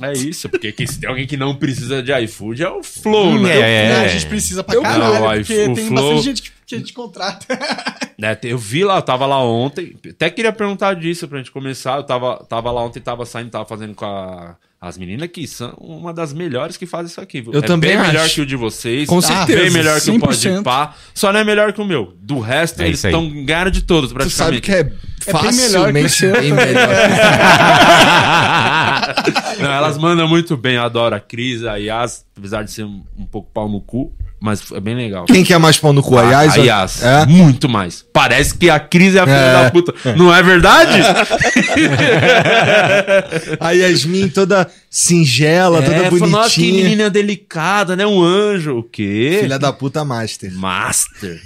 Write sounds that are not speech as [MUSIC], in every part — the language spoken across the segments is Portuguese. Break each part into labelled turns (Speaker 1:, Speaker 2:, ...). Speaker 1: É isso, porque que se tem alguém que não precisa de iFood é o Flow,
Speaker 2: Hum,
Speaker 1: né?
Speaker 2: É.
Speaker 3: A gente precisa pra
Speaker 1: Eu-
Speaker 3: caralho,
Speaker 1: Não,
Speaker 3: um porque
Speaker 1: o
Speaker 3: tem
Speaker 1: Flow-
Speaker 3: bastante gente que, que a gente contrata.
Speaker 1: Né, Eu vi lá, eu tava lá ontem, até queria perguntar disso pra gente começar. Eu tava, tava lá ontem, tava saindo, tava fazendo com a- as meninas que são uma das melhores que fazem isso aqui, viu? É
Speaker 2: Eu também
Speaker 1: bem
Speaker 2: acho.
Speaker 1: melhor que o de vocês.
Speaker 2: Com
Speaker 1: tá?
Speaker 2: certeza,
Speaker 1: Bem melhor que o Pode
Speaker 2: 100%.
Speaker 1: Pá. Só não é melhor que o meu. Do resto,
Speaker 2: É
Speaker 1: eles
Speaker 2: isso aí.
Speaker 1: estão ganhando de todos,
Speaker 4: Tu
Speaker 1: praticamente.
Speaker 4: sabe que é
Speaker 2: melhor que o
Speaker 4: facilmente
Speaker 2: seu.
Speaker 4: bem melhor.
Speaker 1: [LAUGHS] Não, elas mandam muito bem, eu adoro a Cris, a Yas, apesar de ser um, um pouco pau no cu, mas é bem legal.
Speaker 4: Quem quer mais pão no cu?
Speaker 1: A-
Speaker 4: Aliás,
Speaker 1: a Yas,
Speaker 4: É?
Speaker 1: Ah, muito mais. Parece que a Cris é a filha
Speaker 4: É.
Speaker 1: da puta.
Speaker 4: [LAUGHS]
Speaker 1: Não é verdade?
Speaker 4: A Yasmin toda singela, toda
Speaker 1: É, falou, Nossa, que
Speaker 4: bonitinha.
Speaker 1: menina delicada, né? Um anjo. O quê?
Speaker 4: Filha da puta master.
Speaker 1: Master.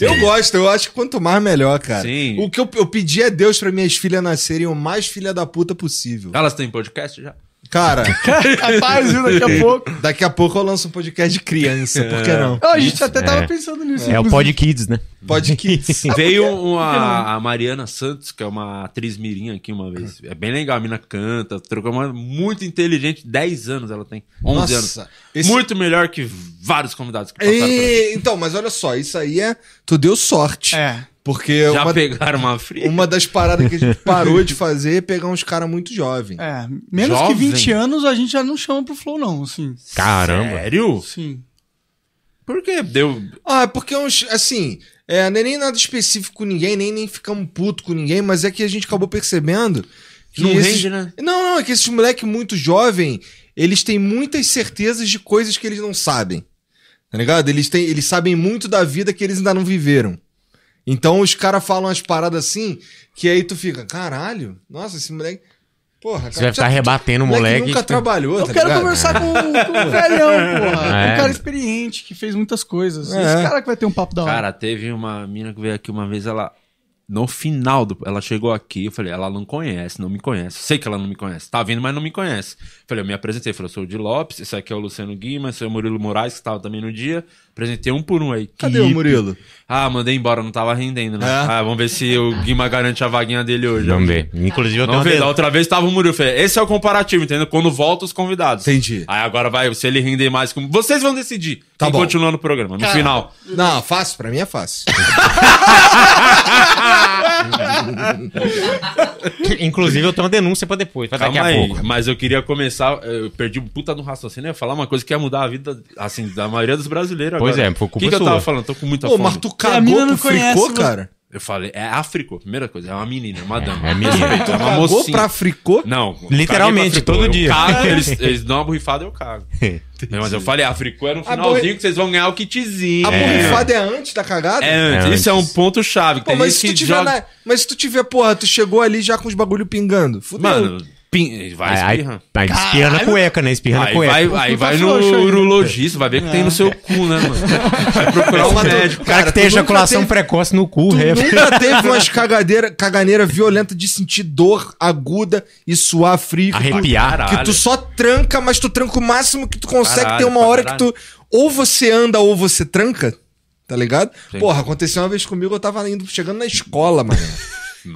Speaker 4: Eu gosto, eu acho que quanto mais melhor, cara.
Speaker 1: Sim.
Speaker 4: O que eu, eu pedi é Deus pra minhas filhas nascerem o mais filha da puta possível.
Speaker 1: Elas têm podcast já?
Speaker 4: Cara,
Speaker 3: Capaz, viu? Daqui
Speaker 4: [LAUGHS]
Speaker 3: a pouco.
Speaker 4: daqui a pouco eu lanço um podcast de criança, por que não?
Speaker 3: Não, a gente até tava
Speaker 2: É.
Speaker 3: pensando nisso.
Speaker 2: É o Pod Kids, né? [LAUGHS]
Speaker 4: Pode que.
Speaker 1: Veio uma, a Mariana Santos, que é uma atriz mirim aqui uma vez. É bem legal, a mina canta, trocou uma muito inteligente. 10 anos ela tem, 11 anos.
Speaker 4: Nossa, esse-
Speaker 1: Muito melhor que vários convidados que passaram por aqui.
Speaker 4: E- Então, mas olha só, isso aí é. Tu deu sorte.
Speaker 3: É.
Speaker 4: Porque
Speaker 1: Já
Speaker 4: uma,
Speaker 1: pegaram uma fria?
Speaker 4: uma das paradas que a gente
Speaker 1: [LAUGHS]
Speaker 4: parou de fazer é pegar uns caras muito jovens.
Speaker 3: É, menos
Speaker 1: Jovem.
Speaker 3: que 20 anos a gente já não chama pro Flow, não, assim.
Speaker 2: Caramba.
Speaker 1: Sério?
Speaker 3: Sim.
Speaker 1: Por que deu...
Speaker 4: Ah, é porque uns. Assim, é, não é nem nada específico com ninguém, nem, nem ficamos puto com ninguém, mas é que a gente acabou percebendo. Que
Speaker 1: Não
Speaker 4: esses-
Speaker 1: rende, né?
Speaker 4: Não, não, é que esses moleque muito jovem, eles têm muitas certezas de coisas que eles não sabem. Tá ligado? Eles, têm, eles sabem muito da vida que eles ainda não viveram. Então os caras falam as paradas assim, que aí tu fica, caralho, nossa, esse moleque.
Speaker 1: [LAUGHS]
Speaker 4: Porra,
Speaker 2: Você vai
Speaker 4: já-
Speaker 2: ficar rebatendo o moleque.
Speaker 4: nunca
Speaker 2: tipo,
Speaker 4: trabalhou,
Speaker 3: Eu
Speaker 4: tá
Speaker 3: quero
Speaker 4: ligado?
Speaker 3: conversar com, com
Speaker 4: [LAUGHS]
Speaker 3: o velhão, porra.
Speaker 2: É.
Speaker 3: Um cara experiente, que fez muitas coisas.
Speaker 4: É.
Speaker 3: Esse cara que vai ter um papo da hora.
Speaker 1: Cara, teve uma mina que veio aqui uma vez, ela. No final do. Ela chegou aqui, eu falei, ela não conhece, não me conhece. Sei que ela não me conhece. Tá vindo, mas não me conhece. Falei, eu me apresentei. Falei, eu sou o de Lopes, esse aqui é o Luciano Guima, esse é o Murilo Moraes, que tava também no dia. Apresentei um por um aí.
Speaker 4: Cadê o
Speaker 1: Que-
Speaker 4: Murilo?
Speaker 1: Ah, mandei embora, não tava rendendo, né?
Speaker 4: É?
Speaker 1: Ah, vamos ver se o Guima garante a vaguinha dele hoje.
Speaker 2: Vamos ver. Inclusive, eu tenho
Speaker 1: Não
Speaker 2: uma
Speaker 1: veio,
Speaker 2: vez.
Speaker 1: da outra vez tava o Murilo. Eu Falei, esse é o comparativo, entendeu? Quando volta os convidados.
Speaker 4: Entendi.
Speaker 1: Aí agora vai, se ele render mais. com- Vocês vão decidir.
Speaker 4: Tá
Speaker 1: Quem
Speaker 4: bom.
Speaker 1: continua no programa, no final.
Speaker 4: Não, fácil, pra mim
Speaker 1: [LAUGHS]
Speaker 4: é fácil.
Speaker 2: [LAUGHS] Inclusive, eu tenho uma denúncia pra depois, pra daqui
Speaker 1: Calma
Speaker 2: a
Speaker 1: aí,
Speaker 2: pouco.
Speaker 1: mas eu queria começar. Eu perdi um puta no raciocínio. Eu ia falar uma coisa que ia mudar a vida, assim, da maioria dos brasileiros
Speaker 2: Pois
Speaker 1: agora.
Speaker 2: é, foi
Speaker 1: O
Speaker 2: culpa
Speaker 1: que, que eu
Speaker 2: sua.
Speaker 1: tava falando? Tô com muita
Speaker 4: Pô,
Speaker 1: fome.
Speaker 4: mas tu
Speaker 3: a mina
Speaker 4: cagou
Speaker 3: não
Speaker 4: pro fricô,
Speaker 3: conhece,
Speaker 4: cara?
Speaker 1: Eu falei, é Áfrico, primeira coisa, é uma menina, é uma dama.
Speaker 2: é menina.
Speaker 1: Tu
Speaker 4: Tu
Speaker 1: é uma
Speaker 4: cagou
Speaker 1: mocinha.
Speaker 4: pra fricô?
Speaker 1: Não, caguei
Speaker 2: Literalmente,
Speaker 1: pra Africô.
Speaker 2: todo
Speaker 1: Eu
Speaker 2: dia. [LAUGHS]
Speaker 1: Cago, eles, eles dão uma borrifada eu cago. Mas eu falei, Áfrico era um finalzinho
Speaker 4: borri-
Speaker 1: que vocês vão ganhar o kitzinho.
Speaker 4: A
Speaker 1: é.
Speaker 4: borrifada é antes da cagada?
Speaker 1: É antes.
Speaker 2: É
Speaker 1: Isso é um
Speaker 2: antes.
Speaker 1: ponto
Speaker 5: [LAUGHS]
Speaker 1: chave. que
Speaker 4: Pô,
Speaker 1: tem
Speaker 4: mas
Speaker 1: gente
Speaker 4: se tu
Speaker 1: que
Speaker 4: tiver,
Speaker 1: joga-
Speaker 4: na- mas se tu tiver, porra, tu chegou ali já com os bagulho pingando. Fudeu.
Speaker 1: Mano, pin- vai
Speaker 2: Aí, aí,
Speaker 1: espirra.
Speaker 2: aí espirra na cueca, né? Espirra na
Speaker 1: Aí
Speaker 2: cueca.
Speaker 1: vai,
Speaker 3: O
Speaker 1: aí
Speaker 3: cu tá
Speaker 1: vai no
Speaker 3: frouxo aí, né?
Speaker 1: urologista, vai ver o que tem
Speaker 4: É.
Speaker 1: no seu cu, né, mano? Vai procurar um
Speaker 4: Mas tu-
Speaker 1: médico.
Speaker 2: O cara, que tem
Speaker 4: tu nunca
Speaker 2: ejaculação
Speaker 4: teve-
Speaker 2: precoce no cu, né?
Speaker 4: Tu
Speaker 2: ré. [LAUGHS]
Speaker 4: nunca
Speaker 1: [LAUGHS]
Speaker 4: teve umas cagadeira, caganeira violenta de sentir dor aguda e suar frio. que tu-
Speaker 2: Arrepiar.
Speaker 4: Que tu só tranca, mas tu tranca o máximo que tu consegue.
Speaker 1: Caralho,
Speaker 4: tem uma
Speaker 1: pra
Speaker 4: hora
Speaker 1: caralho.
Speaker 4: que tu. Ou você anda ou você tranca. Tá ligado? Porra, aconteceu uma vez comigo, eu tava indo, chegando na
Speaker 1: [LAUGHS]
Speaker 4: escola, mano.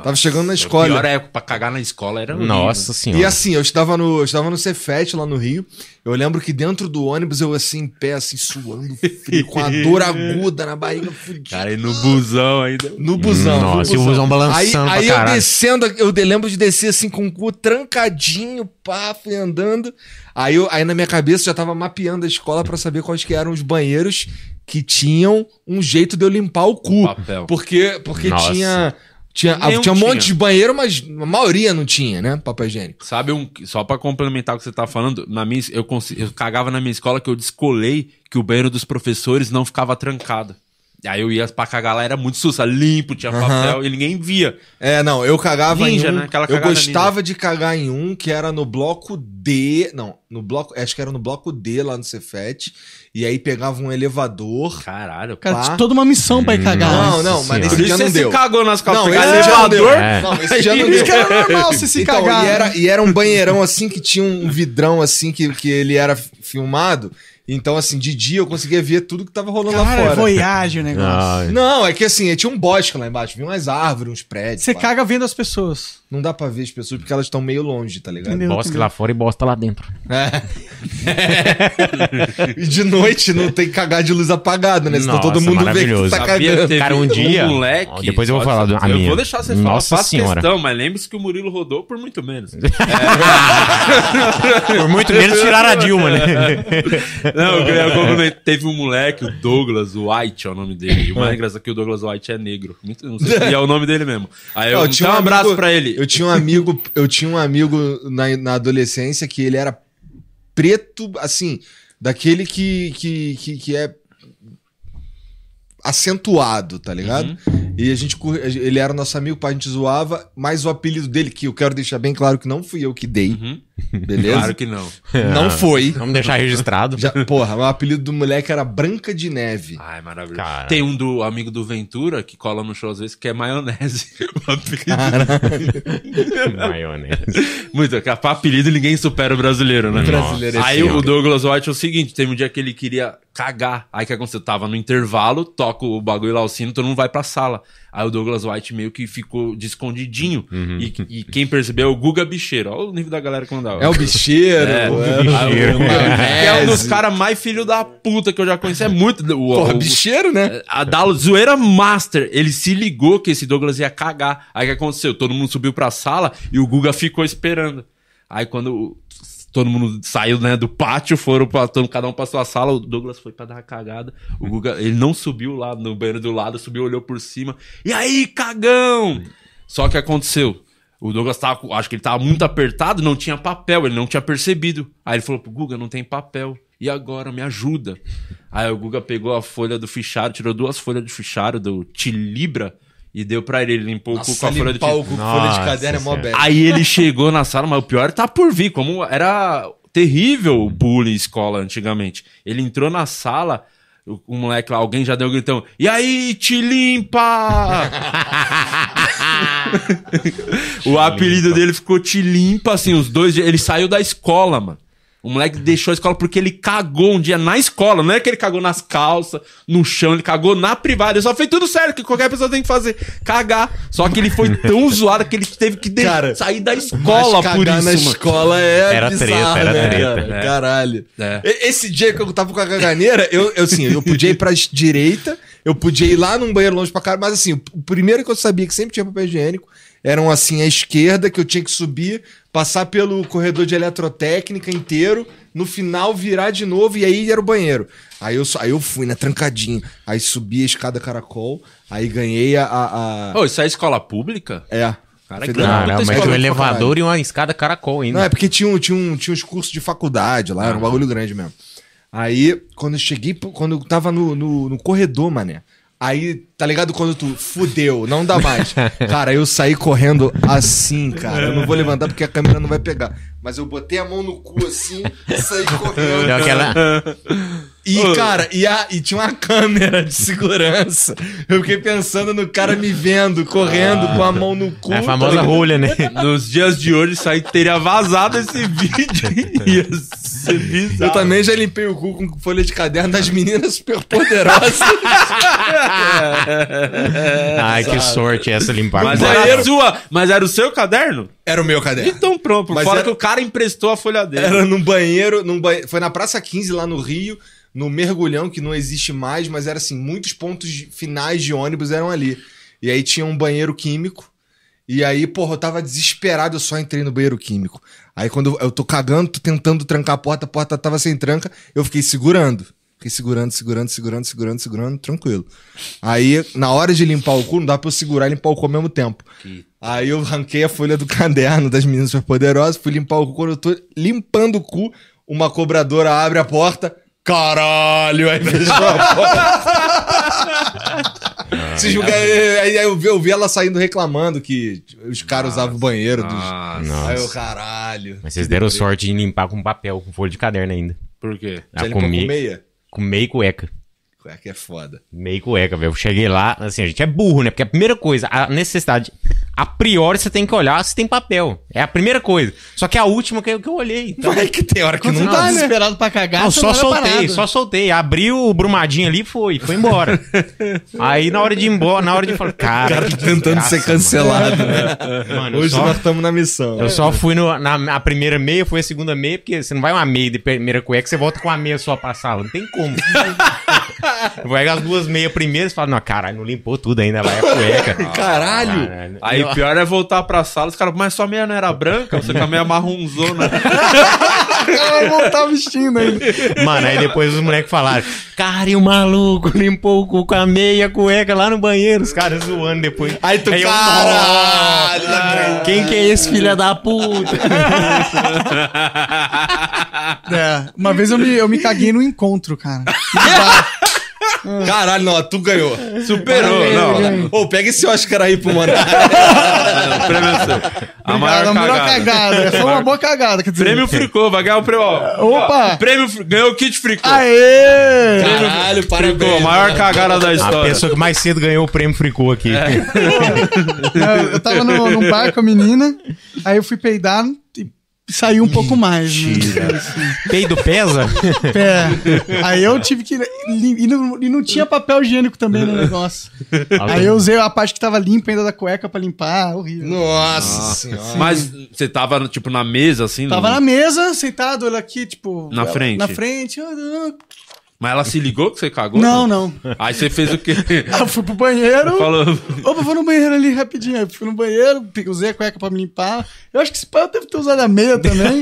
Speaker 4: tava chegando na
Speaker 1: A é pior
Speaker 4: escola.
Speaker 1: época pra cagar na escola era É horrível.
Speaker 2: Nossa
Speaker 4: E
Speaker 2: senhora.
Speaker 4: assim, eu estudava no, eu estudava no Cefet lá no Rio. Eu lembro que dentro do ônibus eu assim, em pé, assim, suando
Speaker 1: [LAUGHS]
Speaker 4: frio, com a dor aguda na barriga, fudido.
Speaker 1: Cara, e no busão ainda.
Speaker 4: No busão.
Speaker 2: Nossa,
Speaker 4: no
Speaker 2: e o busão balançando pra
Speaker 4: Aí, aí eu
Speaker 2: caralho.
Speaker 4: descendo, eu de- lembro de descer assim com o cu trancadinho, pá, fui andando. Aí, eu- aí na minha cabeça eu já tava mapeando a escola pra saber quais que eram os banheiros que tinham um jeito de eu limpar o cu.
Speaker 1: Papel.
Speaker 4: Porque, porque
Speaker 2: Nossa.
Speaker 4: tinha. Tinha,
Speaker 1: Nenhum
Speaker 4: tinha um monte
Speaker 1: tinha.
Speaker 4: de banheiro, mas a maioria não tinha, né? Papel higiênico.
Speaker 1: Sabe um. Só pra complementar o que você tá falando, na minha, eu, consi- eu cagava na minha escola que eu descolei que o banheiro dos professores não ficava trancado. E Aí eu ia pra cagar lá, era muito sussa, limpo, tinha papel e ninguém via.
Speaker 4: É, não, eu cagava
Speaker 1: Ninja,
Speaker 4: em um.
Speaker 1: né? Aquela
Speaker 4: Eu
Speaker 1: cagada
Speaker 4: gostava de cagar em um que era no bloco D. Não, no bloco. Acho que era no bloco D lá no Cefet. E aí pegava um elevador.
Speaker 1: Caralho,
Speaker 3: Cara,
Speaker 4: pá.
Speaker 3: tinha toda uma missão pra ir cagar.
Speaker 4: Hum, Não,
Speaker 2: Nossa
Speaker 4: não, mas
Speaker 2: senhora.
Speaker 4: nesse
Speaker 1: Por isso
Speaker 4: dia
Speaker 1: você
Speaker 4: não
Speaker 1: se
Speaker 4: deu.
Speaker 1: cagou nas calças.
Speaker 4: Não,
Speaker 1: Pegar
Speaker 4: esse já não deu.
Speaker 1: elevador, [LAUGHS]
Speaker 2: É.
Speaker 4: Não, esse já não
Speaker 3: Isso
Speaker 4: deu.
Speaker 3: que era normal você se
Speaker 4: Então,
Speaker 3: cagar.
Speaker 4: e era, e era um banheirão assim que tinha um vidrão assim que, que ele era filmado. Então, assim, de dia eu conseguia ver tudo que tava rolando
Speaker 3: Cara,
Speaker 4: lá
Speaker 3: é
Speaker 4: fora.
Speaker 3: voyage o negócio.
Speaker 2: Ah,
Speaker 4: Não, é que assim, tinha um bosque lá embaixo, vinha umas árvores, uns prédios.
Speaker 3: Você
Speaker 4: pá.
Speaker 3: caga vendo as pessoas.
Speaker 4: Não dá pra ver as pessoas porque elas estão meio longe, tá ligado? É.
Speaker 3: Entendeu?
Speaker 2: Bosque lá fora e bosta lá dentro.
Speaker 4: E de noite não tem que cagar de luz apagada, né? Senão
Speaker 2: Nossa,
Speaker 4: todo mundo vê que
Speaker 2: maravilhoso.
Speaker 4: tá
Speaker 1: Sabia que
Speaker 4: cagando.
Speaker 1: teve
Speaker 2: Cara, um dia-
Speaker 1: moleque.
Speaker 2: Ó, depois eu vou falar do- a
Speaker 1: Eu
Speaker 2: minha.
Speaker 1: vou deixar vocês
Speaker 2: Nossa
Speaker 1: falar, faço
Speaker 2: Senhora.
Speaker 1: questão, mas lembre-se que o Murilo rodou por muito
Speaker 2: [LAUGHS]
Speaker 1: menos. É.
Speaker 2: Por muito menos tiraram a Dilma, né?
Speaker 1: [LAUGHS] Não, eu queria complementar. Teve um moleque, o Douglas White é o nome dele. E o mais engraçado é que o Douglas White é negro. Muito- não sei se- e é o nome dele mesmo. Aí eu,
Speaker 4: Não,
Speaker 1: tinha um abraço
Speaker 4: amigo-
Speaker 1: pra ele.
Speaker 4: Eu tinha um amigo, eu tinha um amigo na, na adolescência que ele era preto, assim, daquele que, que, que, que é acentuado, tá ligado?
Speaker 1: Uhum.
Speaker 4: E a gente cor- ele era nosso amigo, pai, a gente zoava, mas o apelido dele, que eu quero deixar bem claro que não fui eu que dei,
Speaker 1: Uhum.
Speaker 4: beleza?
Speaker 1: Claro que não.
Speaker 2: Ah.
Speaker 4: Não foi.
Speaker 2: Vamos deixar registrado.
Speaker 4: Já, porra, o apelido do moleque era Branca de Neve.
Speaker 1: Ai, maravilhoso.
Speaker 2: Cara.
Speaker 1: Tem um do amigo do Ventura que cola no show às vezes que é maionese. [LAUGHS] O apelido- [LAUGHS]
Speaker 2: Maionese.
Speaker 1: Muito, que é pra apelido ninguém supera o brasileiro, né?
Speaker 4: Brasileiro,
Speaker 1: Aí
Speaker 2: esse
Speaker 1: o
Speaker 2: homem.
Speaker 1: Douglas White é o seguinte: teve um dia que ele queria cagar. Aí o que aconteceu? Tava no intervalo, toca o bagulho lá o sino, todo mundo vai pra sala. Aí o Douglas White meio que ficou de escondidinho.
Speaker 2: Uhum.
Speaker 1: E, e quem percebeu é o Guga Bicheiro. Olha o nível da galera que mandava.
Speaker 4: É o bicheiro. É,
Speaker 1: Aí o
Speaker 2: Bicheiro.
Speaker 1: Guga, que é um dos
Speaker 4: É.
Speaker 1: caras mais filho da puta que eu já conheci. É muito. O,
Speaker 4: Porra,
Speaker 1: o-
Speaker 4: bicheiro, né?
Speaker 1: a da zoeira master, ele se ligou que esse Douglas ia cagar. Aí o que aconteceu? Todo mundo subiu pra sala e o Guga ficou esperando. Aí quando o- todo mundo saiu né, do pátio, foram pra, todo, cada um pra sua sala, o Douglas foi pra dar a cagada. O Guga, ele não subiu lá no banheiro do lado, subiu, olhou por cima. E aí, cagão! Só que aconteceu. O Douglas tava, com- acho que ele tava muito apertado, não tinha papel, ele não tinha percebido. Aí ele falou pro Guga, não tem papel. E agora, me ajuda. Aí o Guga pegou a folha do fichário, tirou duas folhas de fichário do Tilibra e deu pra ele. Ele limpou o cu com a folha do
Speaker 4: limpar o
Speaker 1: Tilibra.
Speaker 4: cu com folha de
Speaker 2: Nossa
Speaker 4: caderno é mó
Speaker 2: Senhora.
Speaker 4: bad.
Speaker 1: Aí ele chegou na sala, mas o pior tá por vir, como era terrível o bullying em escola antigamente. Ele entrou na sala, o, o moleque lá, alguém já deu um gritão, e aí, te limpa! o apelido dele ficou te limpa, assim, os dois, dias. ele saiu da escola, mano. O moleque deixou a escola porque ele cagou um dia na escola. Não é que ele cagou nas calças, no chão, ele cagou na privada. Ele só fez tudo certo que qualquer pessoa tem que fazer. Cagar. Só que ele foi tão [LAUGHS] zoado que ele teve que de-
Speaker 4: Cara,
Speaker 1: sair da escola
Speaker 4: Mas
Speaker 1: por
Speaker 4: cagar
Speaker 1: isso,
Speaker 4: na
Speaker 1: mano.
Speaker 4: escola é
Speaker 2: Era
Speaker 4: bizarro,
Speaker 2: treta, era
Speaker 4: né,
Speaker 2: treta.
Speaker 4: cara?
Speaker 1: É.
Speaker 4: Caralho.
Speaker 1: É.
Speaker 4: E- Esse dia que eu tava com a caganeira, eu, eu, assim, eu podia ir pra direita, eu podia ir lá num banheiro longe pra cara, mas assim, o o primeiro que eu sabia que sempre tinha papel higiênico eram assim, à esquerda, que eu tinha que subir, passar pelo corredor de eletrotécnica inteiro, no final virar de novo e aí era o banheiro. Aí eu, só- aí eu fui, né, trancadinho. Aí subi a escada caracol, aí ganhei a. a, a-
Speaker 1: Ô, isso é escola pública?
Speaker 4: É.
Speaker 1: Cara,
Speaker 4: Federal.
Speaker 1: que
Speaker 2: Caramba, mas
Speaker 4: escola
Speaker 2: um
Speaker 4: pra
Speaker 2: elevador e uma escada caracol ainda.
Speaker 4: Não, é porque tinha, um- tinha, um- tinha uns cursos de faculdade lá, era um
Speaker 2: Ah.
Speaker 4: bagulho grande mesmo. Aí, quando eu cheguei, pô, quando eu tava no, no, no corredor, mané. Aí, tá ligado quando tu fudeu, não dá
Speaker 2: [LAUGHS]
Speaker 4: mais. cara, eu saí correndo assim, cara. Eu não vou levantar porque a câmera não vai pegar. Mas eu botei a mão no cu assim, saí correndo.
Speaker 2: Deu aquela...
Speaker 4: E, cara, e, a- e tinha uma câmera de segurança. Eu fiquei pensando no cara me vendo, correndo, com a mão no cu.
Speaker 2: É a
Speaker 4: tá
Speaker 2: famosa
Speaker 4: ligado?
Speaker 2: rolha, né?
Speaker 1: [LAUGHS] Nos dias de hoje, isso aí teria [LAUGHS] vazado
Speaker 4: [LAUGHS]
Speaker 1: esse vídeo. Ia ser bizarro.
Speaker 4: Eu também já limpei o cu com folha de caderno das meninas [LAUGHS] superpoderosas.
Speaker 2: [LAUGHS] Ai, que sorte essa limpar.
Speaker 1: Mas
Speaker 2: com
Speaker 4: é-
Speaker 1: era a
Speaker 4: Banheiro.
Speaker 1: sua, mas era o seu caderno?
Speaker 4: Era o meu caderno.
Speaker 1: Então pronto,
Speaker 4: Mas
Speaker 1: fora
Speaker 4: era-
Speaker 1: que o cara emprestou a folha dele.
Speaker 4: Era num banheiro, num banhe- foi na Praça 15 lá no Rio, no mergulhão que não existe mais, mas era assim, muitos pontos de- finais de ônibus eram ali. E aí tinha um banheiro químico. E aí, porra, eu tava desesperado, eu só entrei no banheiro químico. Aí quando eu tô cagando, tô tentando trancar a porta, a porta tava sem tranca, eu fiquei segurando. Fiquei segurando, segurando, segurando, segurando, segurando, tranquilo. Aí, na hora de limpar o cu, não dá pra eu segurar e limpar o cu ao mesmo tempo. Aí eu arranquei a folha do [LAUGHS] caderno das meninas superpoderosas, fui limpar o cu. Quando eu tô limpando o cu, uma cobradora abre a porta. Caralho! Aí [LAUGHS] fechou a porta.
Speaker 2: [LAUGHS]
Speaker 4: Se julga, aí, aí eu, vi, eu vi ela saindo reclamando que os caras usavam o banheiro dos.
Speaker 1: Nossa,
Speaker 4: Aí eu,
Speaker 2: Nossa.
Speaker 4: caralho.
Speaker 2: Mas vocês deram sorte de limpar com papel, com folha de caderno ainda.
Speaker 1: por quê?
Speaker 2: Ah,
Speaker 4: limpou
Speaker 2: com,
Speaker 4: com
Speaker 2: meia,
Speaker 4: meia?
Speaker 2: com meia e cueca.
Speaker 4: Ué, que é foda.
Speaker 2: Meio cueca, velho. Eu cheguei lá, assim, a gente é burro, né? Porque a primeira coisa, a necessidade. A priori você tem que olhar se tem papel. É a primeira coisa. Só que é a última que eu, que eu olhei. Então,
Speaker 4: Vai que tem hora que
Speaker 3: Quando
Speaker 4: não
Speaker 3: você
Speaker 4: dá,
Speaker 3: tá
Speaker 4: né?
Speaker 3: desesperado pra cagar,
Speaker 2: não,
Speaker 3: você
Speaker 2: só
Speaker 3: olha
Speaker 2: soltei,
Speaker 3: parado.
Speaker 2: só soltei. Abri o brumadinho ali e foi,
Speaker 4: [LAUGHS]
Speaker 2: foi embora. Aí na hora de ir embora, na hora de falar,
Speaker 4: O
Speaker 2: cara,
Speaker 4: cara tá
Speaker 2: Ah, que
Speaker 4: tentando
Speaker 2: desgraça,
Speaker 4: ser cancelado. né?
Speaker 2: Mano, Mano, eu
Speaker 4: Hoje
Speaker 2: só-
Speaker 4: nós estamos na missão.
Speaker 2: Eu só
Speaker 4: [LAUGHS]
Speaker 2: fui no- na a primeira meia, fui a segunda meia, porque você não vai uma meia de primeira cueca, você volta com a meia só pra sala. Não tem
Speaker 4: [LAUGHS]
Speaker 2: como. vai as duas meias primeiras e fala, não, caralho, não limpou tudo ainda, vai a cueca.
Speaker 4: [LAUGHS] Caralho!
Speaker 2: Caralho.
Speaker 1: Aí o
Speaker 2: [LAUGHS]
Speaker 1: pior é voltar pra sala, os caras, mas sua meia não era branca? Você tá meio marronzona.
Speaker 4: Ela não tá vestindo ainda.
Speaker 2: [LAUGHS] Mano, aí depois os moleques falaram, cara, e o maluco limpou o cu com a meia cueca lá no banheiro, os caras zoando depois.
Speaker 4: Aí tu,
Speaker 2: eu,
Speaker 4: "Caralho,
Speaker 2: "Nossa,
Speaker 4: não acredito."
Speaker 2: Quem que é esse filho
Speaker 4: [LAUGHS]
Speaker 2: da puta?
Speaker 3: É, uma vez eu me, eu me caguei no encontro, cara.
Speaker 4: Caralho, não, tu ganhou.
Speaker 1: Superou, não.
Speaker 4: Ô, pega esse Oscar aí pro mano.
Speaker 1: Prêmio seu. A maior
Speaker 3: Obrigado,
Speaker 1: cagada.
Speaker 3: a melhor cagada. é, Foi uma boa cagada, quer dizer.
Speaker 1: Prêmio Fricô, vai ganhar o prêmio. ó.
Speaker 3: Opa!
Speaker 1: Ó, Prêmio Fri- ganhou o kit Fricô.
Speaker 3: Aê!
Speaker 1: Prêmio
Speaker 4: Caralho,
Speaker 1: Fricô,
Speaker 4: parabéns,
Speaker 1: maior
Speaker 4: mano.
Speaker 1: cagada da
Speaker 2: A
Speaker 1: história. É.
Speaker 2: pessoa que mais cedo ganhou o prêmio fricô aqui.
Speaker 3: É, Eu, eu tava no, num bar com a menina, aí eu fui peidar e saiu um pouco mais. Né? [LAUGHS]
Speaker 2: Peido pesa?
Speaker 3: Pé. É, Aí eu tive que. lim- E não, e não tinha papel higiênico também no negócio. Aí eu usei a parte que tava limpa ainda da cueca pra limpar, horrível.
Speaker 4: Nossa senhora.
Speaker 1: Mas você tava, tipo, na mesa, assim?
Speaker 3: Tava
Speaker 1: no-
Speaker 3: na mesa, sentado, olha aqui, tipo.
Speaker 1: Na
Speaker 3: ela-
Speaker 1: frente.
Speaker 3: Na frente. ah, eu- eu-
Speaker 1: Mas ela se ligou que você cagou?
Speaker 3: Não, não.
Speaker 1: Aí você fez o quê?
Speaker 3: Aí eu fui pro banheiro.
Speaker 1: [LAUGHS] Falou...
Speaker 3: Opa, vou no banheiro ali rapidinho. Aí Fui no banheiro, pe- usei a cueca pra me limpar. Eu acho que esse pai eu devo ter usado a meia também.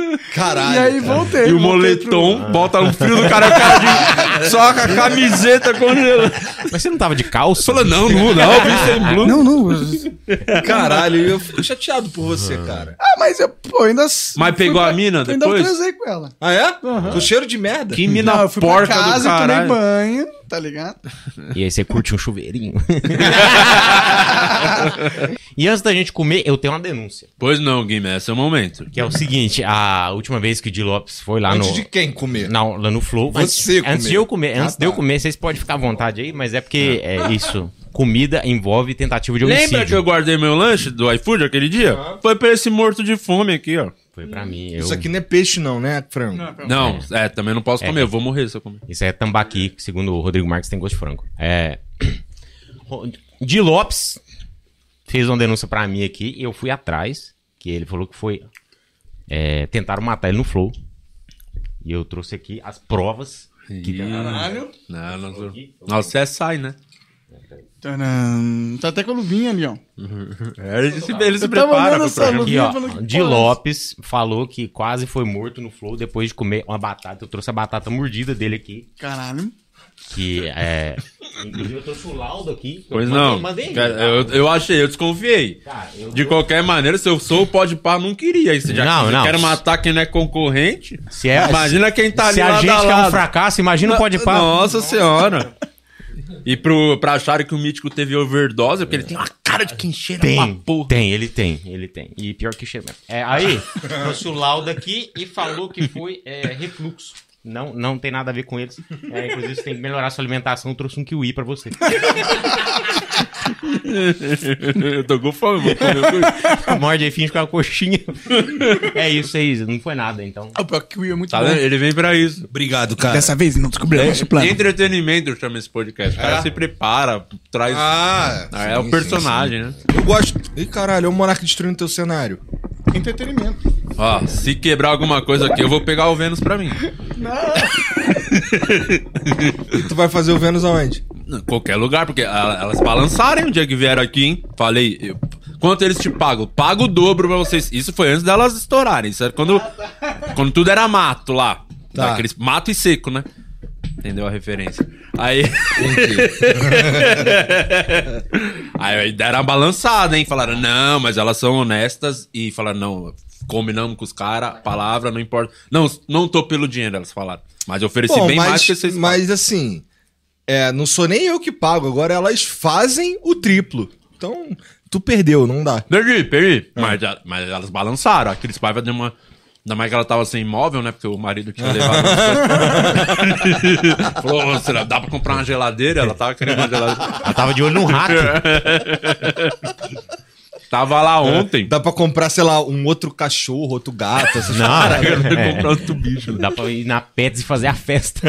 Speaker 3: e
Speaker 4: Caralho.
Speaker 3: aí voltei.
Speaker 1: E o
Speaker 3: voltei
Speaker 1: moletom, bota no frio do cara, o cara de- só com a camiseta congelando.
Speaker 2: Mas você não tava de calça?
Speaker 1: Falou, não, não, não, eu vi sem
Speaker 3: pro-
Speaker 1: blue.
Speaker 3: Não, não.
Speaker 4: Caralho, eu fico chateado por você, cara.
Speaker 3: Ah, mas eu, pô, ainda.
Speaker 1: Mas pegou a mina
Speaker 3: ainda eu
Speaker 1: depois?
Speaker 3: transei com ela.
Speaker 4: Ah, é? Com cheiro de merda.
Speaker 1: Que mina
Speaker 3: Não, eu fui
Speaker 1: porca
Speaker 3: pra casa,
Speaker 1: do
Speaker 3: tomei
Speaker 1: caralho.
Speaker 3: banho, tá ligado?
Speaker 1: [LAUGHS]
Speaker 2: E aí você curte um chuveirinho. e antes da gente comer, eu tenho uma denúncia.
Speaker 1: Pois não, Guimé, esse é o momento.
Speaker 2: Que é o seguinte, a última vez que o Di Lopes foi lá
Speaker 4: Antes
Speaker 2: no...
Speaker 4: de quem comer?
Speaker 2: na- lá no Flow.
Speaker 4: Você
Speaker 2: antes,
Speaker 4: comer.
Speaker 2: antes de eu comer,
Speaker 4: Ah,
Speaker 2: antes de eu
Speaker 4: tá.
Speaker 2: comer, vocês podem ficar à vontade aí, mas é porque é isso. Comida envolve tentativa de homicídio.
Speaker 1: Lembra que eu guardei meu lanche do iFood aquele dia? Foi pra esse morto de fome aqui, ó.
Speaker 2: Foi pra mim. eu-
Speaker 4: Isso aqui não é peixe, não, né, frango?
Speaker 1: Não, é, também não posso comer, eu vou morrer se eu comer.
Speaker 2: Isso é tambaqui, que segundo o Rodrigo Marques tem gosto de frango. É. Ro- Di Lopes fez uma denúncia pra mim aqui e eu fui atrás, que ele falou que foi. é, tentaram matar ele no Flow. E eu trouxe aqui as provas.
Speaker 1: Ih, Não, não, não. Nossa, você é sai, né?
Speaker 3: Tadam. Tá até com a luvinha ali, ó.
Speaker 1: [LAUGHS] É, ele se, ele se
Speaker 3: Tá. Eu tava
Speaker 1: prepara
Speaker 3: olhando
Speaker 1: pro
Speaker 3: essa
Speaker 1: programa.
Speaker 3: luz.
Speaker 2: Aqui,
Speaker 3: Eu
Speaker 2: ó.
Speaker 3: falei, que
Speaker 2: Di
Speaker 3: porra é
Speaker 2: Lopes falou que quase foi morto no Flow depois de comer uma batata. Eu trouxe a batata mordida dele aqui.
Speaker 3: Caralho.
Speaker 2: Que é. Inclusive eu trouxe o laudo aqui.
Speaker 1: Pois não.
Speaker 2: Mandei, mandei.
Speaker 1: Cara, eu, eu achei, eu desconfiei.
Speaker 2: Cara, eu-
Speaker 1: De qualquer maneira, se eu sou o pode par, não queria isso. Já
Speaker 2: Não,
Speaker 1: que
Speaker 2: não.
Speaker 1: Quero matar quem não é concorrente.
Speaker 2: Se é-
Speaker 1: imagina quem tá ali
Speaker 2: Se a
Speaker 1: lado
Speaker 2: gente
Speaker 1: a
Speaker 2: é um
Speaker 1: lado.
Speaker 2: fracasso, imagina o pode pá.
Speaker 1: Nossa senhora. E pro, pra acharem que o Mítico teve overdose, porque ele tem uma cara de quem cheira
Speaker 2: Tem,
Speaker 1: uma porra.
Speaker 2: tem, ele tem, ele tem. E pior que cheiro mesmo. É, [LAUGHS] aí, trouxe o laudo aqui e falou que foi é, refluxo. Não, não tem nada a ver com eles. É, inclusive, você tem que melhorar a sua alimentação. Eu trouxe um kiwi pra você.
Speaker 1: [LAUGHS] Eu tô com fome, vou comer um o cu.
Speaker 2: Morde aí, finge com a coxinha. É isso aí, não foi nada, então.
Speaker 3: Ah, O pior que o Will é muito
Speaker 1: Tá
Speaker 3: bom.
Speaker 1: vendo? Ele vem pra isso.
Speaker 4: Obrigado, cara.
Speaker 3: Dessa vez não descobriu o nosso plano.
Speaker 1: É, Entretenimento chama esse podcast. O cara
Speaker 4: É?
Speaker 1: se prepara, traz.
Speaker 4: Ah,
Speaker 1: Ah, é o
Speaker 4: sim,
Speaker 1: personagem, né?
Speaker 4: sim, sim. Eu gosto. Ih, caralho, é o monarca destruindo teu cenário.
Speaker 3: Entretenimento.
Speaker 1: Ó, se quebrar alguma coisa aqui, eu vou pegar o Vênus pra mim.
Speaker 4: E tu vai fazer o Vênus aonde?
Speaker 1: Não, Qualquer lugar, porque a- elas balançarem o dia que vieram aqui, hein? Falei, eu- quanto eles te pagam? Pago o dobro pra vocês. Isso foi antes delas estourarem, certo? Quando, quando tudo era mato lá.
Speaker 4: Tá.
Speaker 1: Aqueles, mato e seco, né? Entendeu a referência? Aí. [LAUGHS] aí, aí deram uma balançada, hein? Falaram, não, mas elas são honestas. E falaram, não, combinamos com os caras, palavra, não importa. Não, não tô pelo dinheiro, elas falaram. Mas eu ofereci
Speaker 4: Bom,
Speaker 1: bem mais
Speaker 4: mas,
Speaker 1: que vocês pagam.
Speaker 4: mas assim, é, não sou nem eu que pago, agora elas fazem o triplo. Então, tu perdeu, não dá.
Speaker 1: Perdi, perdi.
Speaker 4: Ah.
Speaker 1: Mas, a- mas elas balançaram. A Cris Paiva deu uma. Ainda mais que ela tava sem imóvel, né? Porque o marido
Speaker 4: [LAUGHS]
Speaker 1: tinha levado. [LAUGHS] Falou, "Ô, será que dá pra comprar uma geladeira? Ela tava querendo uma geladeira.
Speaker 2: Ela tava de olho no rato.
Speaker 1: [LAUGHS] Tava
Speaker 2: É.
Speaker 1: lá Tá ontem.
Speaker 4: Dá pra comprar, sei lá, um outro cachorro, outro gato, essas
Speaker 2: Não,
Speaker 4: paradas.
Speaker 1: Cara, vai
Speaker 2: É.
Speaker 1: comprar outro bicho. né?
Speaker 2: Dá pra ir na Pets e fazer
Speaker 1: [LAUGHS]
Speaker 2: a festa.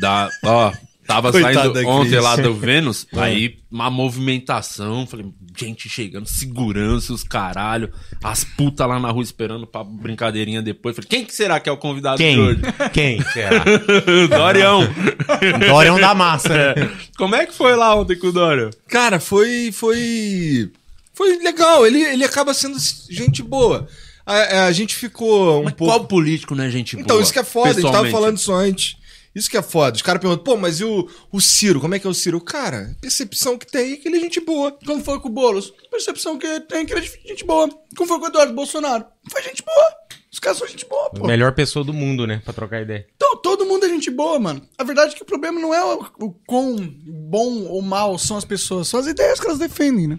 Speaker 1: Da, ó, tava
Speaker 4: Coitada da
Speaker 1: saindo ontem
Speaker 4: Cris.
Speaker 1: lá
Speaker 2: [LAUGHS]
Speaker 1: do Vênus,
Speaker 2: É.
Speaker 1: aí uma movimentação, falei, gente chegando, segurança, os caralho, as putas lá na rua esperando pra brincadeirinha depois. Falei, quem que será que é o convidado de
Speaker 2: Quem?
Speaker 1: hoje?
Speaker 2: Quem? Será? [LAUGHS]
Speaker 1: [LAUGHS]
Speaker 2: é.
Speaker 1: Dorião. é um
Speaker 2: Dorian da massa, né?
Speaker 1: Como é que foi lá ontem com o Dorian?
Speaker 4: Cara, foi. Foi. Foi legal. Ele, ele acaba sendo gente boa. A, a gente ficou um
Speaker 1: Mas
Speaker 4: pouco.
Speaker 1: qual político, né, gente?
Speaker 4: Então,
Speaker 1: boa,
Speaker 4: isso que é foda, a gente tava
Speaker 1: pessoalmente?
Speaker 4: falando isso antes. Isso que é foda. Os caras perguntam, pô, mas e o, o Ciro? Como é que é o Ciro? Cara, percepção que tem é que ele é gente boa.
Speaker 3: Como foi com o Boulos? Percepção que tem que ele é gente boa. Como foi com o Eduardo Bolsonaro? Foi gente boa. Os caras são gente boa, pô.
Speaker 1: É.
Speaker 2: Melhor pessoa do mundo, né? Pra trocar ideia.
Speaker 3: Então, todo mundo é gente boa, mano. A verdade é que o problema não é o, o quão bom ou mal são as pessoas, são as ideias que elas defendem, né?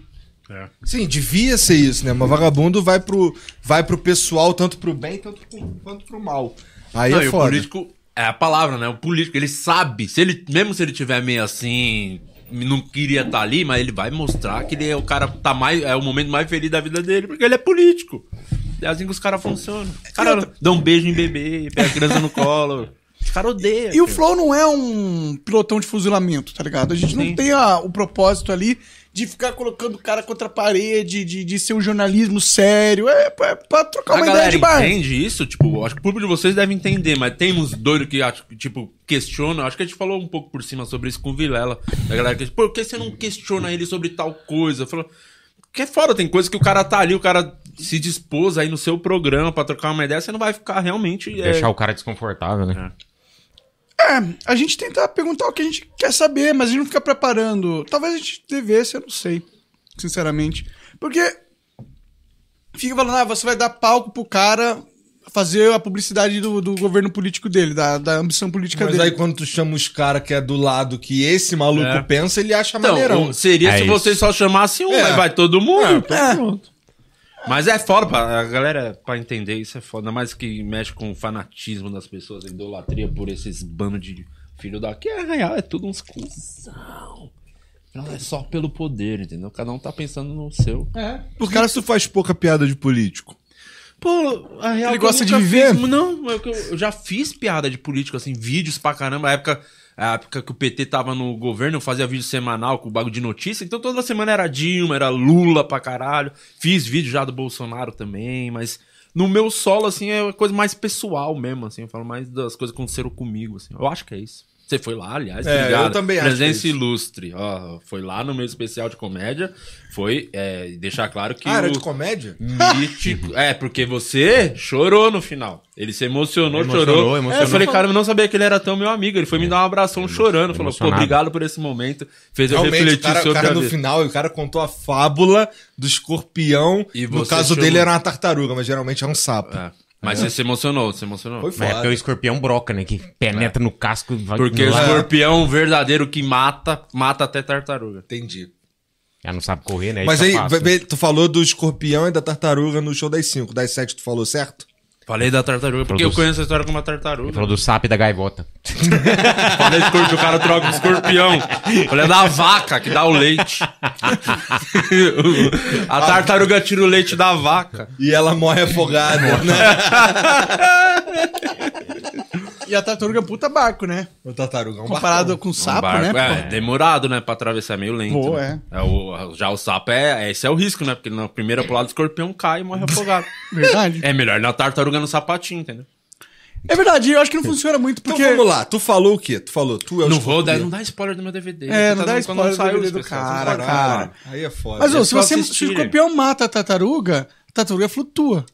Speaker 4: Sim, devia ser isso, né? Mas vagabundo vai pro, vai pro pessoal, tanto pro bem tanto pro, quanto pro mal. Aí
Speaker 1: Não,
Speaker 4: é
Speaker 1: e o
Speaker 4: foda.
Speaker 1: político é a palavra, né? O político, ele sabe, se ele, mesmo se ele tiver meio assim, não queria estar ali, mas ele vai mostrar que ele é o cara que tá mais é o momento mais feliz da vida dele, porque ele é político. É assim que os caras funcionam. Os caras dão um beijo em bebê, pega a criança no colo. Os caras odeiam.
Speaker 3: E o
Speaker 1: cara.
Speaker 3: Flow não é um pilotão de fuzilamento, tá ligado? A gente não tem a- o propósito ali de ficar colocando o cara contra a parede, de, de ser um jornalismo sério. É pra, pra trocar
Speaker 1: a
Speaker 3: uma ideia
Speaker 1: galera
Speaker 3: de bar.
Speaker 1: entende isso? Tipo, acho que o público de vocês deve entender, mas tem uns doidos que, acho que, tipo, questionam. Acho que a gente falou um pouco por cima sobre isso com o Vilela. A galera que diz, por que você não questiona ele sobre tal coisa? Falou, que é foda, tem coisa que o cara tá ali, o cara se dispôs aí no seu programa pra trocar uma ideia, você não vai ficar realmente... é,
Speaker 2: Deixar o cara desconfortável, né?
Speaker 3: É, a gente tenta perguntar o que a gente quer saber, mas a gente não fica preparando. Talvez a gente devesse, eu não sei, sinceramente. Porque fica falando, ah, você vai dar palco pro cara fazer a publicidade do, do governo político dele, da, da ambição política
Speaker 4: Mas
Speaker 3: dele.
Speaker 4: aí quando tu chama os caras que é do lado que esse maluco
Speaker 1: É.
Speaker 4: pensa, ele acha
Speaker 1: Então,
Speaker 4: maneirão.
Speaker 1: o- seria
Speaker 2: É
Speaker 1: se
Speaker 2: isso.
Speaker 1: vocês só chamassem um,
Speaker 4: É.
Speaker 1: mas vai todo mundo. então
Speaker 3: É.
Speaker 1: Mas é foda, pra, a galera, pra entender isso é foda. Ainda mais que mexe com o fanatismo das pessoas, a idolatria por esses bando de filho daqui. É real, é tudo uns cuzão. Não é só pelo poder, entendeu? Cada um tá pensando no seu.
Speaker 4: É. Por que tu faz pouca piada de político?
Speaker 1: Pô, a real.
Speaker 4: Ele
Speaker 1: é que eu
Speaker 4: gosta de
Speaker 1: nunca
Speaker 4: viver?
Speaker 1: fiz- não, é que eu, eu já fiz piada de político, assim, vídeos pra caramba. A época, a época que o PT tava no governo, eu fazia vídeo semanal com o bagulho de notícia. Então toda semana era Dilma, era Lula pra caralho. Fiz vídeo já do Bolsonaro também, mas. No meu solo, assim, é uma coisa mais pessoal mesmo, assim. Eu falo mais das coisas que aconteceram comigo, assim. Eu acho que é isso. Você foi lá, aliás,
Speaker 4: É, eu também acho que é
Speaker 1: Presença
Speaker 4: isso.
Speaker 1: ilustre. Ó, foi lá no meu especial de comédia. Foi é, deixar claro que.
Speaker 4: Ah, era
Speaker 1: o-
Speaker 4: de comédia?
Speaker 1: Mítico. É, porque você chorou no final. Ele se emocionou,
Speaker 2: Emocionou,
Speaker 1: chorou.
Speaker 2: emocionou. É.
Speaker 1: É, eu falei, cara, eu não sabia que ele era tão meu amigo. Ele foi me dar um abração chorando. Falou, pô,
Speaker 2: Emocionado.
Speaker 1: obrigado por esse momento. Fez eu
Speaker 4: Realmente, o
Speaker 1: refletir
Speaker 4: cara, o
Speaker 1: sobre
Speaker 4: cara
Speaker 1: a
Speaker 4: no
Speaker 1: vida.
Speaker 4: final, o cara contou a fábula do escorpião.
Speaker 1: E
Speaker 4: no
Speaker 1: você
Speaker 4: caso
Speaker 1: chorou.
Speaker 4: dele era uma tartaruga, mas geralmente é um sapo.
Speaker 1: É. Mas você se emocionou, se emocionou.
Speaker 4: Foi
Speaker 2: Mas é porque o
Speaker 4: foda.
Speaker 2: escorpião broca, né? Que penetra no casco e vai...
Speaker 1: Porque o
Speaker 2: lá.
Speaker 1: escorpião é um verdadeiro que mata, mata até tartaruga.
Speaker 4: Entendi.
Speaker 2: Ela não sabe correr, né?
Speaker 4: Mas
Speaker 2: Isso é
Speaker 4: aí,
Speaker 2: fácil.
Speaker 4: vê- tu falou do escorpião e da tartaruga no show das 5. Das 7 tu falou certo?
Speaker 1: Falei da tartaruga, porque
Speaker 2: Produz.
Speaker 1: eu conheço a história como uma
Speaker 2: Ele
Speaker 1: tartaruga.
Speaker 2: falou do sapo e da gaivota.
Speaker 1: Falei escor- que o cara troca o escorpião. Falei da vaca que dá o leite. a tartaruga tira o leite da vaca.
Speaker 4: E ela morre afogada, né?
Speaker 3: E a tartaruga é um puta barco, né?
Speaker 4: O tartaruga é um
Speaker 3: Comparado
Speaker 4: barcão.
Speaker 3: com o
Speaker 1: Um
Speaker 3: sapo,
Speaker 1: barco,
Speaker 3: né?
Speaker 1: É, demorado, né? Pra atravessar, é meio lento.
Speaker 3: Pô,
Speaker 1: né? É o- já o sapo é. Esse é o risco, né? Porque na primeira pulada o escorpião cai e morre afogado.
Speaker 3: [LAUGHS] Verdade.
Speaker 1: é melhor ir na tartaruga no sapatinho, entendeu?
Speaker 3: É verdade, eu acho que não funciona muito
Speaker 4: Então
Speaker 3: porque.
Speaker 4: vamos lá, tu falou o quê? Tu falou, tu é o
Speaker 1: não vou dar, não
Speaker 4: escorpião.
Speaker 1: dá spoiler do meu DVD.
Speaker 3: É,
Speaker 1: Tá
Speaker 3: não dá
Speaker 1: dando-
Speaker 3: spoiler do
Speaker 1: saiu
Speaker 3: DVD
Speaker 1: os
Speaker 3: do
Speaker 1: pessoal,
Speaker 3: cara,
Speaker 1: vocês vão
Speaker 3: cara.
Speaker 1: falar.
Speaker 4: Aí é foda.
Speaker 3: Mas, ô,
Speaker 1: É
Speaker 3: se
Speaker 1: só
Speaker 3: você se o
Speaker 1: assistirem.
Speaker 3: escorpião mata a tartaruga, a tartaruga flutua.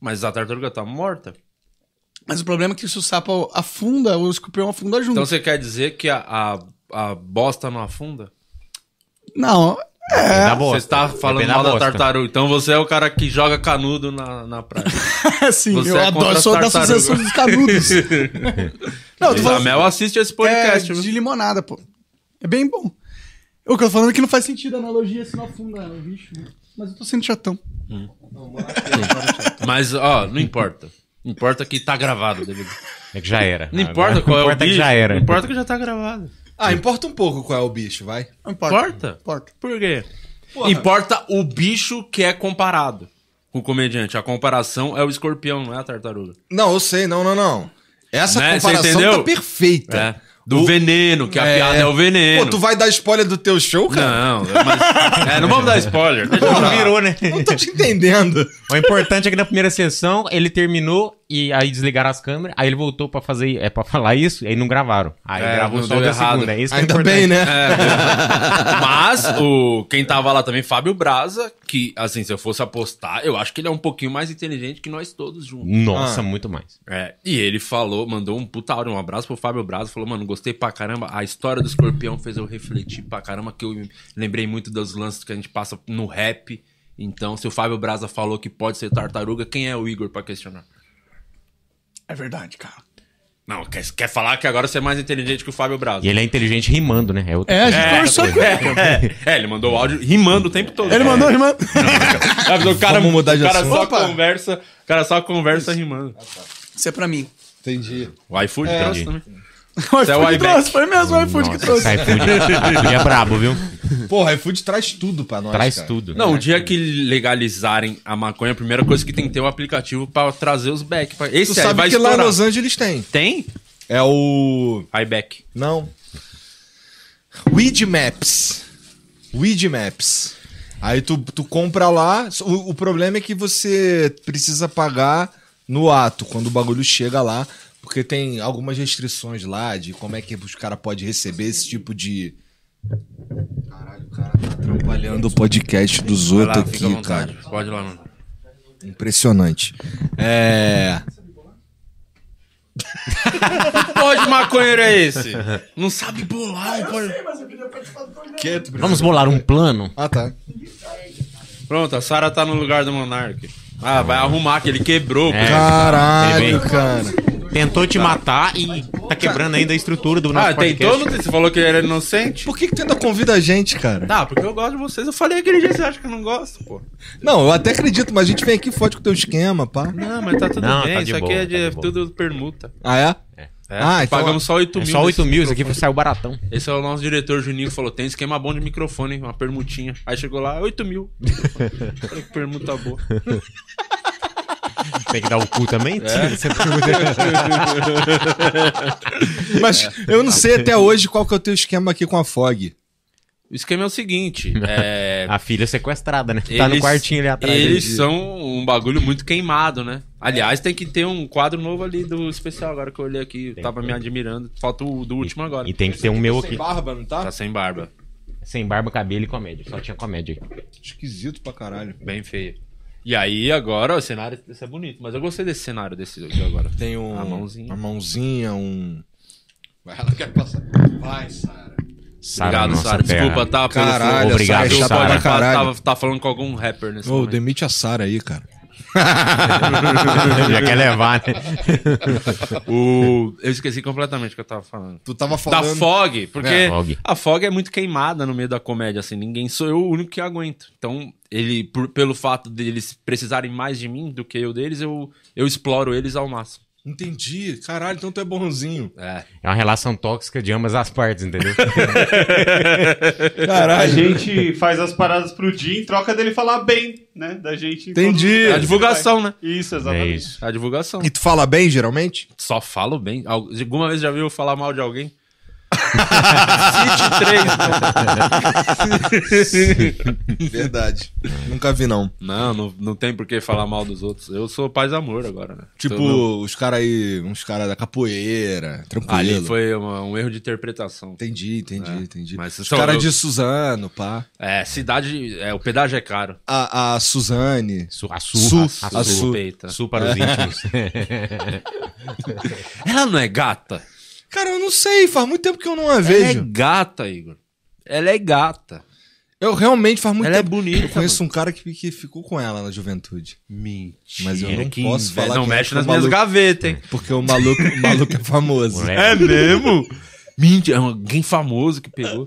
Speaker 1: Mas a tartaruga tá morta?
Speaker 3: Mas o problema é que se o sapo afunda, o escorpião afunda junto.
Speaker 1: Então você quer dizer que a, a, a bosta não afunda?
Speaker 3: Não,
Speaker 2: É. Da bosta.
Speaker 1: Você tá falando
Speaker 2: Depende
Speaker 1: mal da
Speaker 2: bosta.
Speaker 1: tartaruga. Então você é o cara que joga canudo na, na
Speaker 2: [LAUGHS]
Speaker 1: praia.
Speaker 3: assim,
Speaker 1: Você
Speaker 3: eu
Speaker 1: é
Speaker 3: adoro,
Speaker 1: contra
Speaker 3: eu sou da
Speaker 1: as tartarugas.
Speaker 3: associação dos canudos.
Speaker 1: [LAUGHS]
Speaker 3: não, eu tô falando
Speaker 1: Isabel assiste esse
Speaker 3: é,
Speaker 1: podcast, né? viu?
Speaker 3: de limonada, pô. É bem bom. O que eu tô falando é que não faz sentido a analogia se não afunda o bicho. né? Mas eu tô sendo chatão.
Speaker 2: É.
Speaker 1: Hum. Mas, ó, não importa. Importa que tá gravado o DVD.
Speaker 2: É que já era.
Speaker 1: Não
Speaker 2: Agora-
Speaker 1: importa qual é o
Speaker 2: importa que
Speaker 1: bicho,
Speaker 2: já era.
Speaker 1: Não importa que já tá gravado.
Speaker 4: Ah, importa um pouco qual é o bicho, vai.
Speaker 3: Não
Speaker 1: Importa?
Speaker 3: Importa.
Speaker 1: Por quê?
Speaker 4: Porra.
Speaker 1: Importa o bicho que é comparado com o comediante. A comparação é o escorpião, não é a tartaruga.
Speaker 4: Não, eu sei, não, não, não. Essa
Speaker 1: Né, cê
Speaker 4: comparação
Speaker 1: entendeu?
Speaker 4: tá perfeita.
Speaker 1: É. Do veneno, que a piada é o veneno.
Speaker 4: Pô, tu vai dar spoiler do teu show,
Speaker 2: [LAUGHS]
Speaker 4: cara?
Speaker 1: Não, mas. É, não vamos dar spoiler. Deixa eu-
Speaker 4: Porra.
Speaker 2: virou, né?
Speaker 4: Não, tô te entendendo.
Speaker 2: O importante é que na primeira sessão ele terminou e aí desligaram as câmeras, aí ele voltou pra fazer é para falar isso, aí não gravaram. [LAUGHS] Aí
Speaker 1: É,
Speaker 2: gravou
Speaker 1: não
Speaker 2: só
Speaker 1: deu
Speaker 2: o da
Speaker 1: errado. É.
Speaker 2: segunda. Isso que é
Speaker 4: Ainda
Speaker 2: importante. É.
Speaker 4: bem, né?
Speaker 1: [LAUGHS] Mas o, quem tava lá também, Fábio Braza, que, assim, se eu fosse apostar, eu acho que ele é um pouquinho mais inteligente que nós todos juntos.
Speaker 2: [LAUGHS]
Speaker 4: Ah.
Speaker 2: Nossa, muito mais.
Speaker 1: É, e ele falou, mandou um puta áudio, um abraço pro Fábio Braza, falou, mano, gostei pra caramba, a história do escorpião fez eu refletir pra caramba, que eu lembrei muito dos lances que a gente passa no rap. Então, se o Fábio Braza falou que pode ser tartaruga, quem é o Igor pra questionar?
Speaker 3: É verdade, cara.
Speaker 1: Não, quer, quer falar que agora você é mais inteligente que o Fábio Braza.
Speaker 2: E ele é inteligente rimando, né? É, outra
Speaker 3: É, a
Speaker 2: coisa.
Speaker 3: gente conversou com ele.
Speaker 1: É, ele mandou o áudio rimando o tempo todo. É.
Speaker 3: Ele mandou, irmão.
Speaker 1: Ah, mas o cara,
Speaker 4: Vamos mudar de
Speaker 1: o cara
Speaker 4: assunto.
Speaker 1: Só
Speaker 3: Opa.
Speaker 1: conversa, o cara só conversa rimando.
Speaker 3: Isso é pra mim.
Speaker 4: Entendi. É,
Speaker 1: O iFood trouxe também.
Speaker 3: [LAUGHS] O
Speaker 1: Isso é o
Speaker 3: iFood que
Speaker 1: iBack.
Speaker 3: trouxe, foi mesmo o iFood que
Speaker 2: Nossa,
Speaker 3: trouxe.
Speaker 2: esse
Speaker 4: [LAUGHS]
Speaker 2: iFood iFood é brabo, viu?
Speaker 4: Porra, iFood traz tudo pra nós,
Speaker 2: Traz
Speaker 4: cara.
Speaker 2: tudo.
Speaker 1: Não, o dia que legalizarem a maconha, a primeira coisa que tem que ter é um aplicativo pra trazer os back. Pra-
Speaker 4: Tu
Speaker 1: Esse aí
Speaker 4: sabe
Speaker 1: vai
Speaker 4: que
Speaker 1: estourar.
Speaker 4: lá em Los Angeles tem.
Speaker 1: Tem?
Speaker 4: É o...
Speaker 1: iBack.
Speaker 4: Não. Weed Maps. Weed Maps. Aí tu, tu compra lá. O, o problema é que você precisa pagar no ato, quando o bagulho chega lá. Porque tem algumas restrições lá de como é que os caras podem receber esse tipo de. Caralho, o cara tá atrapalhando o podcast dos
Speaker 1: Vai
Speaker 4: outros
Speaker 1: lá, fica à
Speaker 4: aqui, cara.
Speaker 1: vontade. Pode ir lá, mano.
Speaker 4: Impressionante. É.
Speaker 1: Pode maconheiro é esse? Não sabe bolar, não pode...
Speaker 2: Vamos bolar um plano?
Speaker 4: Ah, tá.
Speaker 1: Pronto, a Sara tá no lugar do Monark. Ah, vai arrumar que ele quebrou. pô.
Speaker 2: É. Ele
Speaker 4: Caralho,
Speaker 2: vem.
Speaker 4: cara.
Speaker 2: Tentou te matar e tá quebrando ainda a estrutura do nosso
Speaker 1: Ah, tem
Speaker 2: podcast.
Speaker 1: todo. Você falou que ele era inocente?
Speaker 4: Por que, que tu ainda convida a gente, cara?
Speaker 1: Tá, porque eu gosto de vocês. Eu falei aquele dia, você acha que eu não gosto, pô?
Speaker 4: Não, eu até acredito, mas a gente vem aqui fode com o teu esquema, pá.
Speaker 1: Não, mas tá tudo
Speaker 2: Não,
Speaker 1: bem.
Speaker 2: tá de
Speaker 1: isso aqui
Speaker 2: boa,
Speaker 1: é de,
Speaker 2: tá de boa.
Speaker 1: tudo permuta.
Speaker 4: Ah, é? Ah, então-
Speaker 1: Pagamos só 8
Speaker 2: É
Speaker 1: mil.
Speaker 2: só 8
Speaker 1: nesse-
Speaker 2: mil, isso aqui saiu baratão.
Speaker 1: Esse é o nosso diretor, Juninho, que falou: tem esquema bom de microfone, hein? uma permutinha. Aí chegou lá, 8
Speaker 2: [LAUGHS]
Speaker 1: mil. Falei que permuta boa.
Speaker 2: Tem que dar o cu também?
Speaker 1: É.
Speaker 4: [LAUGHS]
Speaker 2: tá
Speaker 4: Mas
Speaker 2: É.
Speaker 4: eu não sei até hoje qual que é o teu esquema aqui com a FOG.
Speaker 1: O esquema é o seguinte: é.
Speaker 2: A filha é sequestrada, né? tá no
Speaker 1: eles-
Speaker 2: quartinho ali atrás.
Speaker 1: Eles
Speaker 2: dele.
Speaker 1: são um bagulho muito queimado, né? Aliás, tem que ter um quadro novo ali do especial agora que eu olhei aqui. tava me admirando. Falta o do último agora.
Speaker 2: E tem que ter um meu aqui.
Speaker 4: barba, não
Speaker 1: Tá sem barba.
Speaker 2: Sem barba, cabelo e comédia. Só tinha comédia aqui.
Speaker 4: Esquisito pra caralho.
Speaker 1: Bem feio. E aí, agora, o cenário desse é bonito. Mas eu gostei desse cenário desse de agora.
Speaker 4: Tem um,
Speaker 1: A mãozinha.
Speaker 4: uma mãozinha, um... Vai, ela quer passar. Vai, Sara.
Speaker 2: Sara,
Speaker 1: Obrigado,
Speaker 2: nossa
Speaker 1: Sara.
Speaker 2: terra.
Speaker 1: Desculpa, tá? pelo-
Speaker 4: Caralho,
Speaker 2: Obrigado,
Speaker 1: Eu
Speaker 2: Sara.
Speaker 1: pode-
Speaker 4: Caralho.
Speaker 1: Tava, tá falando com algum rapper nesse
Speaker 4: Ô,
Speaker 1: momento.
Speaker 4: demite a Sara
Speaker 1: [LAUGHS]
Speaker 4: aí, cara.
Speaker 2: [LAUGHS] Já quer levar,
Speaker 4: [LAUGHS]
Speaker 2: né?
Speaker 1: O... Eu esqueci completamente o que eu tava falando.
Speaker 4: Tu tava
Speaker 1: Da
Speaker 4: falando...
Speaker 1: Fog, porque
Speaker 4: É,
Speaker 2: Fog.
Speaker 1: a Fog é muito queimada no meio da comédia, assim, ninguém sou eu o único que aguento. Então, ele, por- pelo fato deles precisarem mais de mim do que eu deles, eu, eu exploro eles ao máximo.
Speaker 4: Entendi. Caralho, então tu é bonzinho.
Speaker 1: É.
Speaker 2: É uma relação tóxica de ambas as partes, entendeu?
Speaker 5: A
Speaker 4: [LAUGHS] Caralho.
Speaker 5: gente faz as paradas pro dia em troca dele falar bem, né? Da gente.
Speaker 4: Entendi.
Speaker 1: É a divulgação, né?
Speaker 5: Isso,
Speaker 2: é
Speaker 5: exatamente.
Speaker 2: isso.
Speaker 1: É a divulgação.
Speaker 4: E tu fala bem, geralmente?
Speaker 1: Só falo bem. Al- Alguma vez já viu eu falar mal de alguém? City 3.
Speaker 4: [LAUGHS] Verdade. Nunca vi, não.
Speaker 1: né? Não, não, não tem por que falar mal dos outros. Eu sou paz e amor agora, né?
Speaker 4: Tipo,
Speaker 1: Então, não-
Speaker 4: os caras aí, uns caras da capoeira, tranquilo.
Speaker 1: ali foi uma- um erro de interpretação. É.
Speaker 4: Entendi, entendi, entendi.
Speaker 1: mas
Speaker 4: os
Speaker 1: são-
Speaker 4: caras
Speaker 1: eu-
Speaker 4: de Suzano, pá.
Speaker 1: É, cidade. É, o pedágio é caro.
Speaker 4: A, a Suzane.
Speaker 2: Su- A surra.
Speaker 4: Su-
Speaker 2: a
Speaker 4: a
Speaker 2: surra.
Speaker 4: su-
Speaker 1: Suspeita. [LAUGHS]
Speaker 2: Su para os íntimos.
Speaker 1: Ela não é gata.
Speaker 4: Cara, eu não sei, faz muito tempo que eu não a
Speaker 1: Ela é
Speaker 4: vejo.
Speaker 1: gata, Igor. Ela é gata.
Speaker 4: Eu realmente faz muito
Speaker 1: Ela é
Speaker 4: tempo.
Speaker 1: bonita,
Speaker 4: Eu conheço um cara que, que ficou com ela na juventude.
Speaker 1: Mentira.
Speaker 4: Mas eu não
Speaker 1: que
Speaker 4: posso
Speaker 1: inveja.
Speaker 4: falar
Speaker 1: Não
Speaker 4: que
Speaker 1: mexe
Speaker 4: eu
Speaker 1: nas
Speaker 4: sou
Speaker 1: minhas
Speaker 4: maluco. É.
Speaker 1: gavetas, hein?
Speaker 4: Porque o maluco, o maluco é famoso. um-
Speaker 2: Moleque.
Speaker 1: É mesmo? Mentira. É alguém famoso que pegou.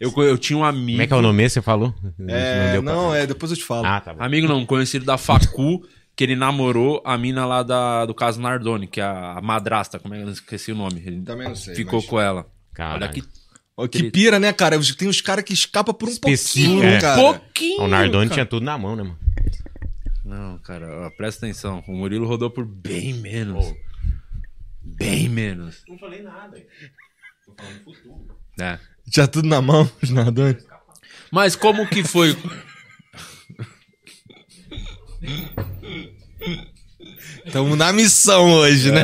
Speaker 1: Eu, co- eu tinha um amigo.
Speaker 2: Como é que é o nome mesmo? Você falou?
Speaker 4: É,
Speaker 2: deu pra-
Speaker 4: não, é, depois eu te falo.
Speaker 2: Ah, tá bom.
Speaker 1: Amigo não, conhecido da Facu, que ele namorou a mina lá da, do caso Nardoni, que é a, a madrasta, como é que eu esqueci o nome? Ele
Speaker 4: Também não sei,
Speaker 1: Ficou
Speaker 4: mas-
Speaker 1: com ela.
Speaker 2: Caralho.
Speaker 1: Olha que
Speaker 4: Ó, Que pira, né, cara? Os- Tem uns caras que escapa por um
Speaker 2: Específico,
Speaker 4: pouquinho,
Speaker 2: é.
Speaker 4: cara.
Speaker 1: Pouquinho.
Speaker 2: O Nardoni
Speaker 1: cara.
Speaker 2: tinha tudo na mão, né, mano?
Speaker 1: Não, cara, ó, presta atenção. O Murilo rodou por bem menos. Bem menos.
Speaker 2: Não falei nada. Tô falando futuro.
Speaker 1: né?
Speaker 4: Tinha tudo na mão, os nadões.
Speaker 1: Mas como que foi?
Speaker 4: Tamo na missão hoje, né?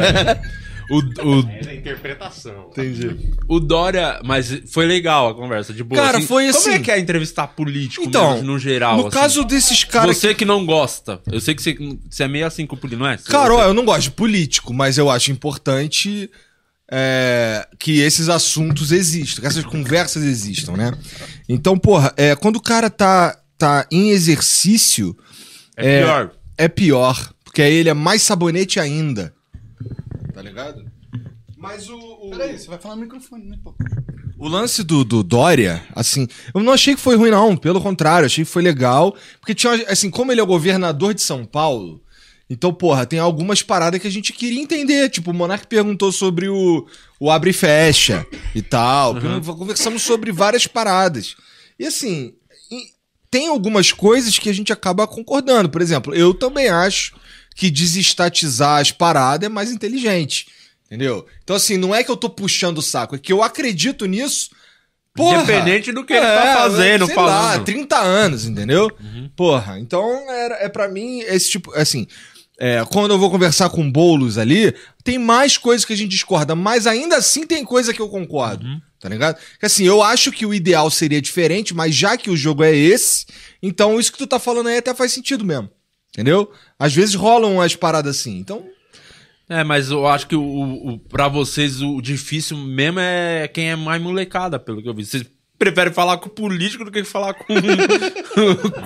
Speaker 1: O, o,
Speaker 2: Essa é a interpretação.
Speaker 4: Entendi.
Speaker 1: o Dória. Mas foi legal a conversa, de boa.
Speaker 4: Cara, foi
Speaker 1: Como é
Speaker 4: assim-
Speaker 1: que é [LAUGHS] entrevistar político
Speaker 4: Então,
Speaker 1: mesmo, no geral?
Speaker 4: no
Speaker 1: assim?
Speaker 4: caso desses caras
Speaker 1: Você que não gosta. Eu sei que você, você é meio assim com o político, não é?
Speaker 4: Cara, ó,
Speaker 1: Você-
Speaker 4: eu não gosto de político, mas eu acho importante é, que esses assuntos existam, que essas conversas existam, né? Então, porra, é, quando o cara tá, tá em exercício,
Speaker 1: é pior.
Speaker 4: é pior, porque aí ele é mais sabonete ainda. Tá ligado? Mas o.
Speaker 3: Peraí, você vai falar no microfone, né, pô?
Speaker 4: O lance do, do Dória, assim, eu não achei que foi ruim, não. Pelo contrário, achei que foi legal. Porque tinha, assim, como ele é o governador de São Paulo, então, porra, tem algumas paradas que a gente queria entender. Tipo, o Monark perguntou sobre o, o abre e fecha e tal. Conversamos sobre várias paradas. E assim, e tem algumas coisas que a gente acaba concordando. Por exemplo, eu também acho que desestatizar as paradas é mais inteligente. Entendeu? Então, assim, não é que eu tô puxando o saco, é que eu acredito nisso. Porra, é,
Speaker 1: Independente do que ele tá fazendo,
Speaker 4: sei
Speaker 1: falando. Uhum.
Speaker 4: Lá, 30 anos, entendeu? Porra, então era, é para mim esse tipo, assim, é, quando eu vou conversar com bolos ali, tem mais coisas que a gente discorda, mas ainda assim tem coisa que eu concordo.
Speaker 1: Uhum.
Speaker 4: Tá ligado? Que assim, eu acho que o ideal seria diferente, mas já que o jogo é esse, então isso que tu tá falando aí até faz sentido mesmo. Entendeu? Às vezes rolam as paradas assim. Então,
Speaker 1: É, mas eu acho que o, o, pra vocês o difícil mesmo é quem é mais molecada, pelo que eu vi. Vocês preferem falar com o político do que falar com. um-
Speaker 4: [LAUGHS]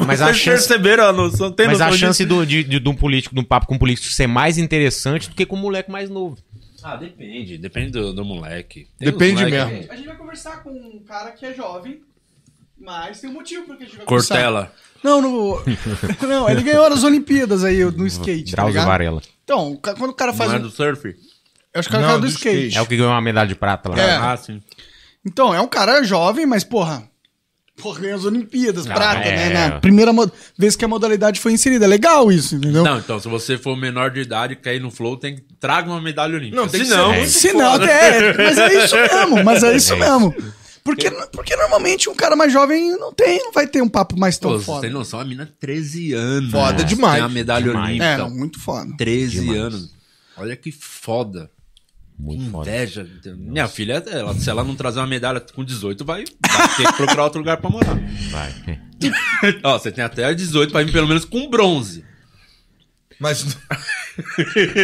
Speaker 2: Mas a
Speaker 1: Vocês
Speaker 2: chance-
Speaker 1: perceberam a noção? Tem
Speaker 2: Mas a
Speaker 1: noção
Speaker 2: chance do, de, de, de um político, de um papo com um político ser mais interessante do que com um moleque mais novo.
Speaker 1: disso? Ah, depende. Depende do, do moleque. Tem
Speaker 4: depende
Speaker 1: uns moleque-
Speaker 4: mesmo.
Speaker 3: A gente vai conversar com um cara que é jovem, mas tem um motivo porque a gente vai
Speaker 1: Cortella.
Speaker 3: Não, no... [LAUGHS] não, ele ganhou nas Olimpíadas aí no skate, tá
Speaker 2: Drauzio
Speaker 3: ligado?
Speaker 2: Varela.
Speaker 3: Então, o ca- quando o cara faz...
Speaker 1: Não é
Speaker 3: um-
Speaker 1: do surf?
Speaker 3: Eu acho que é o
Speaker 4: Não,
Speaker 3: cara do
Speaker 4: do
Speaker 3: skate.
Speaker 4: skate.
Speaker 2: É o que ganhou uma medalha de prata lá.
Speaker 3: É.
Speaker 1: Ah, sim.
Speaker 3: Então, é um cara jovem, mas porra... Porra, ganhou as Olimpíadas,
Speaker 2: Ah,
Speaker 3: prata,
Speaker 2: é.
Speaker 3: né? Na primeira mo- vez que a modalidade foi inserida. É legal isso, entendeu?
Speaker 1: Não, então, se você for menor de idade e cair no flow, tem que traga uma medalha olímpica.
Speaker 4: Não, tem
Speaker 1: Se
Speaker 4: que ser
Speaker 1: não,
Speaker 2: muito
Speaker 3: Se não, é, mas é isso mesmo, mas é isso
Speaker 2: É
Speaker 3: mesmo. Porque, porque normalmente um cara mais jovem não tem, não vai ter um papo mais tão
Speaker 1: Pô, vocês
Speaker 3: foda.
Speaker 1: têm noção, a mina 13 anos.
Speaker 4: Foda
Speaker 1: Nossa,
Speaker 4: demais.
Speaker 1: Tem uma medalha
Speaker 2: Demais.
Speaker 1: olímpica.
Speaker 3: É, não,
Speaker 1: [LAUGHS]
Speaker 3: muito foda.
Speaker 1: 13 anos. Olha que foda.
Speaker 2: Muito foda.
Speaker 1: Inveja. Minha filha, ela- se ela não trazer uma medalha com 18, vai, vai ter que procurar outro lugar pra morar.
Speaker 2: Vai.
Speaker 1: [LAUGHS] Ó, você tem até 18 pra vir pelo menos com bronze.
Speaker 4: Mas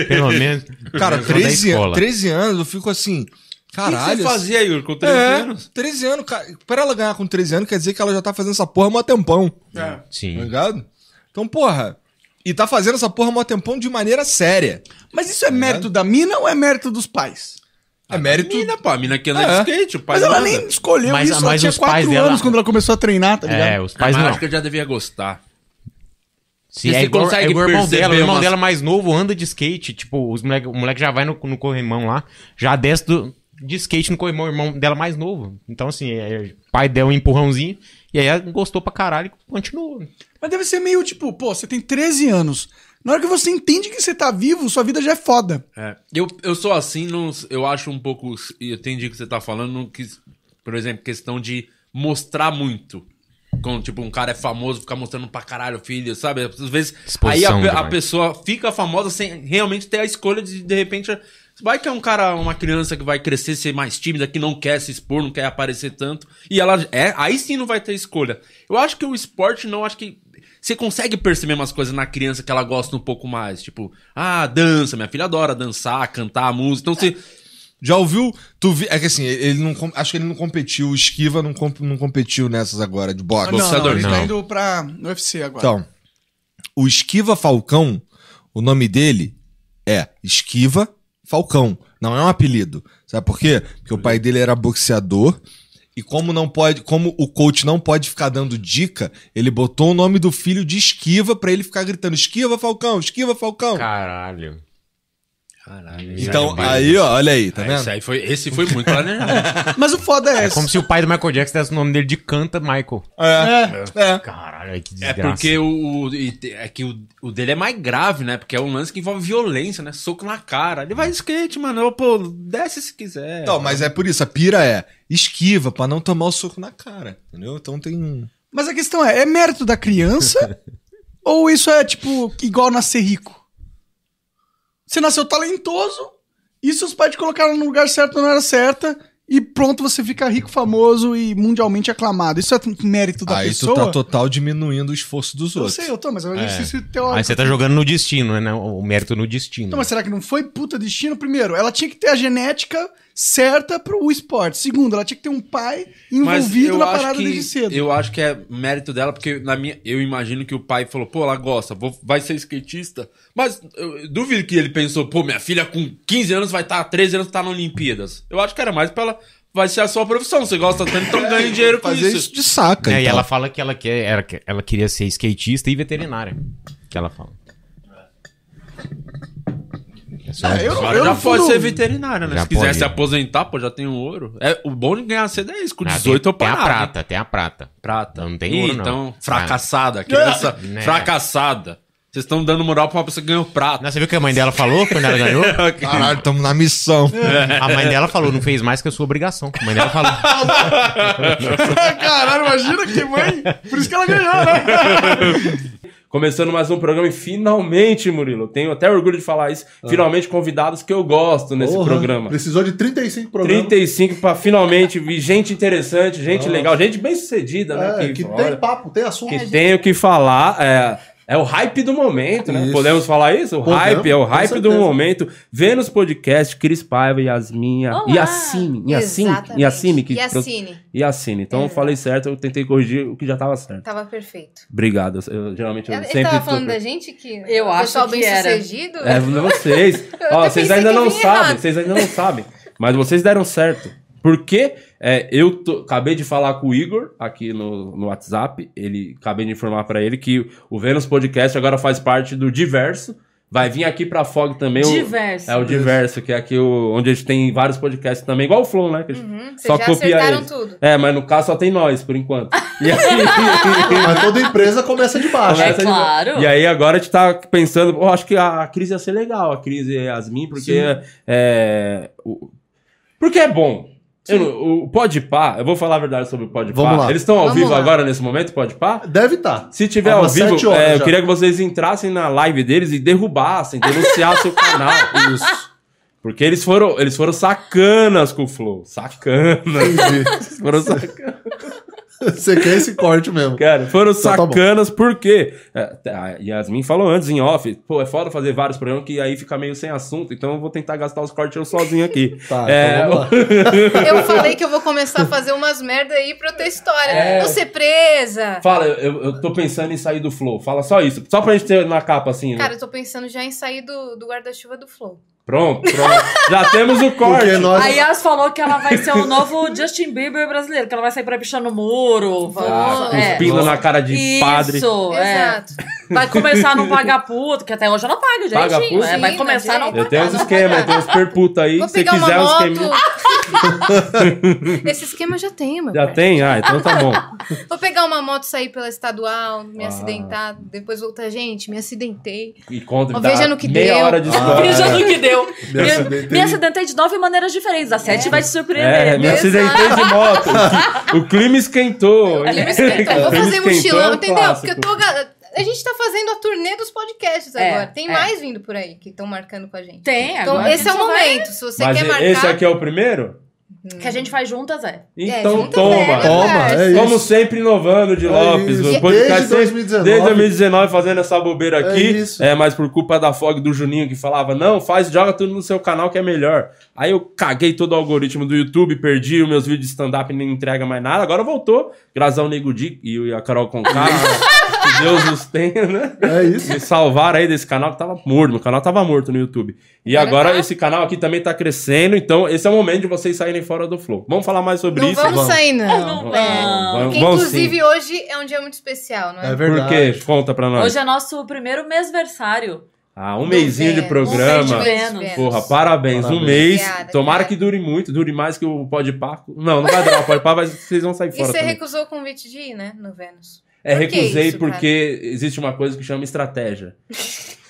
Speaker 2: Pelo menos.
Speaker 4: Cara,
Speaker 2: pelo menos
Speaker 4: 13,
Speaker 2: da
Speaker 4: an-
Speaker 2: escola.
Speaker 4: 13 anos, eu fico assim.
Speaker 1: o que
Speaker 4: Caralho.
Speaker 1: você fazia, Igor, com 13
Speaker 4: é,
Speaker 1: anos?
Speaker 4: 13 anos, cara. Pra ela ganhar com 13 anos, quer dizer que ela já tá fazendo essa porra há mó tempão. Tá
Speaker 2: Sim.
Speaker 4: ligado? Então, porra. E tá fazendo essa porra há mó tempão de maneira séria. Tá
Speaker 3: Mas isso é mérito da mina ou é mérito dos pais?
Speaker 4: É mérito.
Speaker 1: Mina, pô, a mina que anda
Speaker 4: É.
Speaker 1: de skate, o pai
Speaker 3: Mas ela
Speaker 1: manda.
Speaker 3: nem escolheu
Speaker 2: Mas-
Speaker 3: isso, ela
Speaker 2: mas
Speaker 3: tinha
Speaker 2: os pais
Speaker 3: 4
Speaker 2: dela-
Speaker 3: anos quando ela começou a treinar, tá ligado?
Speaker 2: É, os
Speaker 1: Ah,
Speaker 2: pais
Speaker 1: mas
Speaker 2: não.
Speaker 1: acho que eu já devia gostar.
Speaker 2: Sim,
Speaker 1: Você
Speaker 2: é igual,
Speaker 1: consegue
Speaker 2: é igual o irmão
Speaker 1: perceber
Speaker 2: dela. O irmão
Speaker 1: umas-
Speaker 2: dela mais novo anda de skate. Tipo, os moleque, o moleque já vai no, no corrimão lá, já desce do, de skate no corrimão, o irmão dela mais novo. Então, assim, é, o pai deu um empurrãozinho e aí ela gostou pra caralho e continuou.
Speaker 3: Mas deve ser meio tipo, pô, você tem 13 anos. Na hora que você entende que você tá vivo, sua vida já é foda.
Speaker 1: É. Eu, eu sou assim, não, eu acho um pouco. Eu entendi o que você tá falando, não quis- por exemplo, questão de mostrar muito. Quando, tipo, um cara é famoso, ficar mostrando pra caralho o filho, sabe? Às vezes. aí a,
Speaker 2: Exposição
Speaker 1: pe- a
Speaker 2: demais.
Speaker 1: pessoa fica famosa sem realmente ter a escolha de, de repente. Vai que é um cara, uma criança que vai crescer, ser mais tímida, que não quer se expor, não quer aparecer tanto. E ela. É, aí sim não vai ter escolha. Eu acho que o esporte não, acho que. Você consegue perceber umas coisas na criança que ela gosta um pouco mais. Tipo, ah, dança, minha filha adora dançar, cantar música. Então você.
Speaker 4: Já ouviu? Tu vi... É que assim, ele não. com- Acho que ele não competiu. O Esquiva não, comp- não competiu nessas agora de boxe.
Speaker 3: Ah, não, não,
Speaker 1: boxeador,
Speaker 3: ele tá
Speaker 2: é não.
Speaker 3: indo pra UFC agora.
Speaker 4: Então, o Esquiva Falcão, o nome dele é Esquiva Falcão. Não é um apelido. Sabe por quê? Porque o pai dele era boxeador. E como não pode, como o coach não pode ficar dando dica, ele botou o nome do filho de Esquiva pra ele ficar gritando: "Esquiva Falcão, Esquiva Falcão".
Speaker 2: Caralho.
Speaker 6: Caralho. isso
Speaker 4: Então,
Speaker 6: é
Speaker 4: aí, ó, olha aí, tá
Speaker 1: Ah,
Speaker 6: demais.
Speaker 4: vendo?
Speaker 6: Esse, aí foi, esse foi
Speaker 4: [LAUGHS]
Speaker 6: muito planejado.
Speaker 3: Mas o foda é
Speaker 2: É
Speaker 3: esse.
Speaker 2: como se o pai do Michael Jackson desse o nome dele de Canta Michael.
Speaker 4: É, é.
Speaker 2: Caralho, que
Speaker 6: é
Speaker 2: desgraça.
Speaker 6: porque o, o- e te- é que o, o dele é mais grave, né? Porque é um lance que envolve violência, né? Soco na cara. Ele vai de skate, mano. Eu, pô, desce se quiser.
Speaker 4: Então, mas é por isso, a pira é esquiva pra não tomar o soco na cara, entendeu? Então tem um.
Speaker 3: Mas a questão é, é mérito da criança? ou isso é, tipo, igual nascer rico? Você nasceu talentoso e seus pais te colocaram no lugar certo na hora certa e pronto, você fica rico, famoso e mundialmente aclamado. Isso é mérito da
Speaker 4: Aí
Speaker 3: pessoa?
Speaker 4: tu tá total diminuindo o esforço dos
Speaker 3: eu
Speaker 4: outros.
Speaker 3: sei, eu tô, mas é um
Speaker 2: É.
Speaker 3: exercício
Speaker 2: Aí
Speaker 3: teórico.
Speaker 2: você tá jogando no destino, né? O mérito no destino.
Speaker 3: Então, mas será que não foi puta destino? Primeiro, ela tinha que ter a genética certa pro esporte. Segundo, ela tinha que ter um pai
Speaker 6: Mas
Speaker 3: envolvido
Speaker 6: eu
Speaker 3: na
Speaker 6: acho
Speaker 3: parada
Speaker 6: que-
Speaker 3: desde cedo. [LAUGHS]
Speaker 6: Eu acho que é mérito dela, porque na minha, eu imagino que o pai falou, pô, ela gosta, vou- vai ser skatista. Mas eu, eu duvido que ele pensou, pô, minha filha com 15 anos vai estar, 13 anos tá na Olimpíadas. Eu acho que era mais pra ela, vai ser a sua profissão, você gosta tanto, então ganha dinheiro com
Speaker 4: É, Fazer
Speaker 6: isso.
Speaker 4: isso de saca,
Speaker 2: É, E
Speaker 4: então.
Speaker 2: ela fala que ela, quer, era- que ela queria ser skatista e veterinária. Que ela fala. É só-
Speaker 3: Ah, eu não-
Speaker 6: Agora
Speaker 3: eu
Speaker 6: já
Speaker 3: não
Speaker 6: pode
Speaker 3: fundo-
Speaker 6: ser veterinária, né?
Speaker 2: Já
Speaker 6: Se quiser
Speaker 2: pode.
Speaker 6: se aposentar, pô, já tem o ouro. É, o bom de ganhar cedo é isso, com
Speaker 2: Ah,
Speaker 6: 18 eu
Speaker 2: tem, tem a
Speaker 6: parava.
Speaker 2: prata, tem a prata.
Speaker 6: Prata.
Speaker 2: Não tem
Speaker 6: Ih,
Speaker 2: ouro, não.
Speaker 6: então, fracassada, criança
Speaker 2: [LAUGHS] Né.
Speaker 6: fracassada. Vocês estão dando moral pra uma pessoa que ganhou prata.
Speaker 2: Não, você viu o que a
Speaker 6: [LAUGHS]
Speaker 2: mãe dela falou quando ela ganhou?
Speaker 4: [LAUGHS]
Speaker 3: [LAUGHS]
Speaker 4: Caralho, estamos na missão.
Speaker 2: A mãe dela falou, não fez mais que a sua obrigação. A mãe dela falou.
Speaker 3: Caralho, imagina que mãe! Por isso que ela ganhou,
Speaker 7: [LAUGHS]
Speaker 3: né?
Speaker 1: Começando mais um programa e finalmente, Murilo, tenho até orgulho de falar isso.
Speaker 2: Ah.
Speaker 1: Finalmente convidados que eu gosto nesse
Speaker 8: Porra,
Speaker 1: programa.
Speaker 8: Precisou de 35 programas.
Speaker 1: 35 para finalmente vir gente interessante, gente legal, gente bem sucedida, né?
Speaker 8: É, que tem papo, tem assunto.
Speaker 1: que tem o que falar. É, é o hype do momento, né?
Speaker 8: Isso.
Speaker 1: Podemos falar isso? O
Speaker 8: Podemos,
Speaker 1: hype, é o
Speaker 8: com
Speaker 1: hype do
Speaker 8: certeza.
Speaker 1: momento. Vênus Podcast, Cris Paiva, Yasmin,
Speaker 9: Olá!
Speaker 1: Yasmin, Yasmin,
Speaker 9: Exatamente.
Speaker 1: Yasmin, que
Speaker 9: Yacine.
Speaker 1: Yasmin. Então eu falei certo, eu tentei corrigir o que já estava certo.
Speaker 9: Tava perfeito.
Speaker 1: Obrigado. Eu, eu- geralmente eu
Speaker 9: Ele
Speaker 1: sempre
Speaker 9: Tá. tava
Speaker 1: tô-
Speaker 9: falando da gente que
Speaker 10: Eu
Speaker 9: o
Speaker 10: acho
Speaker 9: pessoal
Speaker 10: que
Speaker 9: bem
Speaker 10: era.
Speaker 9: sucedido?
Speaker 1: É,
Speaker 9: [LAUGHS]
Speaker 1: vocês. Ó,
Speaker 9: até
Speaker 1: vocês
Speaker 9: pensei
Speaker 1: ainda
Speaker 9: que
Speaker 1: não
Speaker 9: vinha
Speaker 1: sabem,
Speaker 9: errado.
Speaker 1: vocês ainda não sabem. Mas vocês deram certo. Porque é, eu tô- acabei de falar com o Igor aqui no, no WhatsApp. Ele acabei de informar pra ele que o Vênus Podcast agora faz parte do Diverso. Vai vir aqui pra Fog também. o-
Speaker 10: Diverso.
Speaker 1: é o Diverso, que é aqui o- onde a gente tem vários podcasts também, igual o Flow, né? que a gente-
Speaker 9: Uhum, vocês
Speaker 1: Só
Speaker 9: já
Speaker 1: copia
Speaker 9: acertaram
Speaker 1: ele.
Speaker 9: tudo.
Speaker 1: É, mas no caso só tem nós, por
Speaker 8: [LAUGHS]
Speaker 1: enquanto. E aí,
Speaker 8: Mas toda empresa começa de baixo.
Speaker 1: Começa-
Speaker 10: É claro.
Speaker 1: E aí agora a gente tá pensando, pô, acho que a crise ia ser legal, a crise Yasmin, porque é, o- porque é bom. Eu não- o Podpah, eu vou falar a verdade sobre o Podpah.
Speaker 8: Vamos lá.
Speaker 1: Eles estão ao
Speaker 9: Vamos
Speaker 1: vivo
Speaker 9: lá.
Speaker 1: agora nesse momento, Podpah?
Speaker 8: Deve estar.
Speaker 1: Se tiver
Speaker 8: É
Speaker 1: ao
Speaker 8: umas
Speaker 1: vivo,
Speaker 8: sete horas
Speaker 1: é, eu
Speaker 8: já.
Speaker 1: queria que vocês entrassem na live deles e derrubassem, denunciassem o
Speaker 8: [LAUGHS]
Speaker 1: canal. Isso. Porque eles foram, eles foram sacanas com o Flow. Sacanas.
Speaker 8: Entendi.
Speaker 1: foram sacanas.
Speaker 8: Você quer esse corte mesmo.
Speaker 1: Cara, foram
Speaker 8: Então tá bom.
Speaker 1: sacanas porque tá, a Yasmin falou antes em off, pô, é foda fazer vários programas que aí fica meio sem assunto, então eu vou tentar gastar os cortes eu sozinho aqui.
Speaker 8: [LAUGHS] Tá,
Speaker 1: É,
Speaker 8: então vamos
Speaker 9: [LAUGHS]
Speaker 8: lá.
Speaker 9: Eu falei que eu vou começar a fazer umas merda aí pra eu ter história.
Speaker 1: É.
Speaker 9: Eu ser presa.
Speaker 1: Fala, eu, eu tô pensando em sair do flow. Fala só isso, só pra gente ter na capa assim. né?
Speaker 9: Cara, eu tô pensando já em sair do, do guarda-chuva do Flow.
Speaker 1: Pronto, pronto. Já temos o corte.
Speaker 8: [LAUGHS] Porque nós.
Speaker 10: A Yas falou que ela vai ser
Speaker 1: [LAUGHS]
Speaker 10: o novo Justin Bieber brasileiro, que ela vai sair pra bichar no muro.
Speaker 9: Ah,
Speaker 10: vamos- é.
Speaker 1: Cuspindo na cara de padre.
Speaker 10: Isso, é.
Speaker 9: Exato.
Speaker 10: Vai começar a não pagar puto, que até hoje ela paga direitinho.
Speaker 1: Paga puto?
Speaker 10: é, vai
Speaker 9: Sim,
Speaker 10: começar a não
Speaker 1: Eu
Speaker 10: pagar.
Speaker 1: tenho uns
Speaker 9: não
Speaker 1: esquemas, eu tenho uns perputa aí.
Speaker 9: Vou
Speaker 1: Se
Speaker 9: pegar
Speaker 1: quiser
Speaker 9: uma
Speaker 1: uns
Speaker 9: moto.
Speaker 1: esqueminha.
Speaker 9: [LAUGHS] Esse esquema já tem, mano.
Speaker 1: Já tem? Ah, então tá bom.
Speaker 9: Vou pegar uma moto, sair pela estadual, me
Speaker 1: Ah.
Speaker 9: acidentar, depois voltar. Gente, me acidentei.
Speaker 1: [LAUGHS] E conta,
Speaker 9: Ó,
Speaker 1: dá
Speaker 9: veja no que
Speaker 1: meia
Speaker 9: deu. Ah.
Speaker 1: hora de história. né?
Speaker 10: Veja no que
Speaker 1: [LAUGHS]
Speaker 10: deu.
Speaker 8: Me acidentei.
Speaker 10: Me acidentei de nove maneiras diferentes. A sete vai te
Speaker 1: É,
Speaker 10: surpreender.
Speaker 1: me acidentei de moto. O clima esquentou.
Speaker 9: Eu me esquentou.
Speaker 1: O
Speaker 9: Vou
Speaker 1: clima
Speaker 9: fazer
Speaker 1: esquentou é
Speaker 9: mochilão,
Speaker 1: um
Speaker 9: entendeu?
Speaker 1: clássico.
Speaker 9: Porque eu tô. ga- A gente tá fazendo a turnê dos podcasts
Speaker 10: É,
Speaker 9: agora. Tem
Speaker 10: é.
Speaker 9: mais vindo por aí que estão marcando com a gente.
Speaker 10: Tem,
Speaker 9: Então,
Speaker 10: agora.
Speaker 9: esse é o
Speaker 10: Isso vai-
Speaker 9: momento. Se você
Speaker 1: Mas
Speaker 9: quer marcar.
Speaker 1: esse aqui é o primeiro?
Speaker 10: Que a gente faz juntas, é.
Speaker 1: Então
Speaker 9: junta
Speaker 1: toma.
Speaker 9: velho,
Speaker 8: Toma,
Speaker 9: parça.
Speaker 8: é isso.
Speaker 1: Como sempre inovando de
Speaker 8: É
Speaker 1: Lopes.
Speaker 8: isso.
Speaker 1: o
Speaker 8: Desde
Speaker 1: podcast sempre-
Speaker 8: 2019.
Speaker 1: Desde 2019 fazendo essa bobeira
Speaker 8: É
Speaker 1: aqui.
Speaker 8: isso.
Speaker 1: É, mas por culpa da Fog do Juninho que falava: não, faz, joga tudo no seu canal que é melhor. Aí eu caguei todo o algoritmo do YouTube, perdi os meus vídeos de stand-up e não entrega mais nada. Agora voltou. Graças ao Nego Di e a Carol
Speaker 9: [LAUGHS]
Speaker 1: Conká. que Deus os tenha, né?
Speaker 8: É isso.
Speaker 1: Me salvaram aí desse canal que tava morto. Meu canal tava morto no YouTube. E agora,
Speaker 9: Agora tá.
Speaker 1: esse canal aqui também tá crescendo. Então, esse é o momento de vocês saírem fora do flow. Vamos falar mais sobre
Speaker 9: Não
Speaker 1: isso?
Speaker 9: vamos sair, não.
Speaker 10: Não,
Speaker 9: É.
Speaker 10: não.
Speaker 1: Vamos,
Speaker 9: Porque,
Speaker 1: vamos
Speaker 9: inclusive,
Speaker 1: sim.
Speaker 9: hoje é um dia muito especial, não é?
Speaker 8: É
Speaker 1: Por
Speaker 8: verdade.
Speaker 1: quê? Conta pra nós.
Speaker 10: Hoje é nosso primeiro mêsversário.
Speaker 1: Ah, um mêsinho de
Speaker 9: Vênus.
Speaker 1: programa.
Speaker 9: Um mês de Vênus.
Speaker 1: Porra, parabéns. Um
Speaker 8: Parabéns.
Speaker 1: mês.
Speaker 9: Obrigada,
Speaker 1: Tomara
Speaker 9: obrigada.
Speaker 1: que dure muito. Dure mais que o Pode Pá. Não, não vai durar o Pode Pá, mas vocês vão sair
Speaker 9: E
Speaker 1: fora
Speaker 9: você
Speaker 1: também.
Speaker 9: recusou o convite de ir, né? No Vênus.
Speaker 1: É,
Speaker 9: Por que
Speaker 1: recusei
Speaker 9: isso, cara?
Speaker 1: porque existe uma coisa que chama estratégia.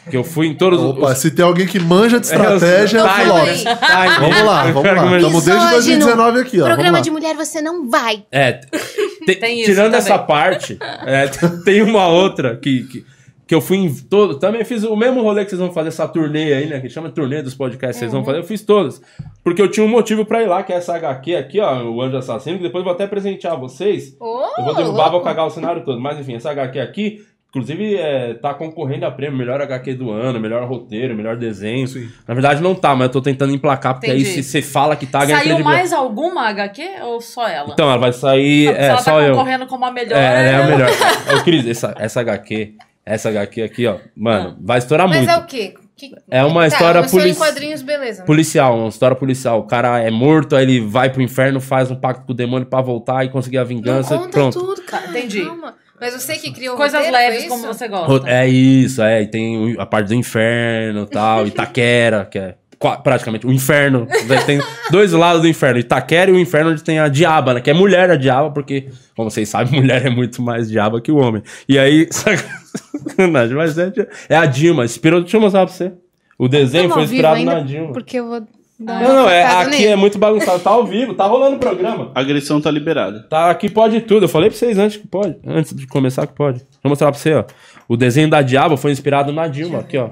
Speaker 1: que eu fui em todos
Speaker 8: Opa,
Speaker 1: os...
Speaker 8: se tem alguém que manja de estratégia, é
Speaker 9: Não,
Speaker 8: o
Speaker 9: calma
Speaker 8: Flop.
Speaker 9: Tá aí.
Speaker 8: Vamos lá, vamos lá. Estamos desde
Speaker 11: Misógino.
Speaker 8: 2019 aqui, ó. Vamos lá.
Speaker 11: Programa de mulher você não vai.
Speaker 1: É, te-
Speaker 10: Tem isso
Speaker 1: tirando
Speaker 10: também.
Speaker 1: essa parte, é, [LAUGHS] t- tem uma outra que, que, que eu fui em todo. Também fiz o mesmo rolê que vocês vão fazer, essa turnê aí, né? Que chama turnê dos podcasts, vocês
Speaker 10: Uhum.
Speaker 1: vão fazer. Eu fiz todas. Porque eu tinha um motivo pra ir lá, que é essa HQ aqui, ó, o Anjo Assassino, que depois eu vou até presentear vocês.
Speaker 9: Oh,
Speaker 1: Eu vou derrubar, vou
Speaker 9: louco.
Speaker 1: cagar o cenário todo. Mas enfim, essa HQ aqui, inclusive, é, tá concorrendo a prêmio, melhor HQ do ano, melhor roteiro, melhor desenho. Na verdade, não tá, mas eu tô tentando emplacar, porque aí
Speaker 10: Entendi.
Speaker 1: se você fala que tá, ganha
Speaker 10: Saiu
Speaker 1: credibilidade.
Speaker 10: mais alguma HQ ou só ela?
Speaker 1: Então, ela vai sair.
Speaker 10: Não, se
Speaker 1: é,
Speaker 10: ela
Speaker 1: só
Speaker 10: tá
Speaker 1: eu.
Speaker 10: concorrendo com uma melhor.
Speaker 1: É, ela é a
Speaker 9: né?
Speaker 10: [LAUGHS]
Speaker 1: melhor. Ô, Cris, essa, essa HQ, essa HQ aqui, ó, mano, vai estourar
Speaker 9: Mas
Speaker 1: Tá muito.
Speaker 9: é o quê? Que-
Speaker 1: É uma
Speaker 9: Tá,
Speaker 1: história
Speaker 9: começou em
Speaker 1: polici-
Speaker 9: quadrinhos, beleza.
Speaker 1: Policial, uma história policial. O cara é morto, aí ele vai pro inferno, faz um pacto com o demônio pra voltar e conseguir a
Speaker 9: Não
Speaker 1: vingança.
Speaker 9: conta
Speaker 1: Pronto.
Speaker 9: tudo, cara.
Speaker 10: Entendi.
Speaker 9: Calma. Mas você que criou o
Speaker 10: Coisas
Speaker 9: roteiro,
Speaker 10: leves,
Speaker 9: foi
Speaker 10: como
Speaker 9: isso?
Speaker 10: você gosta.
Speaker 1: É isso, é. E tem o- a parte do inferno e tal, Itaquera, que é qua- praticamente o inferno. Daí Tem dois lados do inferno, Itaquera e o inferno onde tem a diaba, né? Que é mulher a diaba, porque, como vocês sabem, [LAUGHS] mulher é muito mais diaba que o homem. E aí, [LAUGHS] sacanagem, mas é, di- é a Dilma. Inspirou, deixa eu mostrar pra você. O desenho
Speaker 9: Tamo
Speaker 1: foi
Speaker 9: ao vivo
Speaker 1: inspirado
Speaker 9: ainda,
Speaker 1: na Dilma.
Speaker 9: Porque eu vou dar uma
Speaker 1: Não, não, é,
Speaker 9: focada
Speaker 1: aqui
Speaker 9: nele.
Speaker 1: é muito bagunçado. Tá ao vivo, tá rolando o programa.
Speaker 5: A agressão tá liberada.
Speaker 1: Tá, aqui pode tudo. Eu falei pra vocês antes que pode. Antes de começar que pode. Deixa eu mostrar pra você, ó. O desenho da Diaba foi inspirado na Dilma, aqui, ó.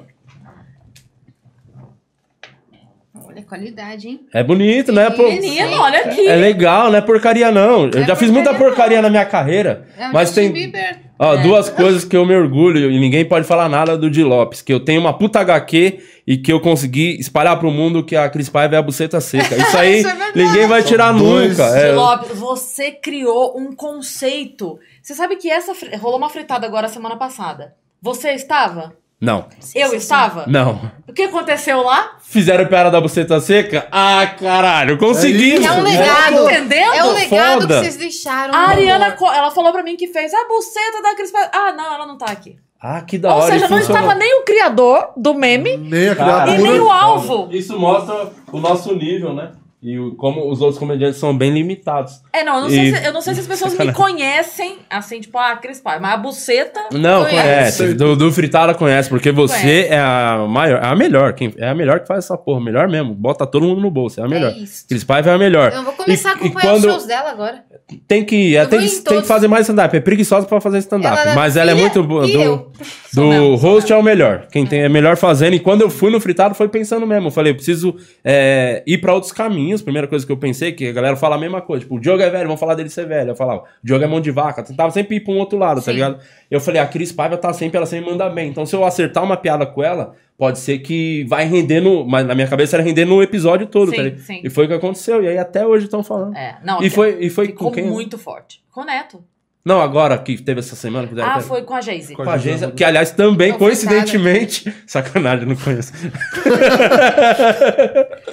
Speaker 11: Olha a qualidade, hein?
Speaker 1: É bonito, né? Pô,
Speaker 10: Menino, olha aqui.
Speaker 1: é legal, não é porcaria não. Eu
Speaker 9: É
Speaker 1: já fiz muita
Speaker 9: porcaria,
Speaker 1: porcaria na minha carreira,
Speaker 10: um
Speaker 9: É o
Speaker 1: mas
Speaker 9: Justin
Speaker 1: tem
Speaker 9: Bieber.
Speaker 1: ó, duas coisas que eu me orgulho e ninguém pode falar nada do Di Lopes, que eu tenho uma puta HQ e que eu consegui espalhar pro mundo que a Cris Paiva é a buceta
Speaker 10: [LAUGHS]
Speaker 1: seca. Isso aí
Speaker 9: [LAUGHS] Isso é verdade.
Speaker 1: ninguém vai tirar
Speaker 8: dois
Speaker 1: nunca.
Speaker 10: Di
Speaker 1: é.
Speaker 10: Lopes, você criou um conceito. Você sabe que essa fri- rolou uma fritada agora semana passada. Você estava?
Speaker 1: Não,
Speaker 10: Eu estava?
Speaker 1: não.
Speaker 10: O que aconteceu lá?
Speaker 1: Fizeram piada da buceta seca? Ah, caralho, consegui.
Speaker 8: É isso.
Speaker 9: É um
Speaker 8: Né?
Speaker 9: legado.
Speaker 10: Entendeu?
Speaker 9: É um legado
Speaker 1: Foda.
Speaker 9: que vocês deixaram.
Speaker 10: Tá A
Speaker 9: no
Speaker 10: Ariana,
Speaker 9: amor.
Speaker 10: Co- ela falou pra mim que fez a buceta da Cris Paiva. Ah, não, ela não tá aqui.
Speaker 1: Ah, que da
Speaker 10: Ou
Speaker 1: hora. Ah.
Speaker 10: seja,
Speaker 1: e
Speaker 10: não
Speaker 1: funcionou.
Speaker 10: estava nem o criador do meme.
Speaker 8: Nem a
Speaker 1: Cara,
Speaker 10: E nem
Speaker 8: criatura.
Speaker 10: o alvo.
Speaker 1: Isso mostra o nosso nível, né? E o- como os outros comediantes são bem limitados.
Speaker 10: É, não, eu não, sei
Speaker 1: E-
Speaker 10: se, eu não sei se as pessoas me conhecem, assim, tipo, ah, Cris Paiva, mas a buceta...
Speaker 1: Não,
Speaker 9: Conhece.
Speaker 1: conhece. Do, do Fritada conhece, porque você
Speaker 10: Conhece.
Speaker 1: é a maior, a melhor. Quem, é a melhor que faz essa porra, melhor mesmo. Bota todo mundo no bolso, é a melhor.
Speaker 9: É isso.
Speaker 1: Cris Paiva é a melhor.
Speaker 9: Eu vou começar a
Speaker 1: E- e
Speaker 9: acompanhar
Speaker 1: quando-
Speaker 9: os shows dela agora.
Speaker 1: Tem que, é,
Speaker 9: Eu
Speaker 1: tem,
Speaker 9: vou em
Speaker 1: que- tem que
Speaker 9: todos.
Speaker 1: fazer mais stand-up. É preguiçosa pra fazer stand-up.
Speaker 9: Ela-
Speaker 1: mas ela é
Speaker 9: e-
Speaker 1: muito boa.
Speaker 9: e
Speaker 1: Do,
Speaker 9: eu. [LAUGHS] Sou
Speaker 1: do
Speaker 9: mesmo, sou
Speaker 1: host é o melhor. Quem tem é melhor fazendo. E quando eu fui no fritado, foi pensando mesmo. Eu falei, eu preciso é, ir pra outros caminhos. Primeira coisa que eu pensei, que a galera fala a mesma coisa. Tipo, o Diogo é velho, vamos falar dele ser velho. Eu falava, o Diogo é mão de vaca. Tentava sempre ir pra um outro lado, tá
Speaker 10: Sim.
Speaker 1: ligado? Eu falei, a Cris Paiva tá sempre, ela sempre manda bem. Então, se eu acertar uma piada com ela, pode ser que vai render no. Mas na minha cabeça era render no episódio todo, tá
Speaker 10: sim,
Speaker 1: ligado?
Speaker 10: sim.
Speaker 1: E foi o que aconteceu. E aí até hoje estão falando.
Speaker 10: É, não,
Speaker 1: E foi, e foi com
Speaker 10: ficou
Speaker 1: quem?
Speaker 10: muito forte. Com o Neto.
Speaker 1: Não, agora que teve essa semana que deram
Speaker 10: Ah,
Speaker 1: até-
Speaker 10: foi com a Jayce.
Speaker 1: com a agência, que aliás também,
Speaker 9: Não,
Speaker 1: coincidentemente, [LAUGHS] sacanagem, não conheço.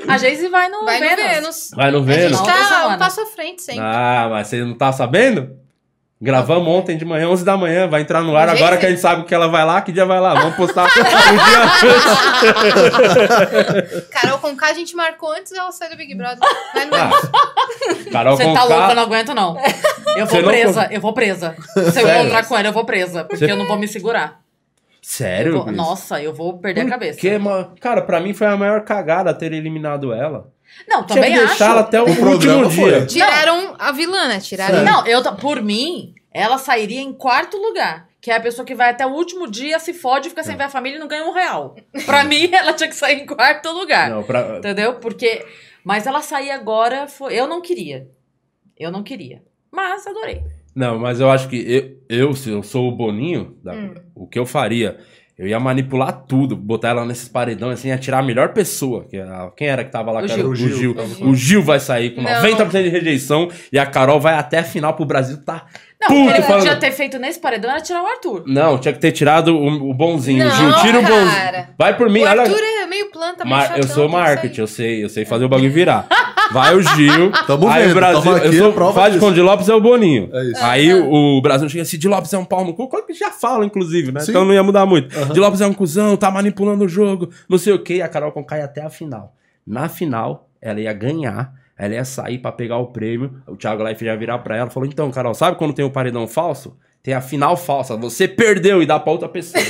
Speaker 10: A Jayce vai no
Speaker 9: Vai no
Speaker 10: Vênus.
Speaker 9: Vênus.
Speaker 1: Vai no
Speaker 9: A
Speaker 1: Vênus?
Speaker 9: gente
Speaker 10: Outra
Speaker 9: tá
Speaker 10: semana.
Speaker 9: um passo à frente [LAUGHS] sempre.
Speaker 1: Ah, mas você não tá sabendo? Gravamos ontem de manhã, 11 da manhã, vai entrar no ar
Speaker 9: Gente.
Speaker 1: agora que a gente sabe que ela vai lá, que dia vai lá. Vamos postar [LAUGHS] um dia antes.
Speaker 9: Carol Conká a gente marcou antes ela sair do Big Brother. Vai no
Speaker 1: Ah,
Speaker 9: Vênus.
Speaker 1: Carol
Speaker 10: Você tá louca, eu não
Speaker 1: Conká,
Speaker 10: aguento, não. Eu
Speaker 1: Você
Speaker 10: vou
Speaker 1: não
Speaker 10: presa,
Speaker 1: con-
Speaker 10: eu vou presa. Se eu
Speaker 1: Sério?
Speaker 10: encontrar com ela, eu vou presa. Porque
Speaker 1: Você-
Speaker 10: eu não vou me segurar.
Speaker 1: [LAUGHS] Sério?
Speaker 10: Vou-
Speaker 1: Cris?
Speaker 10: Nossa, eu vou perder a cabeça.
Speaker 1: Que, ma- Cara, pra mim foi a maior cagada ter eliminado ela.
Speaker 10: Não,
Speaker 1: Tinha
Speaker 10: também
Speaker 1: que
Speaker 10: acho.
Speaker 1: deixar ela até o, último
Speaker 8: programa foi.
Speaker 1: dia.
Speaker 9: Tiraram a vilã, né? Tiraram.
Speaker 10: Não, eu, ta- por mim, ela sairia em quarto lugar. Que é a pessoa que vai até o último dia, se fode, fica
Speaker 1: É.
Speaker 10: sem ver a família e não ganha um real. Pra mim, [LAUGHS] ela tinha que sair em quarto lugar.
Speaker 1: Não, pra-
Speaker 10: Entendeu? Porque. Mas ela sair agora foi. Eu não queria. Eu não queria. Mas adorei.
Speaker 1: Não, mas eu acho que eu, eu, se eu sou o Boninho, da-
Speaker 10: Hum.
Speaker 9: Hum.
Speaker 1: o que eu faria? Eu ia manipular tudo, botar ela nesses paredões, assim, ia tirar a melhor pessoa. Que é a- quem era que tava lá?
Speaker 10: O
Speaker 1: que era
Speaker 10: Gil.
Speaker 1: O Gil.
Speaker 8: O Gil.
Speaker 1: O Gil vai sair com
Speaker 9: Não.
Speaker 1: 90% de rejeição e a Carol vai até a final pro Brasil tá.
Speaker 10: Não,
Speaker 1: Puta,
Speaker 10: o que ele
Speaker 1: falando-
Speaker 10: podia ter feito nesse paredão era tirar o Arthur.
Speaker 1: Não, tinha que ter tirado o, o bonzinho. o
Speaker 9: Não,
Speaker 1: Gil, tira um o bonzinho.
Speaker 9: cara.
Speaker 1: Vai por mim,
Speaker 9: O
Speaker 1: olha.
Speaker 9: Arthur é meio planta, mas
Speaker 1: Mar-
Speaker 9: chatão,
Speaker 1: eu sou
Speaker 9: tem que
Speaker 1: marketing,
Speaker 9: sair.
Speaker 1: eu sei, eu sei fazer o bagulho virar. Vai o Gil.
Speaker 8: [LAUGHS] Tamo
Speaker 1: aí
Speaker 8: vendo,
Speaker 1: o Brasil.
Speaker 8: tamo aqui,
Speaker 1: eu sou,
Speaker 8: prova
Speaker 1: faz
Speaker 8: disso.
Speaker 1: com o de Lopes é o Boninho.
Speaker 8: É isso.
Speaker 1: Aí o, o Brasil chega assim: de Lopes é um pau no cu. Coisa que já fala, inclusive, né?
Speaker 8: Sim.
Speaker 1: Então não ia mudar muito. De Lopes é um cuzão, tá manipulando o jogo, não sei o quê. E a Carol Conká ia até a final. Na final, ela ia ganhar. Ela ia sair pra pegar o prêmio. O Thiago Leifert ia virar pra ela e falou: Então, Carol, sabe quando tem o paredão falso? Tem a final falsa. Você perdeu e dá pra outra
Speaker 10: [LAUGHS]
Speaker 1: pessoa.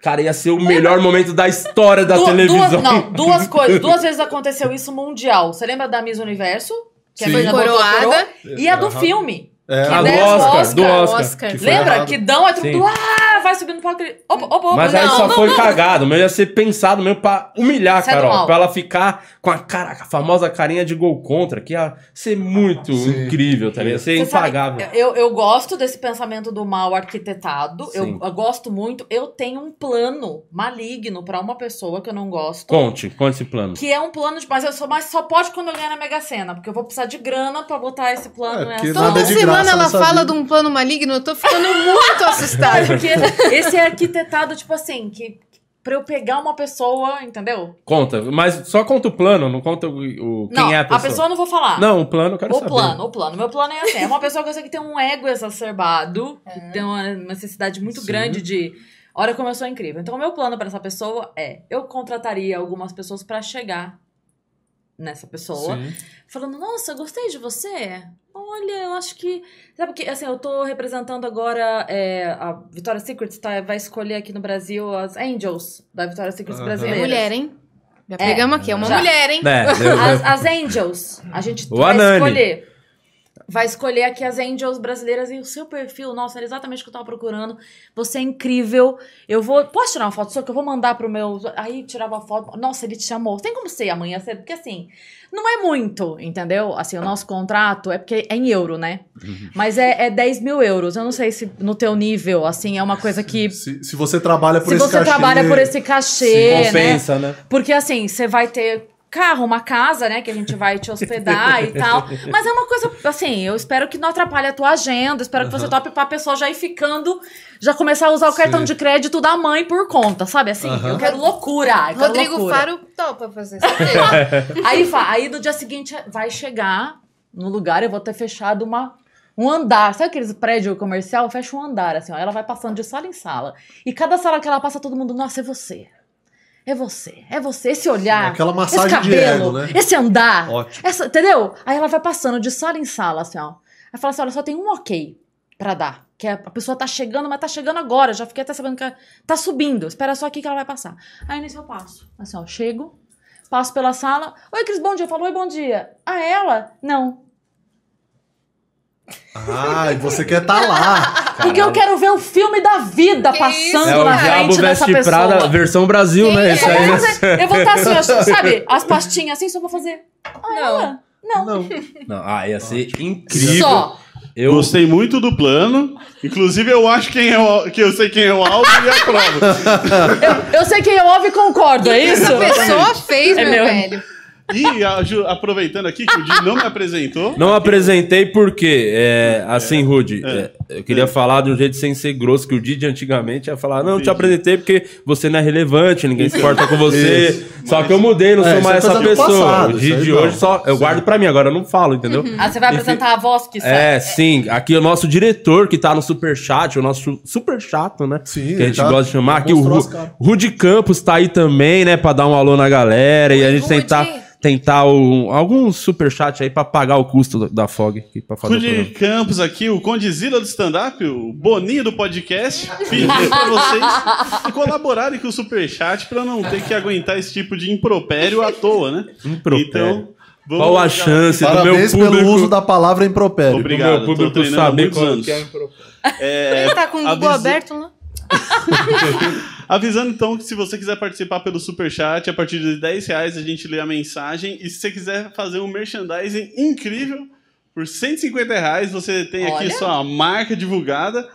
Speaker 1: Cara, ia ser o melhor momento da história da
Speaker 10: Du-
Speaker 1: televisão.
Speaker 10: Duas, não, duas
Speaker 1: [LAUGHS]
Speaker 10: coisas. Duas vezes aconteceu isso mundial. Você lembra da Miss Universo? Que
Speaker 8: Sim.
Speaker 10: a Fernanda Bolsonaro
Speaker 12: Coroada.
Speaker 10: coroou? E a do
Speaker 8: Aham.
Speaker 10: filme.
Speaker 8: É,
Speaker 10: que
Speaker 1: Ah, do
Speaker 10: deram o
Speaker 1: Oscar, do Oscar.
Speaker 8: Que foi
Speaker 10: Lembra?
Speaker 8: errado.
Speaker 10: Que dão, aí todo
Speaker 1: Sim.
Speaker 10: mundo, ah, vai subindo no palco. ele, Opa, opa, opa.
Speaker 1: Mas
Speaker 10: não,
Speaker 1: aí só
Speaker 10: não, é
Speaker 1: foi
Speaker 10: não.
Speaker 1: cagado. Meu ia ser pensado mesmo pra humilhar a
Speaker 10: Sai do
Speaker 1: Carol.
Speaker 10: alto.
Speaker 1: Pra ela ficar com a cara, a famosa carinha de gol contra, que ia ser muito
Speaker 8: Sim.
Speaker 1: incrível, tá ligado? Ia ser
Speaker 10: Você sabe,
Speaker 1: impagável.
Speaker 10: eu, eu gosto desse pensamento do mal arquitetado. Eu,
Speaker 1: Sim.
Speaker 10: eu gosto muito. Eu tenho um plano maligno pra uma pessoa que eu não gosto.
Speaker 1: Conte, conte esse plano.
Speaker 10: Que é um plano de. Mas eu sou mas só pode quando eu ganhar na Mega Sena. Porque eu vou precisar de grana pra botar esse plano
Speaker 8: É,
Speaker 10: nessa.
Speaker 8: porque
Speaker 10: ação.
Speaker 8: nada
Speaker 9: Toda
Speaker 8: é de
Speaker 9: semana
Speaker 8: graça
Speaker 9: ela
Speaker 8: nessa
Speaker 9: fala
Speaker 8: vida.
Speaker 9: de um plano maligno, eu tô ficando muito
Speaker 10: Cara,
Speaker 9: assustada.
Speaker 10: [LAUGHS] porque esse é arquitetado, tipo assim, que pra eu pegar uma pessoa, entendeu?
Speaker 1: Conta. Mas só conta o plano, não conta o, o- quem
Speaker 10: não,
Speaker 1: é a pessoa.
Speaker 10: eu não vou falar.
Speaker 1: Não, o plano eu quero
Speaker 10: o
Speaker 1: saber.
Speaker 10: plano, o plano. Meu plano é assim: é uma pessoa que eu sei que tem um ego exacerbado,
Speaker 9: É.
Speaker 10: que tem uma necessidade muito grande de. Olha como eu sou incrível. Então, o meu plano pra essa pessoa é: eu contrataria algumas pessoas pra chegar [LAUGHS] nessa pessoa. falando: Nossa, gostei de você. Olha, eu acho que. Sabe porque, assim, eu tô representando agora. é, a Victoria's Secret tá- vai escolher aqui no Brasil as Angels da Victoria's Secret
Speaker 8: Aham.
Speaker 9: É
Speaker 10: brasileira.
Speaker 9: mulher, hein? Já pegamos aqui, é uma
Speaker 10: Já.
Speaker 9: mulher, hein?
Speaker 10: [LAUGHS]
Speaker 1: É, eu-
Speaker 10: As, as Angels. A gente
Speaker 1: O
Speaker 10: vai
Speaker 1: Anani.
Speaker 10: escolher. Vai escolher aqui as Angels brasileiras e o seu perfil. Nossa, era exatamente o que eu tava procurando. Você é incrível. Eu vou. Posso tirar uma foto sua que eu vou mandar pro meu. Aí tirava a foto. Nossa, ele te chamou. Tem como ser amanhã cedo? Porque assim, não é muito, entendeu? Assim, o nosso contrato é porque é em euro, né? Mas é, é 10 mil euros. Eu não sei se no teu nível, assim, é uma coisa que. Se
Speaker 8: Se, se você trabalha por esse
Speaker 10: você
Speaker 8: cachê-
Speaker 10: trabalha por esse cachê. né?
Speaker 1: Compensa, né?
Speaker 10: Porque assim, você vai ter carro, uma casa, né, que a gente vai te hospedar e tal. Mas é uma coisa, assim, eu espero que não atrapalhe a tua agenda, espero que você tope pra pessoa já ir ficando, já começar a usar o cartão de crédito da mãe por conta, sabe? Assim, eu quero loucura. eu quero
Speaker 9: Rodrigo
Speaker 10: loucura.
Speaker 9: Faro topa fazer isso. [LAUGHS]
Speaker 10: Aí, fa- aí no dia seguinte vai chegar no lugar, eu vou ter fechado uma, um andar. Sabe aqueles prédio comercial? Fecha um andar, assim, ó. Ela vai passando de sala em sala. E cada sala que ela passa, todo mundo, nossa, é você. É você, é você, esse olhar.
Speaker 8: Aquela
Speaker 10: esse
Speaker 8: massagem de
Speaker 10: cabelo,
Speaker 8: ego, né?
Speaker 10: esse andar.
Speaker 8: Ótimo.
Speaker 10: Essa, entendeu? Aí ela vai passando de sala em sala, assim, ó. Aí fala assim: olha, só tem um ok pra dar. Que a a pessoa tá chegando, mas tá chegando agora. Já fiquei até sabendo que ela tá subindo. Espera só aqui que ela vai passar. [LAUGHS] Aí nesse eu passo. Assim, ó, chego, passo pela sala. Oi, Cris, bom dia. Eu falo, oi, bom dia. A ela? Não.
Speaker 8: Ah, e você quer estar lá.
Speaker 10: Porque eu quero ver o filme da vida
Speaker 9: Que
Speaker 10: passando
Speaker 9: isso,
Speaker 1: É o
Speaker 10: na
Speaker 1: Diabo
Speaker 10: frente dessa
Speaker 1: Veste
Speaker 10: pessoa. É,
Speaker 1: Prada versão Brasil, né? Isso aí.
Speaker 10: Eu
Speaker 1: né?
Speaker 10: vou fazer- eu vou estar assim,
Speaker 1: [LAUGHS]
Speaker 10: ó, sabe? As pastinhas assim, só vou fazer. A ela? Não.
Speaker 8: Não.
Speaker 1: Não, ah, ia ser incrível.
Speaker 10: Só.
Speaker 5: Eu
Speaker 1: Eu
Speaker 5: gostei muito do plano. Inclusive, eu acho quem é o, que eu sei quem é o alvo e aprovo.
Speaker 9: [LAUGHS]
Speaker 10: Eu sei quem eu ouvo e concordo, é isso?
Speaker 9: Essa
Speaker 10: [LAUGHS]
Speaker 9: pessoa fez,
Speaker 10: É
Speaker 9: meu,
Speaker 10: meu.
Speaker 9: velho.
Speaker 5: E a Ju- aproveitando aqui que o Di não me apresentou.
Speaker 1: Não apresentei porque, é, assim, Rude, é, eu queria
Speaker 5: é.
Speaker 1: falar de um jeito sem ser grosso, que o Didi antigamente ia falar, não, eu te
Speaker 5: Entendi.
Speaker 1: apresentei porque você não é relevante, ninguém se importa com você. Só que eu mudei, não
Speaker 8: É,
Speaker 1: sou
Speaker 8: isso é
Speaker 1: mais essa
Speaker 8: coisa do
Speaker 1: pessoa.
Speaker 8: passado,
Speaker 1: o
Speaker 8: isso aí
Speaker 1: Didi
Speaker 8: não.
Speaker 1: hoje só, eu guardo pra mim, agora eu não falo, entendeu?
Speaker 10: Ah, você vai
Speaker 1: Enfim.
Speaker 10: apresentar a voz que sabe.
Speaker 1: É, sim. Aqui é o nosso diretor que tá no superchat, o nosso super chato, né? que
Speaker 8: Sim,
Speaker 1: a gente
Speaker 8: ele tá-
Speaker 1: gosta de chamar. Aqui o
Speaker 8: mostrou as
Speaker 1: Ru,
Speaker 8: caras.
Speaker 1: Rude Campos tá aí também, né? Pra dar um alô na galera e a gente
Speaker 9: Rude.
Speaker 1: tentar, tentar um, algum superchat aí pra pagar o custo da- da FOG. aqui, Pra fazer o
Speaker 5: Conde
Speaker 1: programa.
Speaker 5: Campos aqui, o Condizila do stand-up, o Boninho do podcast, pediu pra vocês colaborarem com o Superchat pra não ter que aguentar esse tipo de impropério à toa, né?
Speaker 1: Impropério.
Speaker 5: Então, vamos
Speaker 1: Qual a chance do meu
Speaker 8: Parabéns
Speaker 1: público?
Speaker 8: pelo uso da palavra impropério.
Speaker 5: Obrigado.
Speaker 1: do meu
Speaker 5: tô
Speaker 1: público
Speaker 5: treinando há
Speaker 1: saber
Speaker 5: muitos
Speaker 1: quando
Speaker 5: anos. É,
Speaker 1: que é impropério.
Speaker 9: Ele tá com o Google
Speaker 5: avisa-
Speaker 9: aberto lá.
Speaker 5: [LAUGHS] Avisando então que se você quiser participar pelo Superchat, a partir de 10 reais a gente lê a mensagem. E se você quiser fazer um merchandising incrível, por 150 reais você tem aqui
Speaker 10: Olha.
Speaker 5: sua marca divulgada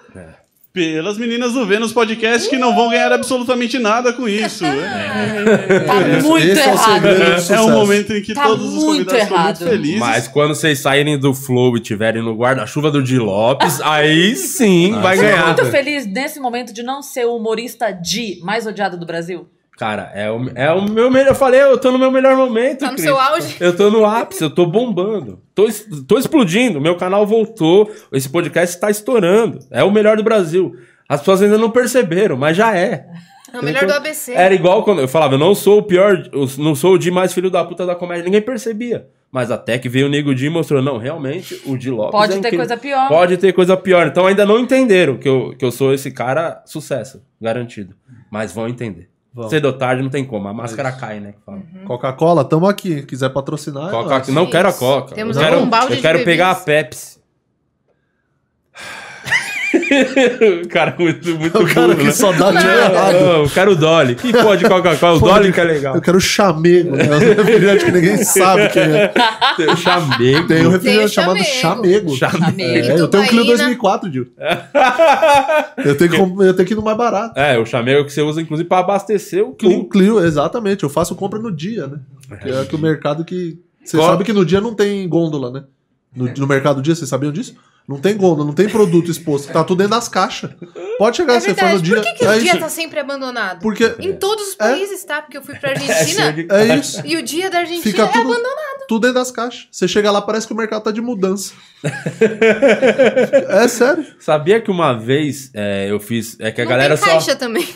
Speaker 5: pelas meninas do Vênus Podcast que não vão ganhar absolutamente nada com isso. né?
Speaker 10: Tá muito
Speaker 8: Esse é o
Speaker 10: errado.
Speaker 8: segredo do
Speaker 5: É
Speaker 8: sucesso.
Speaker 5: um momento em que
Speaker 10: Tá
Speaker 5: todos os
Speaker 10: muito
Speaker 5: convidados estão muito
Speaker 10: errado.
Speaker 5: felizes.
Speaker 1: Mas quando vocês saírem do Flow e tiverem no guarda-chuva do Di Lopes, aí sim vai
Speaker 10: Você tá
Speaker 1: ganhar.
Speaker 10: muito feliz nesse momento de não ser o humorista de mais odiado do Brasil?
Speaker 1: Cara, é o, é o meu melhor. Eu falei, eu tô no meu melhor momento.
Speaker 9: Tá no
Speaker 1: Cris.
Speaker 9: seu auge?
Speaker 1: Eu tô no ápice, eu tô bombando. Tô, es- tô explodindo. Meu canal voltou. Esse podcast tá estourando. É o melhor do Brasil. As pessoas ainda não perceberam, mas já é.
Speaker 9: É o melhor do ABC.
Speaker 1: Era igual quando eu falava, eu não sou o pior, eu não sou o Di mais filho da puta da comédia. Ninguém percebia. Mas até que veio o Nego Di e mostrou, não, realmente, o Di Lopes
Speaker 10: Pode
Speaker 1: é
Speaker 10: ter
Speaker 1: incrível.
Speaker 10: coisa pior.
Speaker 1: Pode ter coisa pior. Então ainda não entenderam que eu, que eu sou esse cara sucesso, garantido. Mas vão entender.
Speaker 8: Vão.
Speaker 1: Cedo ou tarde não tem como, a máscara cai, né? que fala.
Speaker 10: Uhum.
Speaker 9: Uhum.
Speaker 8: é?
Speaker 1: [LAUGHS]
Speaker 8: Coca-Cola, tamo aqui. Quiser patrocinar. é
Speaker 1: Coca,
Speaker 8: nóis.
Speaker 1: não quero a
Speaker 9: Isso.
Speaker 1: Coca.
Speaker 9: Temos
Speaker 1: eu quero,
Speaker 9: um balde
Speaker 1: eu
Speaker 9: de
Speaker 1: quero
Speaker 9: bebês.
Speaker 1: pegar a Pepsi. cara, é muito, muito
Speaker 8: [LAUGHS] O cara
Speaker 1: burro,
Speaker 8: que
Speaker 1: né?
Speaker 8: só dá dinheiro errado.
Speaker 1: Não, eu quero o Dolly. Que pode Coca-Cola? O
Speaker 8: Pode-
Speaker 1: Dolly que é legal.
Speaker 8: Eu quero chamego. né? Um refrigerante
Speaker 1: [LAUGHS]
Speaker 8: que ninguém
Speaker 5: [LAUGHS]
Speaker 8: sabe quem é.
Speaker 1: Eu chamei.
Speaker 8: Tem um refrigerante
Speaker 9: Tem o
Speaker 8: chamado chamego.
Speaker 10: chamego. Chamego.
Speaker 8: É, eu tenho um quilo
Speaker 9: Tubaína.
Speaker 8: 2004, Dil. Eu tenho que, comp- eu tenho que ir no mais barato.
Speaker 1: É, eu chamei o que você usa, inclusive, pra abastecer o
Speaker 8: Um
Speaker 1: cliente.
Speaker 8: Clio, exatamente. Eu faço compra no dia, né? Que É que o mercado que. Você
Speaker 1: Qual-
Speaker 8: sabe que no dia não tem gôndola, né? No, no mercado do dia, vocês sabiam disso? Não tem gôndola, não tem produto exposto. Tá tudo dentro das caixas. Pode chegar,
Speaker 9: É
Speaker 8: você for no
Speaker 9: verdade.
Speaker 8: dia.
Speaker 9: Por que, que
Speaker 8: é
Speaker 9: o dia
Speaker 8: isso.
Speaker 9: tá sempre abandonado?
Speaker 8: Porque
Speaker 9: Em todos os países, tá? Porque eu
Speaker 8: [LAUGHS]
Speaker 9: fui pra Argentina
Speaker 8: é isso.
Speaker 9: e o dia da Argentina
Speaker 8: Fica
Speaker 9: é
Speaker 8: tudo,
Speaker 9: abandonado.
Speaker 8: tudo dentro das caixas. Você chega lá, parece que o mercado tá de mudança. é sério.
Speaker 1: Sabia que uma vez é, eu fiz. É que a
Speaker 9: Não
Speaker 1: galera
Speaker 9: tem
Speaker 1: só.
Speaker 9: caixa
Speaker 10: [LAUGHS]
Speaker 9: também.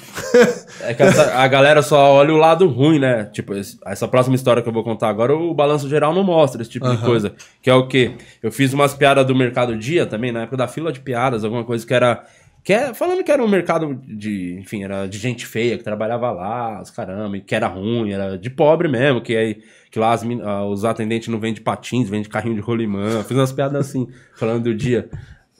Speaker 1: É que essa- a galera só olha o lado ruim, né? Tipo, esse- essa próxima história que eu vou contar agora, o balanço geral não mostra esse tipo de coisa. Que é o quê? Eu fiz umas piadas do Mercado Dia também, na época da fila de piadas, alguma coisa que era. Que é, falando que era um mercado de. Enfim, era de gente feia que trabalhava lá, os caramba, e que era ruim, era de pobre mesmo, que aí. Que lá as min- ah, os atendentes não vendem patins, vendem carrinho de rolimã. Eu Fiz umas piadas assim, falando do dia.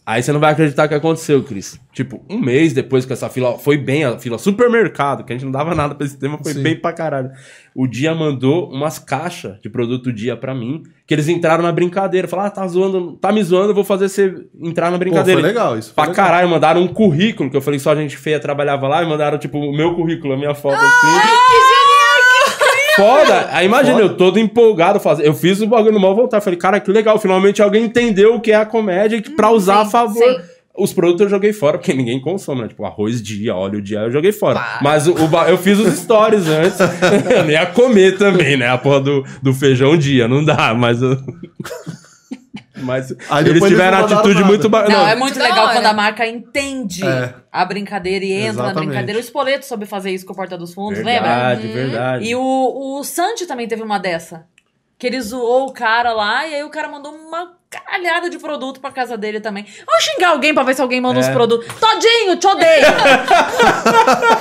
Speaker 1: Aí você não vai acreditar o que aconteceu, Cris. Tipo, um mês depois que essa fila foi bem, a fila supermercado, que a gente não dava nada pra esse tema, foi
Speaker 8: Sim.
Speaker 1: bem pra caralho. O Dia mandou umas caixas de produto Dia pra mim, que eles entraram na brincadeira. Falaram, ah, tá zoando, tá me zoando, eu vou fazer você entrar na
Speaker 8: Pô, foi
Speaker 1: brincadeira.
Speaker 8: legal isso. foi
Speaker 1: Pra
Speaker 8: legal.
Speaker 1: caralho, mandaram um currículo, que eu falei que só gente feia trabalhava lá, e mandaram, tipo, o meu currículo, a minha foto assim. Foda! Aí imagina, eu todo empolgado, faz... eu fiz o bagulho mal voltar. Falei, cara, que legal, finalmente alguém entendeu o que é a comédia e que pra usar a
Speaker 9: Hum, sim,
Speaker 1: favor.
Speaker 9: sim.
Speaker 1: Os produtos eu joguei fora, porque ninguém consome, né? Tipo, arroz dia, óleo dia, eu joguei fora. Mas o, o ba- eu fiz os stories
Speaker 9: [LAUGHS]
Speaker 1: antes. eu nem ia comer também, né? A porra do, do feijão um dia, não dá, mas. eu- [LAUGHS] mas
Speaker 8: Aí
Speaker 1: eles
Speaker 8: depois eles
Speaker 1: tiveram
Speaker 8: não mandaram
Speaker 1: atitude
Speaker 8: nada.
Speaker 1: muito. Ba...
Speaker 10: Não, é muito
Speaker 9: da
Speaker 10: legal
Speaker 9: hora.
Speaker 10: quando a marca entende
Speaker 8: É.
Speaker 10: a brincadeira e entra na
Speaker 8: Exatamente.
Speaker 10: brincadeira. O Espoleto soube fazer isso com o Porta dos Fundos, lembra? Uhum.
Speaker 1: Verdade, verdade.
Speaker 10: E o, o Santi também teve uma dessa. Que ele zoou o cara lá e aí o cara mandou uma caralhada de produto pra casa dele também. Vamos xingar alguém pra ver se alguém manda uns produtos. Todinho, te odeio!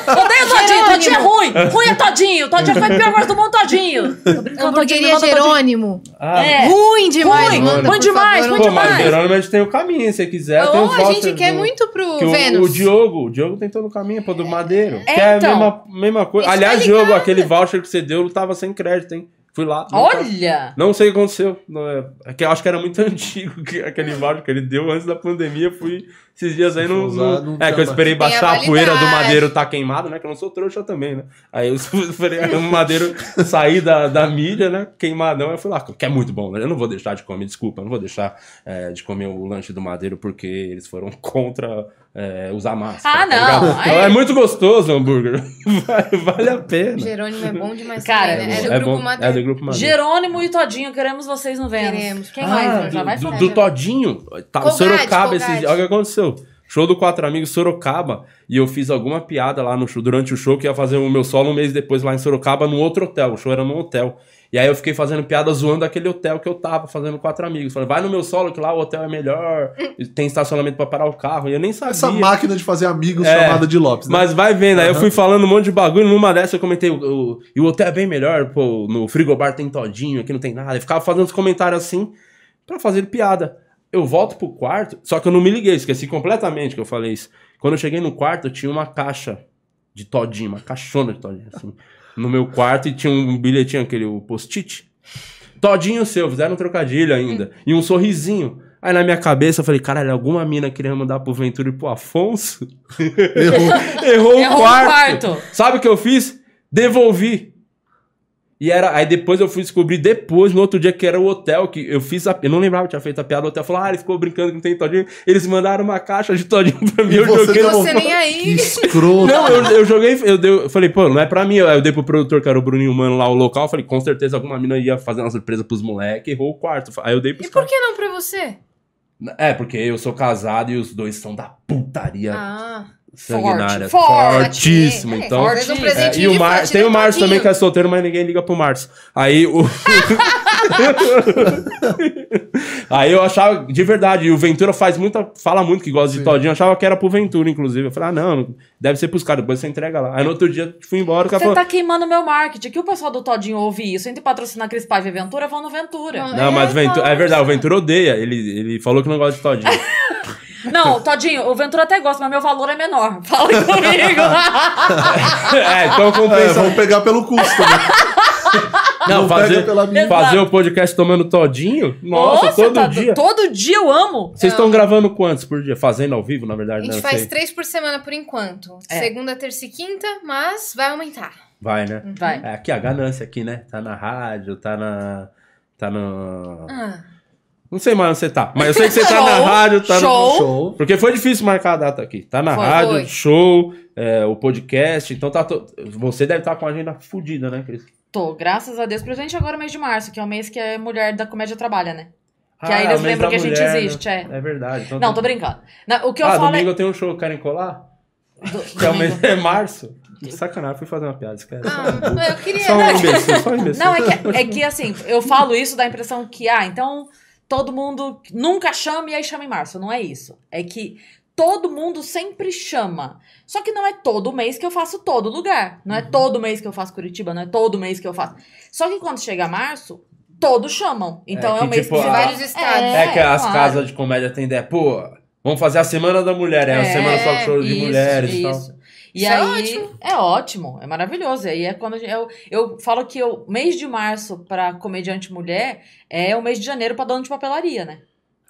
Speaker 10: odeio Todinho, Todinho é ruim! Ruim é Todinho! Todinho foi a pior coisa do mundo, Todinho! Tô brincando, me
Speaker 9: Hamburgueria
Speaker 10: manda
Speaker 9: Jerônimo.
Speaker 1: Ah,
Speaker 10: É.
Speaker 9: Ruim demais,
Speaker 10: Ruim,
Speaker 9: manda,
Speaker 10: ruim
Speaker 9: por
Speaker 10: demais,
Speaker 9: favor,
Speaker 10: ruim
Speaker 1: Pô,
Speaker 9: manda.
Speaker 10: demais.
Speaker 1: mas Verônimo a gente tem o caminho, se quiser. tem
Speaker 9: Ou
Speaker 1: os
Speaker 9: a gente
Speaker 1: vouchers
Speaker 9: quer
Speaker 1: do-
Speaker 9: muito pro
Speaker 1: que o- o,
Speaker 9: Vênus.
Speaker 1: Diogo, o Diogo tem todo o caminho, pô, do Madeiro.
Speaker 10: É,
Speaker 1: que é
Speaker 10: então.
Speaker 1: a mesma, mesma coisa.
Speaker 9: Isso
Speaker 1: Aliás,
Speaker 9: tá
Speaker 1: Diogo,
Speaker 9: ligado.
Speaker 1: aquele voucher que você deu eu tava sem crédito, hein? Fui lá. não tava-
Speaker 13: Ah.
Speaker 10: Olha!
Speaker 1: Não sei o que aconteceu. Não é, é que eu acho que era muito [LAUGHS] antigo que- aquele voucher que ele deu antes da pandemia. Fui esses dias aí no.
Speaker 8: Foi usar, não
Speaker 1: é,
Speaker 8: tinha
Speaker 1: que eu esperei
Speaker 9: mais. Tem a
Speaker 1: baixar a, poeira do
Speaker 9: validade.
Speaker 1: madeiro tá queimado, né? Que eu não sou trouxa também, né? Aí eu [LAUGHS] esperei o madeiro sair da, da mídia, né? Queimadão. Eu fui lá, que é muito bom, né? Eu não vou deixar de comer, desculpa, eu não vou deixar é, de comer o lanche do madeiro porque eles foram [LAUGHS] contra. é, usar máscara.
Speaker 10: Ah, não.
Speaker 1: ligado?
Speaker 10: Aí-
Speaker 1: É muito gostoso o hambúrguer. [LAUGHS] Vale, vale a pena.
Speaker 9: Jerônimo é bom demais.
Speaker 10: Cara,
Speaker 9: também, né?
Speaker 10: é
Speaker 9: é do
Speaker 1: é
Speaker 9: grupo
Speaker 1: bom. É do
Speaker 9: Madeira.
Speaker 1: grupo madeiro.
Speaker 10: Jerônimo e Todinho, queremos vocês no Vênus.
Speaker 9: Queremos.
Speaker 10: Quem
Speaker 9: Ah,
Speaker 10: mais? Já
Speaker 1: do,
Speaker 10: vai
Speaker 1: do-
Speaker 10: falando.
Speaker 1: do Todinho. Tava
Speaker 9: Colgate,
Speaker 1: Sorocaba
Speaker 9: Colgate.
Speaker 1: esses dias. Olha o que aconteceu. Show do Quatro Amigos Sorocaba. E eu fiz alguma piada lá no show, durante o show, que ia fazer o meu solo um mês depois lá em Sorocaba, num outro hotel. O show era num hotel. E aí eu fiquei fazendo piada zoando aquele hotel que eu tava fazendo Quatro Amigos. Falei, vai no meu solo que lá o hotel é
Speaker 9: [LAUGHS]
Speaker 1: melhor, tem estacionamento pra parar o carro. E eu nem sabia.
Speaker 8: Essa máquina de fazer amigos
Speaker 1: É.
Speaker 8: chamada de Lopes. Né?
Speaker 1: Mas vai vendo, aí eu fui falando um monte de bagulho, numa dessa eu comentei, o- o- e o hotel é bem melhor, pô, no frigobar tem todinho, aqui não tem nada. Eu ficava fazendo uns comentários assim, pra fazer piada. Eu volto pro quarto, só que eu não me liguei, esqueci completamente que eu falei isso. Quando eu cheguei no quarto, tinha uma caixa de todinho, uma caixona de todinho, assim, no meu quarto, e tinha um bilhetinho, aquele o post-it. Todinho seu, fizeram um trocadilho ainda. E um sorrisinho. Aí na minha cabeça eu falei, caralho, alguma mina queria mandar pro Ventura e pro
Speaker 8: [LAUGHS]
Speaker 1: Afonso? Errou, Errou o
Speaker 10: Errou o
Speaker 1: quarto.
Speaker 10: quarto.
Speaker 1: Sabe o que eu fiz? Devolvi. E era, aí depois eu fui descobrir depois, no outro dia, que era o hotel, que eu fiz a. Eu não lembrava que tinha feito a piada do hotel. Falou, ah, ele ficou brincando que não tem todinho. Eles mandaram uma caixa de todinho pra mim.
Speaker 8: E
Speaker 1: eu
Speaker 8: você
Speaker 1: joguei
Speaker 8: deu
Speaker 1: no-
Speaker 8: uma-
Speaker 9: Você nem aí.
Speaker 8: Escroto.
Speaker 1: Não, eu, eu joguei, eu, dei, eu falei, pô, não é pra mim. Eu- Aí eu dei pro produtor, que era o Bruninho um Mano lá, o local. Eu falei, com certeza alguma mina ia fazer uma surpresa pros moleques, errou o quarto. Aí eu dei pros
Speaker 9: E por que não pra você?
Speaker 1: caras. É, porque eu sou casado e os dois são da putaria
Speaker 9: Ah.
Speaker 1: sanguinária.
Speaker 9: forte, forte.
Speaker 1: fortíssimo.
Speaker 9: É,
Speaker 1: então,
Speaker 9: talvez um
Speaker 1: É,
Speaker 9: presentinho
Speaker 1: e o
Speaker 9: de
Speaker 1: Mar...
Speaker 9: Fátima
Speaker 1: tem o Márcio
Speaker 9: todinho.
Speaker 1: também que é solteiro, mas ninguém liga pro Márcio.
Speaker 9: [LAUGHS]
Speaker 1: Aí o. [LAUGHS] Aí eu achava, de verdade, e o Ventura faz muita. fala muito que gosta de Todinho, eu achava que era pro Ventura, inclusive. Eu falei, ah, não, deve ser pros caras, depois você entrega lá. Aí no outro dia fui embora, o cara
Speaker 10: Você
Speaker 1: falou.
Speaker 10: tá queimando meu marketing. Que o pessoal do Todinho ouve isso. Entre patrocinar Cris Paiva e Ventura, vão no
Speaker 9: tá
Speaker 10: Ventura.
Speaker 1: Não, mas o Ventura. É verdade, o Ventura odeia. Ele, ele falou que não gosta
Speaker 9: [LAUGHS]
Speaker 1: de Todinho. [LAUGHS]
Speaker 10: Não, Todinho, o Ventura até gosta, mas meu valor é menor. [LAUGHS] Fala comigo.
Speaker 1: é, então
Speaker 8: É,
Speaker 1: compensa.
Speaker 8: vamos pegar pelo custo, né?
Speaker 1: [LAUGHS] não,
Speaker 8: pega
Speaker 1: fazer,
Speaker 8: pela minha.
Speaker 1: fazer o podcast tomando Todinho? Nossa, todo
Speaker 10: tá-
Speaker 1: dia.
Speaker 10: Todo dia eu amo.
Speaker 1: Vocês
Speaker 9: Ah.
Speaker 1: estão gravando quantos por dia? Fazendo ao vivo, na
Speaker 9: A
Speaker 1: verdade, né?
Speaker 9: gente
Speaker 1: Eu
Speaker 9: faz
Speaker 1: sei.
Speaker 9: três por semana por enquanto.
Speaker 10: É.
Speaker 9: Segunda, terça e quinta, mas vai aumentar.
Speaker 1: Vai,
Speaker 9: Uhum.
Speaker 1: né?
Speaker 10: Vai.
Speaker 1: É, aqui a ganância aqui, né? Tá na rádio, tá na. Tá no.
Speaker 9: Ah.
Speaker 1: Não sei mais onde você tá. Mas eu sei que você tá na
Speaker 10: Show,
Speaker 1: rádio, tá no.
Speaker 10: show.
Speaker 8: Show.
Speaker 1: Porque foi difícil marcar a data aqui. Tá na
Speaker 9: Foi,
Speaker 1: rádio,
Speaker 9: foi.
Speaker 1: show, é, o podcast. Então tá. to- Você deve estar com a agenda fodida, né, Cris?
Speaker 10: Tô, graças a Deus. Presente agora é o mês de março, que é o mês que a mulher da comédia trabalha, né? Que aí
Speaker 1: Ah,
Speaker 10: eles
Speaker 1: o mês
Speaker 10: lembram
Speaker 1: da
Speaker 10: que a gente
Speaker 1: mulher, né?
Speaker 10: existe, é.
Speaker 1: É verdade. Então
Speaker 10: Não,
Speaker 1: tá-
Speaker 10: tô brincando. Na- o que eu
Speaker 1: ah,
Speaker 10: falo
Speaker 1: domingo
Speaker 10: é.
Speaker 1: eu tenho um show, querem colar?
Speaker 10: Do-
Speaker 1: Que é o mês [LAUGHS]
Speaker 10: domingo.
Speaker 1: de março. Sacanagem, fui fazer uma piada, esquece.
Speaker 9: Ah, eu queria.
Speaker 1: Só um
Speaker 10: [LAUGHS]
Speaker 1: imbecil, só um imbecil.
Speaker 10: Não, é que, é que assim, eu falo isso, dá a impressão que, ah, então todo mundo nunca chama e aí chama em março. Não é isso. É que todo mundo sempre chama. Só que não é todo mês que eu faço todo lugar. Não é
Speaker 1: Uhum.
Speaker 10: todo mês que eu faço Curitiba, não é todo mês que eu faço. Só que quando chega março, todos chamam. Então
Speaker 1: É
Speaker 10: é,
Speaker 1: que,
Speaker 10: o mês
Speaker 1: tipo,
Speaker 10: que
Speaker 1: a-
Speaker 10: você
Speaker 9: Vários estados.
Speaker 1: É que as
Speaker 10: claro.
Speaker 1: casas de comédia têm ideia, pô, vamos fazer a Semana da Mulher, é, a
Speaker 10: É,
Speaker 1: Semana só show de
Speaker 10: isso,
Speaker 1: mulheres e tal.
Speaker 10: isso. E
Speaker 9: Isso é
Speaker 10: aí, é ótimo. é maravilhoso. E aí é quando a gente- eu, eu falo que o mês de março pra comediante mulher é o mês de janeiro pra dona de papelaria, né?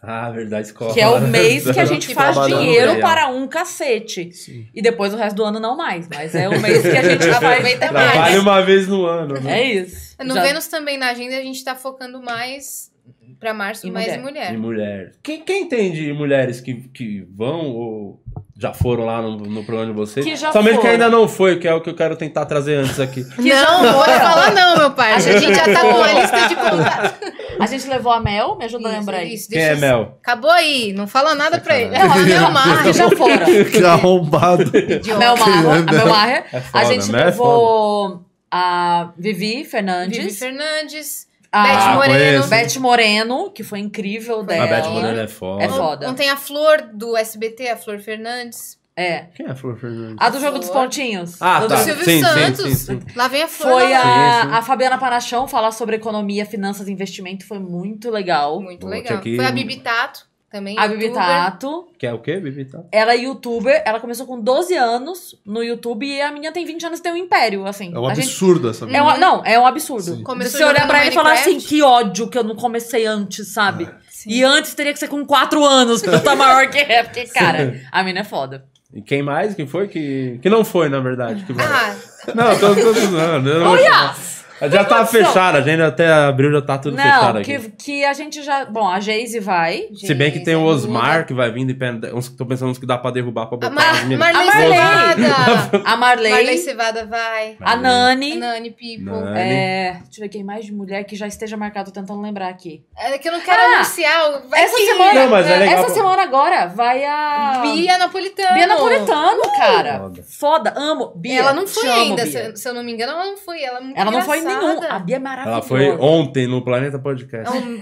Speaker 1: Ah, verdade, escola.
Speaker 10: Que é o
Speaker 1: [LAUGHS]
Speaker 10: mês que a gente
Speaker 8: Que
Speaker 10: faz
Speaker 8: trabalhando
Speaker 10: dinheiro
Speaker 1: bem, ó.
Speaker 10: para um cacete. E depois o resto do ano não mais, mas é o mês que
Speaker 1: [LAUGHS]
Speaker 10: a gente aproveita
Speaker 1: Trabalha
Speaker 10: [LAUGHS] mais.
Speaker 1: uma vez no ano, né?
Speaker 10: É isso.
Speaker 9: No
Speaker 10: Já-
Speaker 9: Vênus também, na agenda, a gente tá focando mais pra março,
Speaker 10: Em
Speaker 9: mais em
Speaker 1: De
Speaker 9: mulher.
Speaker 1: mulher. Quem, quem tem de mulheres que, que vão ou já foram lá no, no programa de vocês?
Speaker 10: Que já
Speaker 1: Somente que
Speaker 10: foram.
Speaker 1: ainda não foi, que é o que eu quero tentar trazer antes aqui. [LAUGHS]
Speaker 10: Que já
Speaker 9: não
Speaker 10: foram.
Speaker 9: pode falar não, meu pai. A gente já
Speaker 1: É
Speaker 9: tá com a lista de contatos.
Speaker 10: A gente levou a Mel, me ajuda a
Speaker 9: Isso,
Speaker 10: lembrar isso.
Speaker 9: isso,
Speaker 1: Quem
Speaker 9: deixa
Speaker 1: é
Speaker 9: eu-
Speaker 1: Mel?
Speaker 9: Acabou aí, não fala nada pra
Speaker 1: [LAUGHS]
Speaker 9: ele.
Speaker 10: Não, a Mel Maher
Speaker 9: Marra,
Speaker 10: já foram.
Speaker 8: [LAUGHS] Que arrombado.
Speaker 1: [LAUGHS]
Speaker 10: A Mel Maher, a Mel Maher.
Speaker 1: É foda,
Speaker 10: A gente
Speaker 1: né? É
Speaker 10: levou a Vivi Fernandes.
Speaker 9: Vivi Fernandes,
Speaker 10: A
Speaker 9: Beth Moreno.
Speaker 1: Ah, conheço.
Speaker 10: Beth Moreno, que foi incrível
Speaker 9: A
Speaker 1: foda. A
Speaker 10: dela.
Speaker 1: Beth Moreno é foda.
Speaker 10: É foda.
Speaker 9: Ontem a Flor do SBT, a Flor Fernandes.
Speaker 10: É.
Speaker 1: Quem é a Flor Fernandes?
Speaker 10: A do Jogo dos Pontinhos.
Speaker 1: Ah,
Speaker 10: do
Speaker 1: tá.
Speaker 9: Do
Speaker 10: Silvio.
Speaker 9: Silvio
Speaker 1: sim, sim,
Speaker 9: Santos.
Speaker 1: sim,
Speaker 9: Lá vem a Flor.
Speaker 10: Foi
Speaker 9: lá.
Speaker 1: Sim, sim.
Speaker 10: a, a Fabiana Panachão falar sobre economia, finanças e investimento. Foi muito legal.
Speaker 9: Muito
Speaker 1: Boa,
Speaker 9: legal.
Speaker 1: tinha que-
Speaker 9: Foi a Bibi Tato também.
Speaker 10: A Bibi
Speaker 9: youtuber.
Speaker 10: Tato,
Speaker 1: Que é o quê, Bibi? Tá?
Speaker 10: ela é youtuber, ela começou com 12 anos no YouTube e a minha tem 20 anos e tem um império, assim.
Speaker 8: É um
Speaker 10: a gente-
Speaker 8: absurdo essa
Speaker 10: é
Speaker 8: merda.
Speaker 10: um- não, é um absurdo.
Speaker 8: Sim.
Speaker 9: Começou
Speaker 10: Você olhar
Speaker 9: jogando
Speaker 10: pra ele e falar assim,
Speaker 9: Minecraft.
Speaker 10: que ódio que eu não comecei antes, sabe?
Speaker 1: É.
Speaker 9: Sim.
Speaker 10: E antes teria que ser com 4 anos, porque eu tá maior que é. Porque, cara, a mina é foda.
Speaker 1: E quem mais? Quem foi? Que, que não foi, na verdade. Que vai.
Speaker 9: Ah,
Speaker 1: Não, tô, tô zoando. eu não vou chamar. Já tá
Speaker 10: condição.
Speaker 1: fechada, a agenda até abril já tá tudo fechado
Speaker 10: Não,
Speaker 1: aqui.
Speaker 10: que, que a gente já... Bom, a Geise vai.
Speaker 1: Se bem que tem
Speaker 10: é
Speaker 1: o
Speaker 9: gente,
Speaker 1: Osmar que vai vindo e pende- uns que tô pensando uns que dá pra derrubar pra
Speaker 9: A
Speaker 1: botar tá as
Speaker 9: Mar
Speaker 1: minas.
Speaker 9: Marlene
Speaker 10: A Marlene. Tá
Speaker 9: Cevada.
Speaker 10: A Marley.
Speaker 9: Marlene Cevada vai.
Speaker 10: assim, a Nani.
Speaker 9: Nani People.
Speaker 1: Nani.
Speaker 10: É, deixa eu ver quem mais de mulher que já esteja marcado, tô tentando lembrar aqui.
Speaker 9: É que eu não quero
Speaker 10: Ah,
Speaker 9: anunciar. Vai
Speaker 10: essa
Speaker 9: que-
Speaker 10: semana-
Speaker 1: Não, mas é legal.
Speaker 10: Essa semana agora vai a.
Speaker 9: Bia Napolitano.
Speaker 10: Bia Napolitano, cara.
Speaker 1: Foda.
Speaker 10: Foda. amo. Bia.
Speaker 9: Ela não
Speaker 10: te
Speaker 9: foi
Speaker 10: amo,
Speaker 9: ainda,
Speaker 10: Bia.
Speaker 9: se, se eu não me engano, ela não foi. Ela, é muito
Speaker 10: Ela não foi em
Speaker 9: engraçada.
Speaker 10: nenhum. A Bia é maravilhosa.
Speaker 1: Ela foi ontem no Planeta Podcast.
Speaker 10: É
Speaker 9: Não,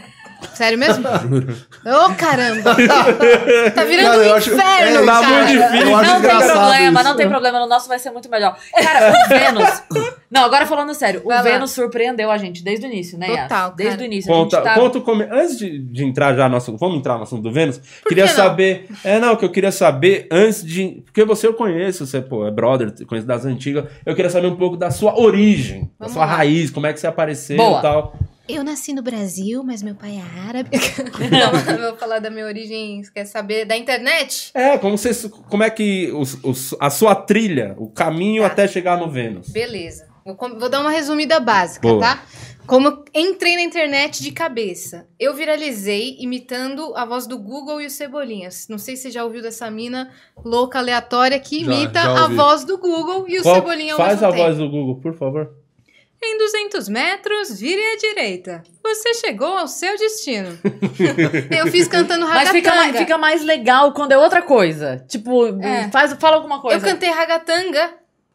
Speaker 9: sério
Speaker 1: [LAUGHS]
Speaker 10: um
Speaker 9: mesmo? Ô, caramba! Tá virando
Speaker 8: Cara, eu
Speaker 9: um
Speaker 8: acho-
Speaker 9: inferno,
Speaker 8: é,
Speaker 1: tá
Speaker 9: cara.
Speaker 1: muito difícil.
Speaker 8: Eu acho
Speaker 10: Não tem
Speaker 8: engraçado
Speaker 10: problema,
Speaker 8: isso.
Speaker 10: não tem problema. No nosso vai ser muito melhor.
Speaker 9: [LAUGHS]
Speaker 10: Cara, o Vênus. Não, agora falando sério,
Speaker 9: Vai lá.
Speaker 10: o Vênus surpreendeu a gente desde o início, né? Yas?
Speaker 9: Total, cara.
Speaker 10: Desde o início.
Speaker 1: Conta,
Speaker 10: a gente tá...
Speaker 1: conta o come... Antes de, de entrar já no assunto, vamos entrar no assunto do Vênus? queria
Speaker 9: que não?
Speaker 1: saber. É, não, que eu queria saber antes de. Porque você eu conheço, você pô, é brother, conheço das antigas. Eu queria saber um pouco da sua origem, da
Speaker 9: Vamos
Speaker 1: sua
Speaker 9: lá.
Speaker 1: raiz, como é que você apareceu
Speaker 10: Boa.
Speaker 1: e tal.
Speaker 14: Eu nasci no Brasil, mas meu pai é árabe.
Speaker 9: [LAUGHS] Não, eu vou falar da minha origem, você quer saber? Da internet?
Speaker 1: É, como, você, como é que os- os- a sua trilha, o caminho
Speaker 9: Tá.
Speaker 1: até chegar no Vênus.
Speaker 9: Beleza. Eu com- vou dar uma resumida básica,
Speaker 15: Boa.
Speaker 9: tá? Como eu entrei na internet de cabeça. Eu viralizei imitando a voz do Google e o Cebolinhas. Não sei se você já ouviu dessa mina louca, aleatória, que
Speaker 8: Já,
Speaker 9: imita
Speaker 8: já
Speaker 9: a
Speaker 8: ouvi.
Speaker 9: voz do Google e o
Speaker 15: Qual-
Speaker 9: Cebolinha ao
Speaker 15: Faz
Speaker 9: mesmo
Speaker 15: a
Speaker 9: tempo.
Speaker 15: voz do Google, por favor.
Speaker 9: Em 200 metros, vire à direita. Você chegou ao seu
Speaker 15: [LAUGHS]
Speaker 9: destino. eu fiz cantando ragatanga.
Speaker 10: Mas fica mais, fica mais legal quando é outra coisa. Tipo,
Speaker 9: É.
Speaker 10: faz, fala alguma coisa.
Speaker 9: Eu cantei ragatanga,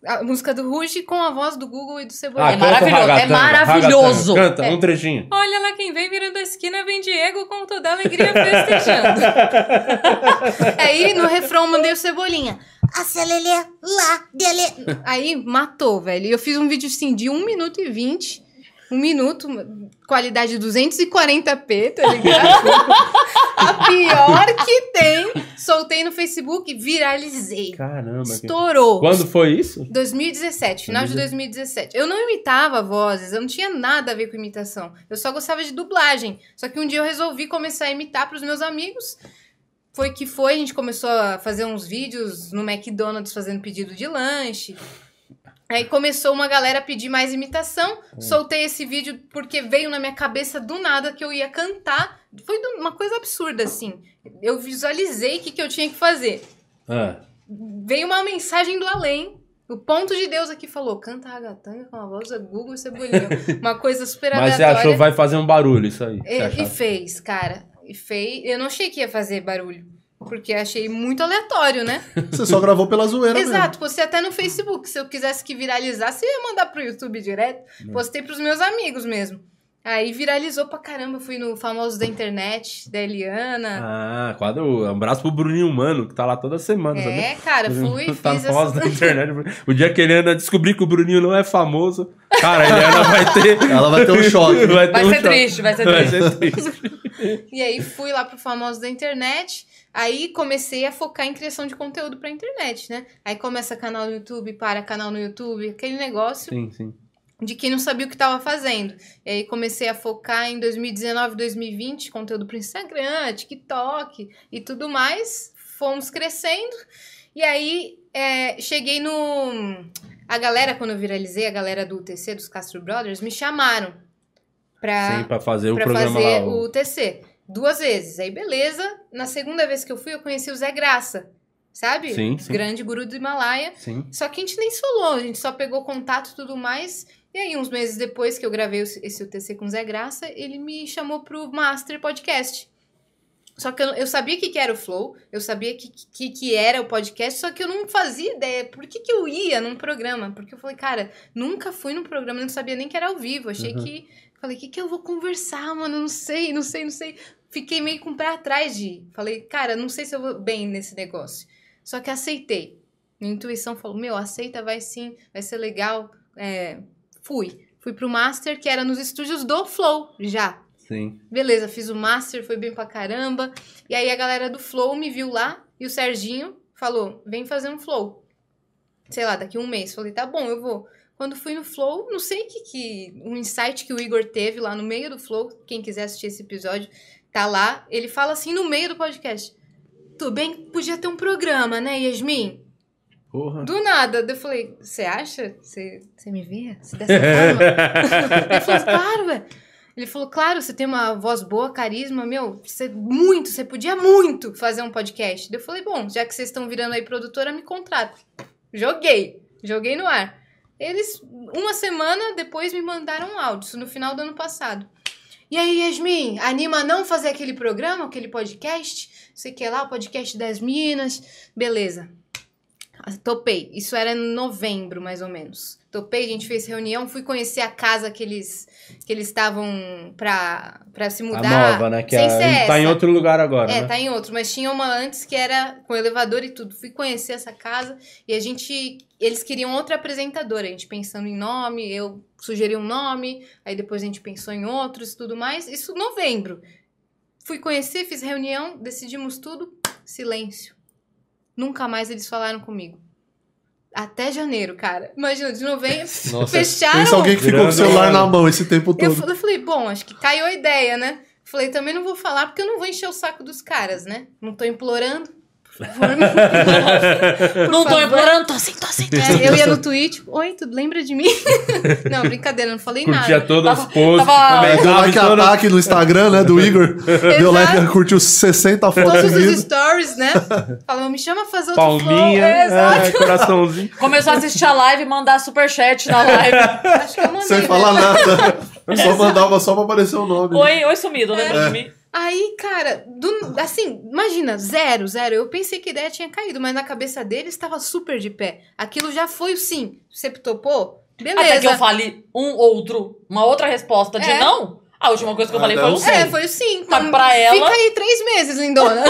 Speaker 9: a música do Ruge, com a voz do Google e do Cebolinha.
Speaker 10: Ah,
Speaker 15: canta
Speaker 10: maravilhoso, é
Speaker 15: Ragatanga,
Speaker 10: maravilhoso.
Speaker 15: Ragatanga. Canta,
Speaker 9: É.
Speaker 15: um trechinho.
Speaker 9: Olha lá quem vem virando a esquina, vem Diego com toda a alegria festejando. [LAUGHS] Aí no refrão mandei o Cebolinha. Acelele lá dele. Aí matou, velho. E Eu fiz um vídeo assim de 1 minuto e 20. Um minuto, qualidade 240p, tá ligado?
Speaker 15: [LAUGHS]
Speaker 9: a pior que tem. Soltei no Facebook, viralizei.
Speaker 15: Caramba. que-
Speaker 9: Estourou.
Speaker 15: Quando foi isso?
Speaker 9: 2017, final de 2017. Eu não imitava vozes, eu não tinha nada a ver com imitação. Eu só gostava de dublagem. Só que um dia eu resolvi começar a imitar pros meus amigos. Foi que foi, a gente começou a fazer uns vídeos no McDonald's fazendo pedido de lanche. Aí começou uma galera a pedir mais imitação. Soltei esse vídeo porque veio na minha cabeça do nada que eu ia cantar. Foi do- uma coisa absurda, assim. Eu visualizei o que, que eu tinha que fazer
Speaker 15: Ah,
Speaker 9: veio uma mensagem do além. O ponto de Deus aqui falou: canta ragatanga com a voz da Google e
Speaker 15: [LAUGHS]
Speaker 9: Cebolinha. Uma coisa super
Speaker 15: mas você
Speaker 9: aleatória.
Speaker 15: achou que vai fazer um barulho isso aí? você
Speaker 9: É, e, e
Speaker 15: achava.
Speaker 9: fez, cara. E fez. Eu não achei que ia fazer barulho. Porque achei muito aleatório, né?
Speaker 8: Você só gravou pela zoeira
Speaker 9: Exato, postei até no Facebook. Se eu quisesse que viralizasse, eu ia mandar pro YouTube direto.
Speaker 15: Hum.
Speaker 9: Postei pros meus amigos mesmo. Aí viralizou pra caramba. Eu Fui no famoso da internet, da Eliana.
Speaker 15: Ah, quadro. Um abraço pro Bruninho Mano, que tá lá toda semana, sabe?
Speaker 9: é, cara, fui, fiz
Speaker 15: tá
Speaker 9: essa- [LAUGHS]
Speaker 15: famoso na internet. O dia que ele anda descobrir que o Bruninho não é famoso, cara, ele ela vai ter.
Speaker 8: mesmo. Ela vai ter um choque.
Speaker 15: [LAUGHS] Vai, ter
Speaker 10: Vai
Speaker 15: um
Speaker 10: ser
Speaker 15: choque.
Speaker 10: triste, vai ser
Speaker 15: Vai
Speaker 10: triste.
Speaker 15: ser triste.
Speaker 9: [LAUGHS] E aí fui lá pro famoso da internet. Aí comecei a focar em criação de conteúdo pra internet, né? Aí começa canal no YouTube, para canal no YouTube, aquele negócio
Speaker 15: Sim, sim.
Speaker 9: de quem não sabia o que tava fazendo. E aí comecei a focar em 2019, 2020, conteúdo pro Instagram, TikTok e tudo mais. Fomos crescendo. E aí é, cheguei no. A galera, quando eu viralizei, a galera do UTC, dos Castro Brothers, me chamaram pra,
Speaker 15: Sim, pra fazer o
Speaker 9: pra
Speaker 15: programa
Speaker 9: fazer
Speaker 15: lá. o-
Speaker 9: o TC. Duas vezes. Aí, beleza. Na segunda vez que eu fui, eu conheci o Zé Graça. Sabe?
Speaker 15: Sim, sim.
Speaker 9: Grande guru do Himalaia.
Speaker 15: Sim.
Speaker 9: Só que a gente nem se falou, a gente só pegou contato e tudo mais. E aí, uns meses depois que eu gravei esse esse UTC com o Zé Graça, ele me chamou pro Master Podcast. Só que eu, eu sabia o que, que era o Flow, eu sabia que, que, que era o podcast, só que eu não fazia ideia por que, que eu ia num programa. Porque eu falei, cara, nunca fui num programa, não sabia nem que era ao vivo. Achei que. Falei, o que, que eu vou conversar, mano? Não sei, não sei, não sei. Fiquei meio com o pé atrás de ir. Falei, cara, não sei se eu vou bem nesse negócio. Só que aceitei. Minha intuição falou: Meu, aceita, vai sim, vai ser legal. É, fui. Fui pro Master, que era nos estúdios do Flow, já.
Speaker 15: Sim.
Speaker 9: Beleza, fiz o Master, foi bem pra caramba. E aí a galera do Flow me viu lá e o Serginho falou: Vem fazer um Flow. Sei lá, daqui um mês. Falei: Tá bom, eu vou. Quando fui no Flow, não sei que, que um insight que o Igor teve lá no meio do Flow. Quem quiser assistir esse episódio, tá lá. Ele fala assim no meio do podcast: Tudo bem, que podia ter um programa, né, Yasmin?
Speaker 15: Porra.
Speaker 9: Do nada. Daí Eu falei, você acha? Você você me vê? Você tá dessa forma? Ele falou,
Speaker 13: [LAUGHS]
Speaker 9: claro, ué. Ele falou, claro, você tem uma voz boa, carisma, meu, você muito, você podia muito fazer um podcast. Daí Eu falei, bom, já que vocês estão virando aí produtora, me contrata. Joguei, joguei no ar. Eles, uma semana depois, me mandaram um áudio, isso no final do ano passado. E aí, Yasmin, anima a não fazer aquele programa, aquele podcast? Não sei o que é lá, o podcast das Minas. Beleza. Ah, Topei. Isso era em novembro, mais ou menos. Topei, a gente fez reunião, fui conhecer a casa que eles que eles estavam pra, pra se
Speaker 15: A
Speaker 9: mudar.
Speaker 15: nova, né? Que
Speaker 9: sem
Speaker 15: a-
Speaker 9: ser
Speaker 15: tá em
Speaker 9: essa.
Speaker 15: outro lugar agora,
Speaker 9: É,
Speaker 15: né?
Speaker 9: tá em outro, mas tinha uma antes que era com elevador e tudo. Fui conhecer essa casa e a gente. Eles queriam outra apresentadora, a gente pensando em nome, eu sugeri um nome, aí depois a gente pensou em outros e tudo mais. Isso em novembro. Fui conhecer, fiz reunião, decidimos tudo, silêncio. Nunca mais eles falaram comigo. Até janeiro, cara. Imagina, de novembro.
Speaker 8: Nossa,
Speaker 9: fecharam.
Speaker 8: Pensa alguém que ficou com o
Speaker 15: um-
Speaker 8: celular na mão esse tempo
Speaker 9: Eu,
Speaker 8: todo.
Speaker 9: fa- eu falei, bom, acho que caiu a ideia, né? Falei, também não vou falar porque eu não vou encher o saco dos caras, né? Não tô implorando.
Speaker 15: É.
Speaker 10: não tô
Speaker 9: favor.
Speaker 10: implorando, tô assim, tô assim.
Speaker 9: É, eu ia no tweet, oi, tu lembra de mim? [LAUGHS] não, brincadeira, não falei
Speaker 15: Curtia
Speaker 9: nada.
Speaker 15: todas as
Speaker 10: Tava-
Speaker 15: poses.
Speaker 10: tava-
Speaker 15: comentava
Speaker 8: É,
Speaker 9: [LAUGHS]
Speaker 8: Deu
Speaker 15: em
Speaker 8: like
Speaker 15: todas-
Speaker 8: ataque no Instagram, né, do Igor. Deu like, curtiu 60 fotos
Speaker 15: então,
Speaker 9: Todos os
Speaker 8: seguidas.
Speaker 9: stories, né? Falou, me chama a fazer outro
Speaker 15: Palminha,
Speaker 9: flow. É, exato.
Speaker 15: é, coraçãozinho.
Speaker 10: Começou a assistir a live e mandar superchat na live.
Speaker 9: Acho que eu mandei.
Speaker 8: Sem
Speaker 9: né?
Speaker 8: falar nada. Só mandava só pra aparecer o nome. É.
Speaker 10: Oi, oi sumido,
Speaker 9: É.
Speaker 10: lembra de mim?
Speaker 9: Aí, cara, do- assim, imagina, zero, zero. Eu pensei que a ideia tinha caído, mas na cabeça dele estava super de pé. Aquilo já foi o sim. Você topou?
Speaker 10: Até que eu
Speaker 9: Beleza.
Speaker 10: fale um outro, uma outra resposta de
Speaker 9: É.
Speaker 10: não. A última coisa que eu
Speaker 8: Ah,
Speaker 10: falei
Speaker 8: não,
Speaker 10: foi um
Speaker 8: sim.
Speaker 9: É,
Speaker 10: sim.
Speaker 9: foi o sim.
Speaker 10: Mas pra ela-
Speaker 9: Fica aí três meses,
Speaker 10: [LAUGHS]
Speaker 9: lindona.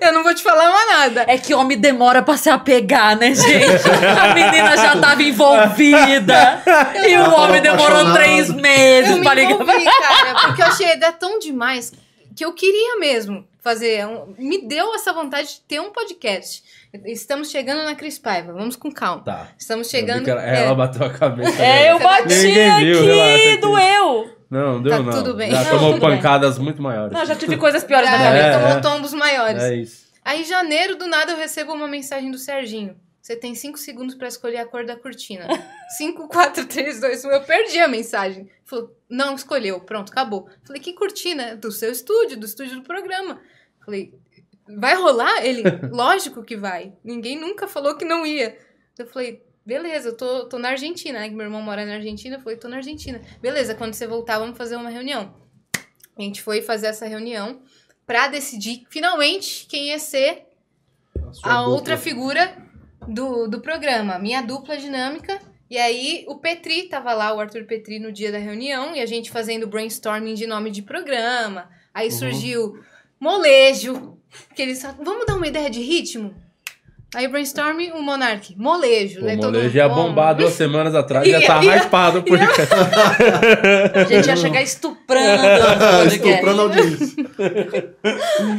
Speaker 9: eu não vou te falar mais nada.
Speaker 10: É que homem demora pra se apegar, né, gente?
Speaker 8: [LAUGHS]
Speaker 10: A menina já tava envolvida. e o homem demorou
Speaker 8: apaixonado.
Speaker 10: três meses
Speaker 9: Eu me
Speaker 10: pra ligar.
Speaker 9: envolvi, cara, porque eu achei a ideia tão demais que eu queria mesmo fazer. um- me deu essa vontade de ter um podcast. Estamos chegando na Cris Paiva, vamos com calma.
Speaker 15: Tá.
Speaker 9: Estamos
Speaker 15: Eu vi
Speaker 9: chegando.
Speaker 15: que Ela,
Speaker 9: é,
Speaker 15: ela bateu a cabeça.
Speaker 10: [LAUGHS] É, eu
Speaker 9: Você vai-
Speaker 10: bati
Speaker 15: Ninguém viu,
Speaker 10: aqui,
Speaker 15: relaxa aqui.
Speaker 10: doeu.
Speaker 15: Não, deu
Speaker 9: Tá
Speaker 15: não.
Speaker 9: tudo bem.
Speaker 15: Já
Speaker 10: Não,
Speaker 15: tomou
Speaker 10: tudo bem.
Speaker 15: pancadas muito maiores.
Speaker 10: Não, já tive coisas piores na
Speaker 9: já
Speaker 10: minha vida.
Speaker 15: É,
Speaker 9: tomou
Speaker 15: é.
Speaker 9: tombos maiores.
Speaker 15: É isso.
Speaker 9: Aí, em janeiro, do nada, eu recebo uma mensagem do Serginho. Você tem 5 segundos pra escolher a cor da
Speaker 10: [LAUGHS]
Speaker 9: cortina. 5, 4, 3, 2, 1. Eu perdi a mensagem. Falou, não escolheu. Pronto, acabou. Falei, que cortina? Do seu estúdio, do estúdio do programa. Falei, vai
Speaker 15: [LAUGHS]
Speaker 9: rolar? Ele, lógico que vai. Ninguém nunca falou que não ia. Eu falei, beleza, eu tô, tô na Argentina, né? Que meu irmão mora na Argentina. Eu falei, tô na Argentina. Beleza, quando você voltar, vamos fazer uma reunião. A gente foi fazer essa reunião pra decidir, finalmente, quem ia ser a outra figura do, do programa, minha dupla dinâmica. E aí o Petri tava lá, o Arthur Petri, no dia da reunião, e a gente fazendo brainstorming de nome de programa. Aí
Speaker 15: Uhum.
Speaker 9: surgiu molejo, que eles só- vamos dar uma ideia de ritmo? Aí brainstorming, o Monark, molejo.
Speaker 15: O
Speaker 9: né, todo
Speaker 15: molejo
Speaker 9: mundo,
Speaker 15: ia
Speaker 9: "Bom,
Speaker 15: bombar duas semanas atrás,
Speaker 10: [LAUGHS]
Speaker 15: já
Speaker 9: E-
Speaker 15: tá
Speaker 9: e-
Speaker 15: raspado por [LAUGHS]
Speaker 10: A gente ia chegar estuprando no
Speaker 9: né?"
Speaker 10: podcast.
Speaker 8: Estuprando a audiência.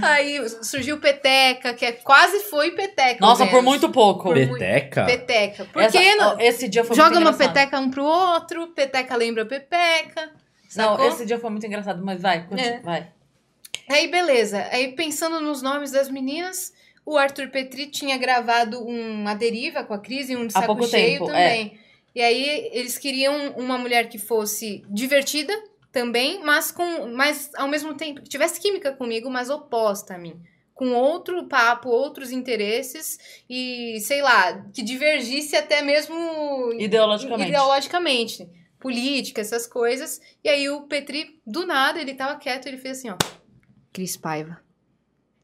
Speaker 9: Aí surgiu Peteca, que é, quase foi Peteca. o
Speaker 10: Nossa, por
Speaker 9: Vênus.
Speaker 10: muito pouco.
Speaker 9: Por muito-
Speaker 15: Peteca?
Speaker 9: Peteca. Por
Speaker 10: Essa-
Speaker 9: que
Speaker 10: ó,
Speaker 9: não?
Speaker 10: Esse dia foi
Speaker 9: Joga
Speaker 10: muito
Speaker 9: uma
Speaker 10: engraçado.
Speaker 9: peteca um pro outro, peteca lembra pepeca.
Speaker 10: Não,
Speaker 9: sacou?
Speaker 10: esse dia foi muito engraçado, mas vai, continua,
Speaker 9: É.
Speaker 10: vai.
Speaker 9: Aí, beleza. Aí, pensando nos nomes das meninas, o Arthur Petri tinha gravado um A Deriva com a Cris e um de
Speaker 10: Há
Speaker 9: Saco
Speaker 10: pouco
Speaker 9: Cheio
Speaker 10: tempo, é.
Speaker 9: também. E aí, eles queriam uma mulher que fosse divertida também, mas com mas ao mesmo tempo que tivesse química comigo, mas oposta a mim. Com outro papo, outros interesses e, sei lá, que divergisse até mesmo
Speaker 10: Ideologicamente.
Speaker 9: ideologicamente, política, essas coisas. E aí o Petri, do nada, ele tava quieto, ele fez assim, ó. Cris Paiva.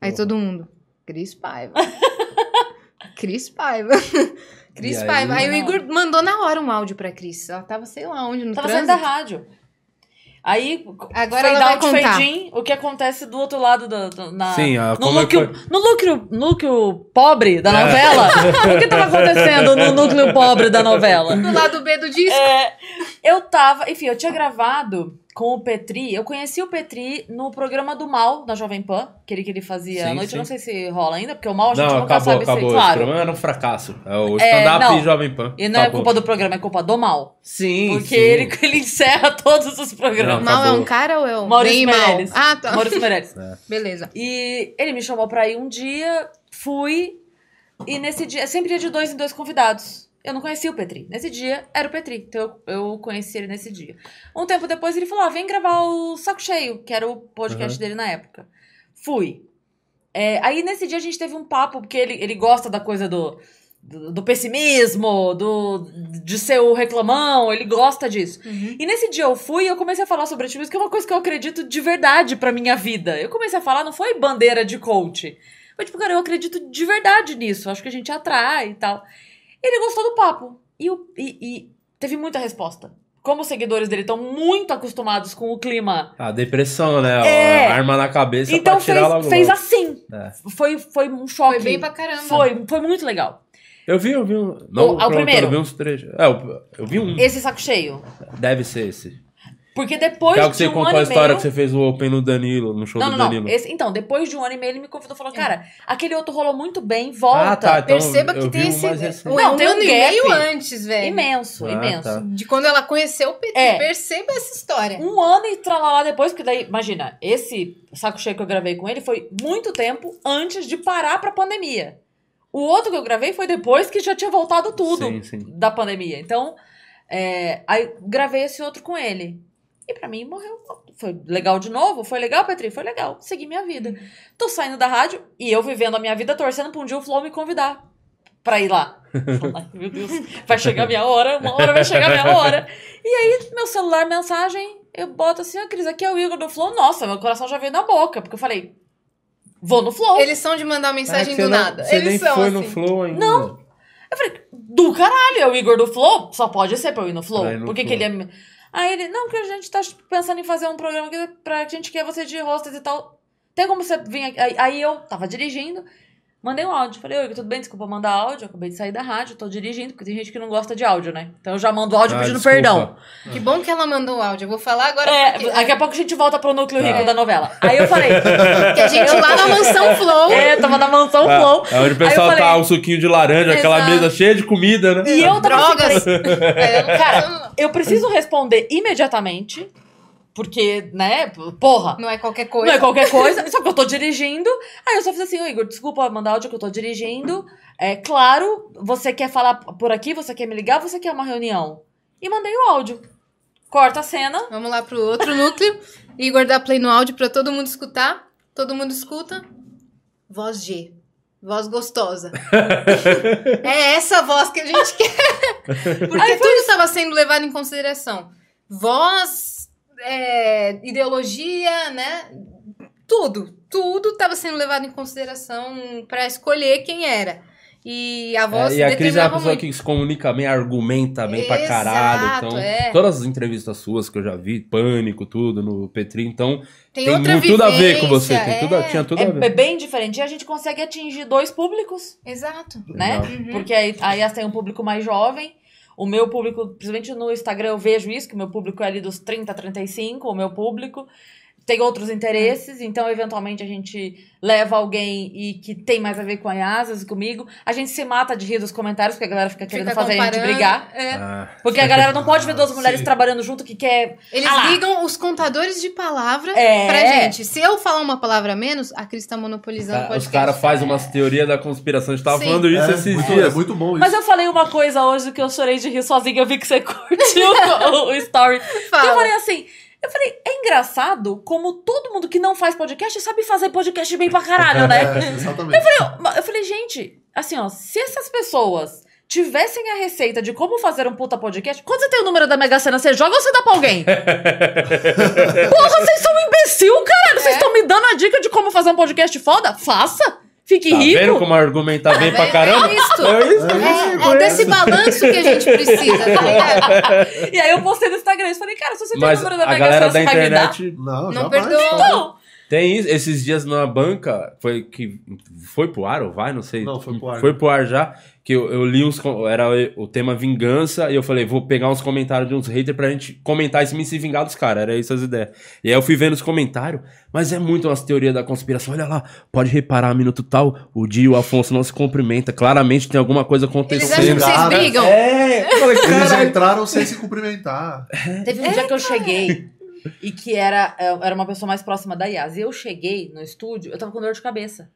Speaker 9: Aí todo mundo, Cris Paiva. Cris Paiva. [LAUGHS] Cris
Speaker 15: E aí?
Speaker 9: Paiva. Aí o
Speaker 10: Na
Speaker 9: Igor mandou na hora um áudio pra Cris. Ela tava, sei lá onde, no
Speaker 10: Tava saindo da
Speaker 9: trânsito.
Speaker 10: rádio. Aí,
Speaker 9: Agora ela vai
Speaker 10: out,
Speaker 9: contar.
Speaker 10: fade in, o que acontece do outro lado do, do- na,
Speaker 15: Sim, a,
Speaker 1: Ah,
Speaker 10: no
Speaker 15: como é que
Speaker 10: núcleo,
Speaker 15: foi?
Speaker 10: no núcleo, núcleo pobre da novela? o que tava acontecendo no núcleo pobre da novela?
Speaker 9: Do lado B do disco.
Speaker 10: É, eu tava, enfim, eu tinha gravado com o Petri. Eu conheci o Petri no programa do Mal, da Jovem Pan, que ele, que ele fazia à
Speaker 15: Sim,
Speaker 10: noite. Eu
Speaker 15: sim.
Speaker 10: não sei se rola ainda, porque o Mal a gente
Speaker 15: Não,
Speaker 10: nunca
Speaker 15: acabou,
Speaker 10: sabe
Speaker 15: acabou.
Speaker 10: se. é
Speaker 15: Esse
Speaker 10: Claro.
Speaker 15: programa era um fracasso. É o
Speaker 10: É,
Speaker 15: stand-up
Speaker 10: não.
Speaker 15: Jovem Pan.
Speaker 10: E não é
Speaker 15: Acabou.
Speaker 10: culpa do programa, é culpa do Mal.
Speaker 15: Sim, sim.
Speaker 10: porque ele, ele encerra todos os
Speaker 15: Não,
Speaker 10: programas.
Speaker 9: Mal é
Speaker 15: acabou.
Speaker 9: um cara ou é um
Speaker 10: Maurício
Speaker 9: bem mal?
Speaker 10: Meirelles.
Speaker 9: Ah, tá.
Speaker 10: Maurício Meirelles.
Speaker 9: Beleza.
Speaker 10: E ele me chamou pra ir um dia, fui. E nesse dia, é sempre ia de dois em dois convidados. Eu não conhecia o Petri. Nesse dia era o Petri, então eu, eu conheci ele nesse dia. Um tempo depois ele falou: ah, vem gravar o Saco Cheio, que era o podcast dele na época. Fui. É, aí nesse dia a gente teve um papo, porque ele, ele gosta da coisa do, do, do pessimismo, do, de ser o reclamão, ele gosta disso.
Speaker 9: Uhum.
Speaker 10: E nesse dia eu fui e eu comecei a falar sobre otimismo, que é uma coisa que eu acredito de verdade pra minha vida. Eu comecei a falar, não foi bandeira de coach. Foi tipo, cara, eu acredito de verdade nisso. Acho que a gente atrai e tal. Ele gostou do papo. E, o- e- e teve muita resposta. Como os seguidores dele estão muito acostumados com o clima.
Speaker 15: A depressão, né?
Speaker 10: É.
Speaker 15: A arma na cabeça
Speaker 10: então
Speaker 15: pra tirar
Speaker 10: fez,
Speaker 15: logo.
Speaker 10: fez
Speaker 15: logo.
Speaker 10: assim.
Speaker 15: É.
Speaker 10: Foi, foi um choque.
Speaker 9: Foi bem pra caramba.
Speaker 10: Foi, foi muito legal.
Speaker 15: Eu vi, eu vi um.
Speaker 10: O- ah, o
Speaker 15: pronto,
Speaker 10: primeiro.
Speaker 15: Eu vi uns trechos. É, eu, eu vi um.
Speaker 10: Esse saco cheio.
Speaker 15: Deve ser esse.
Speaker 10: Porque depois
Speaker 1: Que é o que
Speaker 10: de
Speaker 1: você
Speaker 10: um
Speaker 1: contou
Speaker 10: ano
Speaker 1: a
Speaker 10: e
Speaker 1: história
Speaker 10: meio-
Speaker 1: que você fez o Open no Danilo, no show
Speaker 10: Não,
Speaker 1: do
Speaker 10: não,
Speaker 1: Danilo.
Speaker 10: não. Esse- então, depois de um ano e meio, ele me convidou e falou: Cara, aquele outro rolou muito bem, volta.
Speaker 1: Ah, tá. Então,
Speaker 9: É. Perceba que
Speaker 1: eu
Speaker 9: tem
Speaker 1: vi um
Speaker 9: esse.
Speaker 1: mais recente.
Speaker 9: um
Speaker 10: Não, tem um
Speaker 9: ano e
Speaker 10: gap.
Speaker 9: meio antes, velho.
Speaker 10: Imenso,
Speaker 1: Ah,
Speaker 9: [LAUGHS]
Speaker 10: imenso.
Speaker 1: tá.
Speaker 9: De quando ela conheceu o PT.
Speaker 10: É.
Speaker 9: Perceba essa história.
Speaker 10: Um ano e tralalá depois, porque daí, imagina, esse saco cheio que eu gravei com ele foi muito tempo antes de parar pra pandemia. O outro que eu gravei foi depois que já tinha voltado tudo
Speaker 1: Sim, sim.
Speaker 10: da pandemia. Então, é, aí gravei esse outro com ele. E pra mim morreu. Foi legal de novo? Foi legal, Petri? Foi legal. Segui minha vida. Tô saindo da rádio e eu vivendo a minha vida, torcendo pra um dia o Flow me convidar pra ir lá. Falar, Meu Deus, vai chegar a minha hora, uma hora vai chegar a minha hora. E aí, meu celular, mensagem, eu boto assim, ó, Cris, aqui é o Igor do Flow. Nossa, meu coração já veio na boca, porque eu falei, vou no Flow.
Speaker 9: Eles são de mandar mensagem do nada.
Speaker 1: Ah, Você
Speaker 9: Eles
Speaker 1: nem
Speaker 9: são
Speaker 1: foi
Speaker 9: assim.
Speaker 1: no Flow ainda. Não.
Speaker 10: Eu falei, do caralho, é o Igor do Flow? Só pode ser pra eu ir no Flow.
Speaker 1: Pra ir no
Speaker 10: Por que que
Speaker 1: Flow.
Speaker 10: ele ia me... Aí ele, não, que a gente tá pensando em fazer um programa que, pra gente quer você de hostess e tal. Tem como você vir aqui? Aí, aí eu tava dirigindo, mandei um áudio. Falei, oi, Igor, tudo bem? Desculpa mandar áudio, acabei de sair da rádio, tô dirigindo, porque tem gente que não gosta de áudio, né? Então eu já mando áudio
Speaker 1: Ah,
Speaker 10: pedindo
Speaker 1: desculpa.
Speaker 10: perdão.
Speaker 9: Ah. Que bom que ela mandou o áudio. Eu vou falar agora.
Speaker 10: É,
Speaker 9: porque-
Speaker 10: daqui a pouco a gente volta pro núcleo
Speaker 1: Tá.
Speaker 10: rico da novela. Aí eu
Speaker 1: [LAUGHS]
Speaker 10: falei,
Speaker 9: Que a gente lá na mansão Flow.
Speaker 10: é, tava na mansão Flow.
Speaker 1: É onde o
Speaker 10: Aí eu
Speaker 1: pessoal
Speaker 10: falei-
Speaker 1: tá o suquinho de laranja, aquela
Speaker 10: Exato.
Speaker 1: mesa cheia de comida, né?
Speaker 10: E eu tava assim, falei,
Speaker 9: Drogas.
Speaker 1: [LAUGHS]
Speaker 9: É,
Speaker 1: tá.
Speaker 10: Cara, eu preciso responder imediatamente, porque, né, porra,
Speaker 9: não é qualquer
Speaker 10: não
Speaker 9: coisa.
Speaker 10: é qualquer coisa, só que eu tô dirigindo. Aí eu só fiz assim, ô Igor, desculpa mandar áudio que eu tô dirigindo. É claro, você quer falar por aqui, você quer me ligar, você quer uma reunião. E mandei o áudio. Corta a cena.
Speaker 9: Vamos lá pro outro
Speaker 10: [LAUGHS]
Speaker 9: núcleo. Igor dá play no áudio pra todo mundo escutar. Todo mundo escuta. Voz G. Voz
Speaker 1: [LAUGHS]
Speaker 9: gostosa. é essa voz que a gente quer.
Speaker 1: [LAUGHS]
Speaker 9: Porque tudo estava sendo levado em consideração. Voz, é, ideologia, né? Tudo. Tudo estava sendo levado em consideração pra escolher quem era. E a voz
Speaker 1: É, e a Cris é uma
Speaker 9: determinava
Speaker 1: pessoa
Speaker 9: muito.
Speaker 1: que se comunica bem, argumenta bem pra
Speaker 9: Exato,
Speaker 1: caralho. Então,
Speaker 9: é.
Speaker 1: todas as entrevistas suas que eu já vi, pânico, tudo, no Petri, então
Speaker 9: Tem,
Speaker 1: tem,
Speaker 9: outra
Speaker 1: muito tudo a ver com você.
Speaker 9: vivência,
Speaker 1: Tem tudo, a-
Speaker 9: é.
Speaker 1: tinha tudo
Speaker 10: É,
Speaker 1: a
Speaker 10: é
Speaker 1: ver.
Speaker 10: bem diferente. E a gente consegue atingir dois públicos.
Speaker 9: Exato. Uhum.
Speaker 10: né?
Speaker 1: Legal.
Speaker 10: Porque aí, aí elas têm um público mais jovem. O meu público, principalmente no Instagram, eu vejo isso, que o meu público é ali dos 30 a 35, o meu público. Tem outros interesses, então eventualmente a gente leva alguém e que tem mais a ver com a Yasas e comigo. A gente se mata de rir dos comentários, porque a galera fica querendo
Speaker 9: Fica
Speaker 10: fazer a gente
Speaker 9: comparando,
Speaker 10: brigar.
Speaker 9: é.
Speaker 1: Ah,
Speaker 10: Porque a galera não pode ver duas mulheres trabalhando junto que quer.
Speaker 9: Eles
Speaker 10: Ah lá.
Speaker 9: ligam os contadores de palavra
Speaker 10: É.
Speaker 9: pra gente. Se eu falar uma palavra a menos, a Cris tá monopolizando o
Speaker 1: Ah,
Speaker 10: Ah,
Speaker 1: os
Speaker 9: podcast. é.
Speaker 1: caras fazem umas teorias da conspiração. A gente tava
Speaker 9: Sim.
Speaker 1: falando isso esses
Speaker 8: muito, é
Speaker 1: dias.
Speaker 8: muito bom isso.
Speaker 10: Mas eu falei uma coisa hoje que eu chorei de rir sozinha, eu vi que você curtiu [LAUGHS] o- o story. E eu
Speaker 9: Fala.
Speaker 10: falei assim, eu falei, é engraçado como todo mundo que não faz podcast sabe fazer podcast bem pra caralho, né?
Speaker 8: É, exatamente.
Speaker 10: Mas eu falei, gente, assim, ó, se essas pessoas tivessem a receita de como fazer um puta podcast, quando você tem o número da Mega Sena, você joga ou você dá pra alguém? Porra, vocês são um imbecil, caralho! Vocês estão me dando a dica de como fazer um podcast foda? Faça! Fique
Speaker 1: Tá
Speaker 10: rico!
Speaker 1: vendo como argumenta tá bem pra
Speaker 9: É,
Speaker 1: caramba?
Speaker 9: É isso.
Speaker 1: É isso.
Speaker 9: É, é desse balanço que a gente precisa, tá ligado?
Speaker 10: [LAUGHS] E aí eu postei no Instagram e falei, cara, se você tem
Speaker 1: Mas
Speaker 10: o número da
Speaker 1: a
Speaker 10: Mega
Speaker 1: galera
Speaker 10: Sena,
Speaker 1: da
Speaker 10: você vai me dar?
Speaker 1: internet
Speaker 8: Não,
Speaker 9: Não
Speaker 8: jamais.
Speaker 9: perdoa.
Speaker 10: Não!
Speaker 1: Tem isso, esses dias na banca, foi que foi pro ar ou vai, não sei.
Speaker 8: Não, foi pro ar.
Speaker 1: Foi pro ar já, que eu, eu li uns, co- era o tema vingança, e eu falei, vou pegar uns comentários de uns haters pra gente comentar isso e se vingar dos caras, era isso as ideias. E aí eu fui vendo os comentários, mas é muito umas teorias da conspiração, olha lá, pode reparar, minuto tal, o Di e o Afonso não se cumprimenta, claramente tem alguma coisa
Speaker 9: Eles acham que
Speaker 1: acontecendo.
Speaker 9: vocês
Speaker 8: Cara,
Speaker 9: brigam.
Speaker 1: É, eu falei,
Speaker 8: Eles
Speaker 1: caralho.
Speaker 8: entraram sem se cumprimentar.
Speaker 10: Teve um
Speaker 9: É,
Speaker 10: dia que eu cheguei e que era, eu era uma pessoa mais próxima da Yas. E eu cheguei no estúdio, eu tava com dor de cabeça.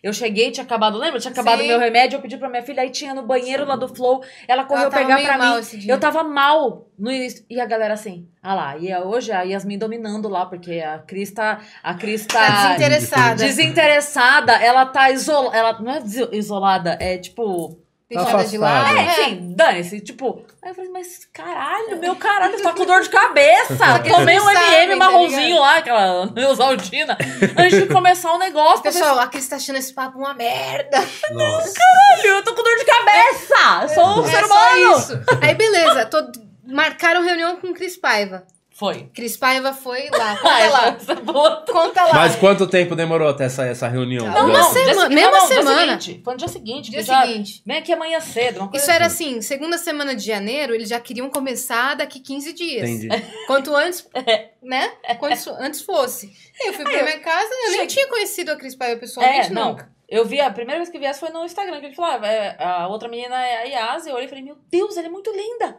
Speaker 10: Eu cheguei, tinha acabado, lembra? Tinha acabado o
Speaker 9: Sim.
Speaker 10: meu remédio, eu pedi pra minha filha, aí tinha no banheiro lá do Flow, ela correu
Speaker 9: Ela tava
Speaker 10: pegar
Speaker 9: meio
Speaker 10: pra
Speaker 9: mal
Speaker 10: mim.
Speaker 9: esse dia.
Speaker 10: Eu tava mal no início. E a galera assim, ah lá, e é hoje a Yasmin dominando lá, porque a Cris tá. A Cris
Speaker 9: Tá
Speaker 10: tá.
Speaker 9: desinteressada.
Speaker 10: Desinteressada, ela tá isolada. Ela não é desi- isolada, é tipo.
Speaker 9: Deixada de lado.
Speaker 10: É, enfim, dane-se. Tipo, aí eu falei, mas caralho, meu caralho, eu tô com dor de cabeça.
Speaker 9: [LAUGHS] Porque
Speaker 10: Tomei
Speaker 9: eles
Speaker 10: um
Speaker 9: não sabem,
Speaker 10: MM
Speaker 9: tá
Speaker 10: marronzinho
Speaker 9: ligado?
Speaker 10: lá, aquela [LAUGHS] Neusaldina, antes de começar o negócio. Eu falei,
Speaker 9: Pessoal, a Cris tá achando esse papo uma merda.
Speaker 8: Nossa.
Speaker 10: caralho, eu tô com dor de cabeça. Sou um
Speaker 9: É
Speaker 10: ser
Speaker 9: só
Speaker 10: humano.
Speaker 9: isso. Aí, beleza. Tô... Marcaram reunião com o Cris Paiva.
Speaker 10: Foi.
Speaker 9: Cris Paiva foi lá.
Speaker 10: [LAUGHS] Ah,
Speaker 9: Conta lá.
Speaker 10: essa boa.
Speaker 9: Conta lá.
Speaker 15: Mas quanto tempo demorou até essa, essa reunião?
Speaker 9: Não, Uma
Speaker 10: dia
Speaker 9: semana-
Speaker 10: seguinte-
Speaker 9: mesma
Speaker 10: dia
Speaker 9: semana.
Speaker 10: seguinte. Foi no dia seguinte.
Speaker 9: Dia
Speaker 10: que já-
Speaker 9: seguinte.
Speaker 10: Vem aqui amanhã cedo, uma coisa
Speaker 9: Isso era assim, segunda semana de janeiro, eles já queriam começar daqui 15 dias. É.
Speaker 15: Entendi.
Speaker 9: Quanto
Speaker 10: [LAUGHS]
Speaker 9: antes,
Speaker 10: É.
Speaker 9: né? Quanto antes fosse. Eu fui pra minha casa, eu nem tinha É conhecido a Cris Paiva pessoalmente
Speaker 10: É, não.
Speaker 9: nunca.
Speaker 10: Eu vi, a primeira vez que vi essa foi no Instagram, que ele falava, é, a outra menina é a Yas, eu olhei e falei, meu Deus, ela é muito linda.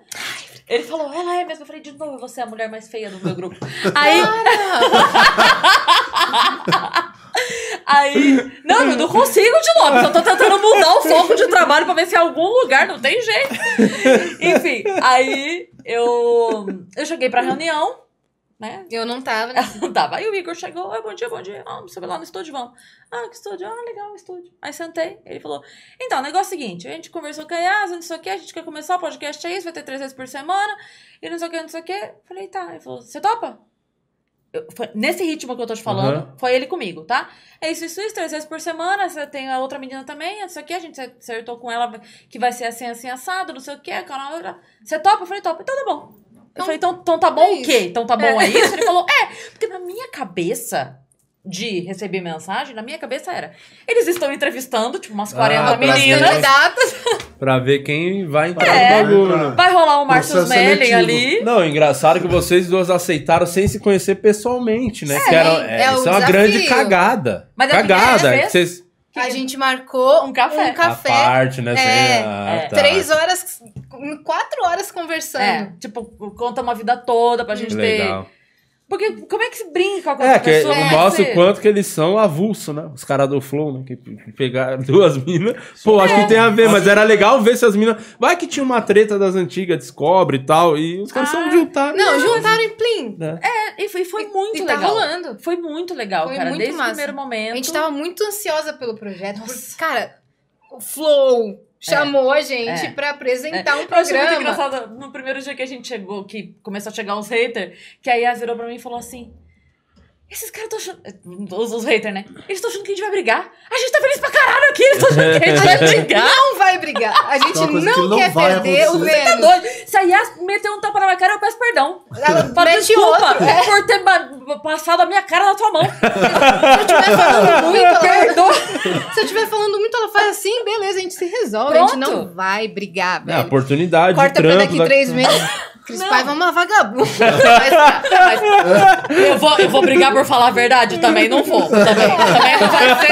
Speaker 10: Ele falou, ela é mesmo. Eu falei, de novo, você é a mulher mais feia do meu grupo. aí, aí, não, eu não consigo de novo, eu tô tentando mudar o foco de trabalho pra ver se em algum lugar, não tem jeito. Enfim, aí eu, eu cheguei pra reunião, né,
Speaker 9: Eu não tava, né?
Speaker 10: [LAUGHS] tava. Aí o Igor chegou, "Oi, bom dia, bom dia. Ah, você vai lá no estúdio, vamos. Ah, que estúdio? Ah, legal, estúdio. Aí sentei, ele falou, então, o negócio é o seguinte, a gente conversou com a Yasa, não sei o que, a gente quer começar o podcast, é isso, vai ter três vezes por semana, e não sei o que, não sei o que. Falei, tá. Ele falou, você topa? Eu- foi- nesse ritmo que eu tô te falando,
Speaker 15: Aham.
Speaker 10: foi ele comigo, tá? É isso, isso, isso, três vezes por semana, você tem a outra menina também, não sei o que, a gente acertou com ela que vai ser assim, assim, assado, não sei o que, você topa? Eu falei, topa, então tá bom. Eu falei, então, então tá bom
Speaker 9: é
Speaker 10: o quê?
Speaker 9: isso.
Speaker 10: Então tá bom, é isso? Ele falou, é, porque na minha cabeça de receber mensagem, na minha cabeça era, eles estão entrevistando, tipo, umas 40
Speaker 15: Ah,
Speaker 9: As
Speaker 10: meninas,
Speaker 9: candidatas.
Speaker 15: Pra ver quem [LAUGHS] vai entrar
Speaker 10: É.
Speaker 15: no bagulho. né?
Speaker 10: vai rolar o Márcio
Speaker 8: Processo
Speaker 10: Smelling
Speaker 8: seletivo.
Speaker 10: ali.
Speaker 15: Não, engraçado é que vocês duas aceitaram sem se conhecer pessoalmente, né?
Speaker 9: Sim,
Speaker 15: que era, é,
Speaker 9: é o
Speaker 15: isso é uma
Speaker 9: desafio.
Speaker 15: grande cagada.
Speaker 10: Mas é porque
Speaker 15: cagada.
Speaker 10: às
Speaker 15: é que vocês.
Speaker 9: A gente marcou
Speaker 10: Um café.
Speaker 9: Um
Speaker 15: A
Speaker 9: café.
Speaker 15: parte, né?
Speaker 9: É,
Speaker 15: sem a-
Speaker 10: é.
Speaker 15: tá.
Speaker 9: Três horas, quatro horas conversando.
Speaker 10: É, tipo, conta uma vida toda pra gente ter.
Speaker 15: Legal.
Speaker 10: Porque como é que se brinca com
Speaker 15: É,
Speaker 10: outra
Speaker 15: que
Speaker 10: pessoa? Como é que
Speaker 15: mostra
Speaker 10: você-
Speaker 15: o quanto que eles são avulso, né? Os caras do Flow, né? Que p- pegaram [LAUGHS] duas minas. Pô,
Speaker 9: É.
Speaker 15: acho que tem a ver, mas era legal ver se as minas. Vai que tinha uma treta das antigas, descobre e tal. E os caras
Speaker 10: Ah,
Speaker 15: são juntados.
Speaker 9: Não, juntaram em Plim.
Speaker 10: É, E foi, foi muito
Speaker 9: e tá
Speaker 10: legal.
Speaker 9: rolando.
Speaker 10: Foi muito legal,
Speaker 9: Foi
Speaker 10: cara.
Speaker 9: muito
Speaker 10: Desde
Speaker 9: massa.
Speaker 10: o primeiro momento.
Speaker 9: A gente tava muito ansiosa pelo projeto. Porque, cara, o Flow chamou a gente
Speaker 10: É.
Speaker 9: pra apresentar um
Speaker 10: Eu achei muito
Speaker 9: programa.
Speaker 10: engraçado. No primeiro dia que a gente chegou, que começou a chegar os haters, que a Yas virou pra mim e falou assim. Esses caras estão achando. Os, os haters, né? Eles estão achando que a gente vai brigar. A gente tá feliz pra caralho aqui. Eles estão achando
Speaker 9: [LAUGHS]
Speaker 10: que a gente vai brigar.
Speaker 9: Não vai brigar. A gente
Speaker 8: é uma coisa que
Speaker 9: não,
Speaker 8: não
Speaker 9: quer
Speaker 8: vai
Speaker 9: perder o
Speaker 10: Tá
Speaker 8: acontecer.
Speaker 9: Vênus.
Speaker 10: doido. Se a Yas meteu um tapa na minha cara, eu peço perdão.
Speaker 9: Ela
Speaker 10: Fala,
Speaker 9: mete
Speaker 10: desculpa
Speaker 9: outro. É.
Speaker 10: por ter ba- passado a minha cara na
Speaker 9: [LAUGHS]
Speaker 10: tua mão.
Speaker 9: Se eu estiver falando muito, ela...
Speaker 10: Perdoa.
Speaker 9: se eu estiver falando muito, ela faz assim, beleza, a gente se resolve. A gente
Speaker 10: Pronto.
Speaker 9: não vai brigar,
Speaker 15: É,
Speaker 9: velho.
Speaker 15: oportunidade,
Speaker 9: Ah, Corta pra
Speaker 15: trampo. né?
Speaker 9: daqui
Speaker 15: da- [LAUGHS]
Speaker 9: três meses. Cris
Speaker 10: Não.
Speaker 9: Paiva é uma vagabunda. Mas,
Speaker 10: Eu vou, eu vou brigar por falar a verdade? Também não vou. Também, também não vai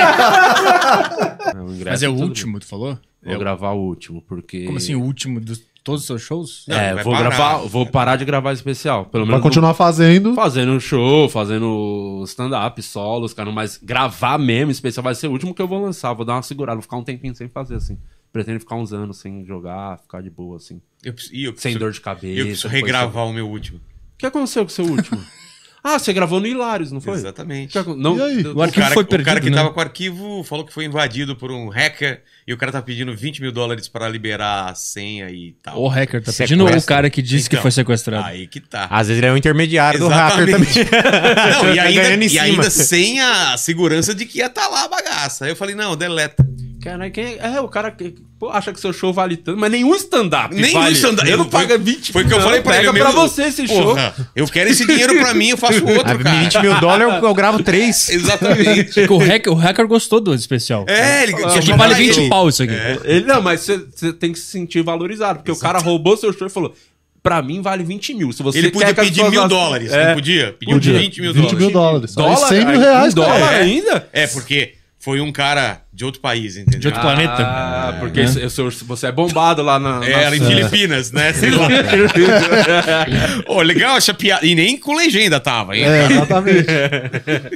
Speaker 10: ser.
Speaker 1: É o ingresso
Speaker 16: Mas é o
Speaker 1: tudo.
Speaker 16: último, tu falou?
Speaker 1: Vou
Speaker 16: É o-
Speaker 1: gravar o último, porque.
Speaker 16: Como assim, o último de todos os seus shows?
Speaker 1: é,
Speaker 16: Não, vai
Speaker 1: vou
Speaker 16: parar.
Speaker 1: gravar, vou parar de gravar especial. Pelo
Speaker 8: Vai
Speaker 1: menos um-
Speaker 8: continuar fazendo.
Speaker 1: fazendo show, fazendo stand-up, solos, cara, mas gravar mesmo especial vai ser o último que eu vou lançar. Vou dar uma segurada, vou ficar um tempinho sem fazer, assim. Pretendo ficar uns anos sem jogar, ficar de boa, assim.
Speaker 16: Eu preciso, e eu
Speaker 1: Sem
Speaker 16: preciso-
Speaker 1: dor de cabeça.
Speaker 16: Eu preciso
Speaker 1: coisa-
Speaker 16: regravar o meu último.
Speaker 1: O que aconteceu com o seu
Speaker 16: [LAUGHS]
Speaker 1: último? ah, você gravou no Hilários, não foi? O
Speaker 16: Exatamente.
Speaker 1: que acon- Não,
Speaker 8: E aí?
Speaker 1: eu-
Speaker 16: O,
Speaker 1: eu-
Speaker 16: arquivo cara, foi o cara perdido, que né? tava com o arquivo falou que foi invadido por um hacker e o cara tá pedindo 20 mil dólares pra liberar a senha e tal.
Speaker 1: O hacker
Speaker 16: tá
Speaker 2: pedindo ou o
Speaker 16: cara
Speaker 2: que
Speaker 16: disse que foi
Speaker 2: sequestrado?
Speaker 16: Então, Aí que tá.
Speaker 2: Às vezes ele é um intermediário do hacker
Speaker 16: [LAUGHS]
Speaker 2: também. Não, e
Speaker 16: Tá
Speaker 2: ainda,
Speaker 16: ganhando em
Speaker 2: e
Speaker 16: cima.
Speaker 2: ainda sem a segurança de que ia tá lá a bagaça. Aí eu falei, não, deleta.
Speaker 1: Cara, quem... É, o cara que... Pô, acha que seu show vale tanto, mas nenhum stand-up
Speaker 16: Nem
Speaker 1: vale.
Speaker 16: o stand-up.
Speaker 1: Eu não
Speaker 16: foi-
Speaker 1: pago 20
Speaker 16: Foi o que eu
Speaker 1: não,
Speaker 16: falei pra
Speaker 1: pega
Speaker 16: ele.
Speaker 1: pra
Speaker 16: meu-
Speaker 1: você esse show.
Speaker 16: Porra, Eu quero esse dinheiro pra mim, eu
Speaker 8: [LAUGHS]
Speaker 16: faço outro, cara.
Speaker 2: mil
Speaker 8: é um
Speaker 2: dólares,
Speaker 13: [LAUGHS]
Speaker 2: eu gravo três.
Speaker 16: [LAUGHS] Exatamente.
Speaker 13: O hacker, o hacker gostou do especial.
Speaker 16: É, ele
Speaker 1: Ah,
Speaker 16: tinha
Speaker 1: que
Speaker 16: que
Speaker 13: Vale
Speaker 16: pagar
Speaker 13: 20
Speaker 16: ele.
Speaker 13: pau isso aqui.
Speaker 16: É,
Speaker 1: É. Ele, não, mas você- você tem que se sentir valorizado, porque o cara roubou seu show e falou: pra mim vale 20 mil. Se você
Speaker 16: Ele
Speaker 1: quer
Speaker 16: podia
Speaker 1: que as
Speaker 16: pedir
Speaker 1: pessoas
Speaker 16: mil
Speaker 1: ac-
Speaker 16: dólares,
Speaker 1: É,
Speaker 16: não podia? Pediu
Speaker 8: Podia.
Speaker 16: 20 mil
Speaker 8: 20
Speaker 16: dólares.
Speaker 8: mil dólares.
Speaker 1: dólar,
Speaker 8: Aí 100 mil
Speaker 1: aí,
Speaker 8: reais,
Speaker 1: um dólar
Speaker 8: cara.
Speaker 1: ainda?
Speaker 16: É, porque foi um cara de outro país, entendeu?
Speaker 13: De outro planeta.
Speaker 1: Ah, porque isso- eu sou- você é bombado lá na.
Speaker 16: É, era em Filipinas, né? Sei lá. Ô, legal essa piada. E nem com legenda tava, hein? É.
Speaker 8: É, exatamente.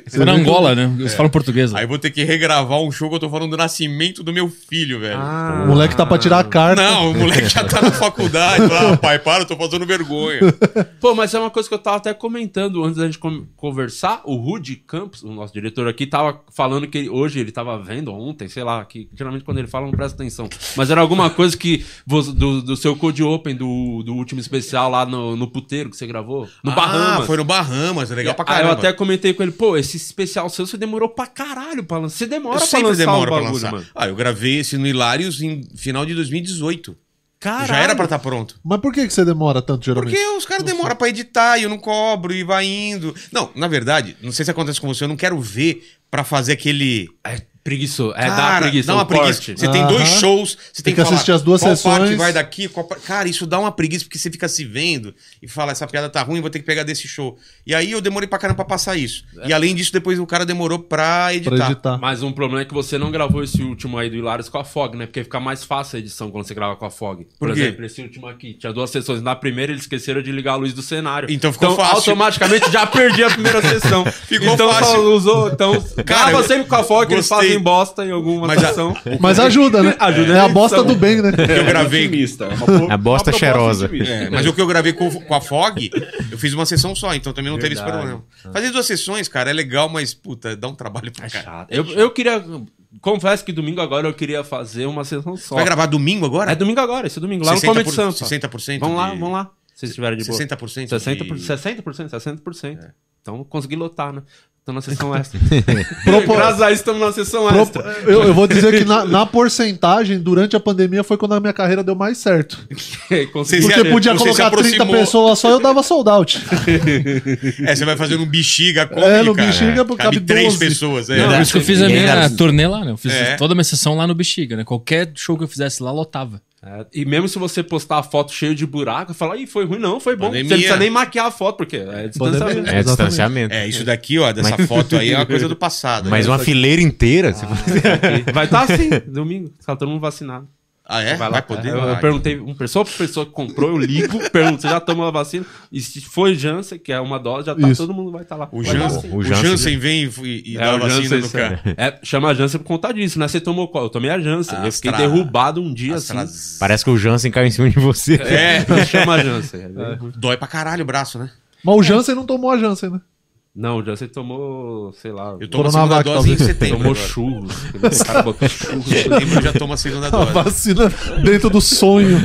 Speaker 13: Foi na Angola, né? Eles falam português. lá.
Speaker 16: Aí eu vou ter que regravar um show que eu tô falando do nascimento do meu filho, velho.
Speaker 8: O moleque tá pra tirar a carta.
Speaker 16: Não, o moleque já
Speaker 8: [LAUGHS]
Speaker 16: tá na faculdade. Fala, ah, pai, para, eu tô fazendo vergonha.
Speaker 1: [LAUGHS] Pô, mas é uma coisa que eu tava até comentando antes da gente com- conversar. O Rudy Campos, o nosso diretor aqui, tava falando que hoje ele tava vendo, ontem, sei lá, que geralmente quando ele fala não presta atenção. Mas era alguma coisa que vo- do, do seu Code Open, do, do último especial lá no, no puteiro que você gravou? No
Speaker 16: ah,
Speaker 1: Bahamas.
Speaker 16: foi no Bahamas, é legal pra
Speaker 1: Aí
Speaker 16: caramba.
Speaker 1: eu até comentei com ele, pô, esse especial seu você demorou pra caralho pra lançar. Você demora
Speaker 16: Eu
Speaker 1: pra
Speaker 16: sempre
Speaker 1: lançar
Speaker 16: demoro
Speaker 1: o bagulho,
Speaker 16: pra lançar.
Speaker 1: mano.
Speaker 16: Ah, eu gravei esse no Hilários em final de 2018. Caralho. Já era pra estar pronto.
Speaker 8: Mas por que, que você demora tanto, geralmente?
Speaker 16: Porque os caras demoram pra editar e eu não cobro e vai indo. Não, na verdade, não sei se acontece com você, eu não quero ver pra fazer aquele.
Speaker 1: É preguiçoso. É, dá uma preguiça.
Speaker 16: Dá uma
Speaker 1: o
Speaker 16: preguiça.
Speaker 1: corte.
Speaker 16: Você tem dois
Speaker 8: Aham.
Speaker 16: shows, você tem
Speaker 8: Tem que
Speaker 16: falar
Speaker 8: assistir as duas
Speaker 16: qual parte
Speaker 8: sessões.
Speaker 16: vai daqui, qual par- Cara, isso dá uma preguiça porque você fica se vendo e fala, essa piada tá ruim, vou ter que pegar desse show. E aí eu demorei pra caramba pra passar isso.
Speaker 1: É.
Speaker 16: E além disso, depois o cara demorou pra editar.
Speaker 1: Mas um problema é que você não gravou esse último aí do Hilários com a Fog, né? Porque fica mais fácil a edição quando você grava com a Fog. Por,
Speaker 16: quê?
Speaker 1: exemplo, esse último aqui. Tinha duas sessões. Na primeira, eles esqueceram de ligar a luz do cenário.
Speaker 16: Então ficou
Speaker 1: então,
Speaker 16: fácil. [LAUGHS]
Speaker 1: automaticamente já perdi a primeira sessão.
Speaker 16: Ficou
Speaker 1: então,
Speaker 16: fácil.
Speaker 1: só usou. Então, grava
Speaker 16: eu
Speaker 1: sempre com a Fog, eles
Speaker 16: gostei.
Speaker 1: fazem bosta em alguma
Speaker 16: Mas a-
Speaker 1: sessão.
Speaker 8: Mas ajuda, né?
Speaker 1: [LAUGHS] Ajuda
Speaker 8: é
Speaker 1: na
Speaker 8: a bosta
Speaker 1: edição. É,
Speaker 8: do bem, né?
Speaker 16: Eu gravei.
Speaker 2: A bosta cheirosa.
Speaker 16: É, mas o que eu gravei com, com a Fog, eu fiz uma sessão só, então também não teve esse
Speaker 1: Verdade.
Speaker 16: problema. Fazer duas sessões, cara, é legal, mas, puta, dá um trabalho
Speaker 1: É
Speaker 16: pra cara.
Speaker 1: Eu, eu queria. Confesso que domingo agora eu queria fazer uma sessão só.
Speaker 16: Vai gravar domingo agora?
Speaker 1: É domingo agora, esse domingo, lá no
Speaker 16: 60%,
Speaker 1: Comedy Sampa.
Speaker 16: 60%
Speaker 1: Vamos lá,
Speaker 16: de-
Speaker 1: vamos lá. Se vocês estiverem de boa.
Speaker 16: 60% de-
Speaker 1: 60%, 60%, 60%.
Speaker 16: É.
Speaker 1: Então consegui lotar, né? Estamos na
Speaker 16: [LAUGHS]
Speaker 1: sessão extra.
Speaker 8: Propo-
Speaker 1: [LAUGHS] Graças a isso, estamos na sessão
Speaker 8: Propo-
Speaker 1: extra.
Speaker 8: Eu, eu vou dizer
Speaker 1: [LAUGHS]
Speaker 8: que na, na porcentagem, durante a pandemia, foi quando a minha carreira deu mais certo.
Speaker 1: Consegui-
Speaker 8: Porque podia
Speaker 16: você Então se
Speaker 8: colocar 30
Speaker 16: aproximou.
Speaker 8: pessoas só, eu dava sold
Speaker 16: [LAUGHS]
Speaker 8: out.
Speaker 16: É, você vai fazer um bexiga com
Speaker 8: É, no Bexiga,
Speaker 16: cabe,
Speaker 8: cabe
Speaker 16: três
Speaker 8: 12.
Speaker 16: pessoas. É.
Speaker 13: Por isso que eu fiz a
Speaker 2: E
Speaker 13: minha
Speaker 2: ainda-
Speaker 13: turnê lá, né? Eu fiz
Speaker 16: É.
Speaker 13: toda a minha sessão lá no Bexiga, né? Qualquer show que eu fizesse lá, lotava.
Speaker 1: É, e mesmo se você postar a foto cheia de buraco, fala, ih, foi ruim, não, foi bom.
Speaker 16: Pandemia.
Speaker 1: Você não precisa nem maquiar a foto, porque é distanciamento.
Speaker 2: É distanciamento.
Speaker 16: É, isso daqui, ó, dessa
Speaker 2: Mas-
Speaker 16: foto aí é uma coisa do passado.
Speaker 2: Mas
Speaker 16: né?
Speaker 2: uma fileira inteira. você
Speaker 1: Vai estar assim, domingo, tá todo mundo vacinado.
Speaker 16: Ah, é?
Speaker 1: Vai lá.
Speaker 16: Vai poder?
Speaker 1: Eu, eu
Speaker 16: Ah,
Speaker 1: perguntei uma pessoa por pessoa que comprou, eu ligo, [LAUGHS] pergunto, você já tomou a vacina? E se foi Janssen, que é uma dose, já tá,
Speaker 8: Isso.
Speaker 1: todo mundo vai estar lá.
Speaker 16: O
Speaker 1: Vai dar
Speaker 16: Janssen,
Speaker 1: vacina.
Speaker 16: o
Speaker 2: Janssen.
Speaker 16: Janssen vem e, e
Speaker 1: É,
Speaker 16: dá a
Speaker 1: o
Speaker 16: vacina
Speaker 1: Janssen,
Speaker 16: no
Speaker 1: isso
Speaker 16: cara.
Speaker 1: é. É, chama a Janssen por conta disso, né? Você tomou qual? Eu tomei a Janssen. eu fiquei
Speaker 16: Astra-
Speaker 1: derrubado um dia
Speaker 16: Astra-
Speaker 1: assim.
Speaker 2: [LAUGHS] Parece que o Jansen caiu em cima de você. [LAUGHS]
Speaker 16: É,
Speaker 1: [LAUGHS] Chama a Janssen.
Speaker 16: [LAUGHS] dói pra caralho o braço, né?
Speaker 8: Mas o Jansen não tomou a Jansen, né?
Speaker 1: Não, o Janssen tomou, sei lá.
Speaker 16: Eu tomo a
Speaker 8: Coronavac,
Speaker 16: segunda dose em
Speaker 8: talvez.
Speaker 16: setembro.
Speaker 1: tomou
Speaker 16: agora.
Speaker 1: churros. O cara
Speaker 16: [LAUGHS]
Speaker 1: botou churros.
Speaker 16: Setembro eu já tomo a segunda
Speaker 8: A
Speaker 16: dose.
Speaker 8: vacina dentro do
Speaker 16: [LAUGHS]
Speaker 8: sonho.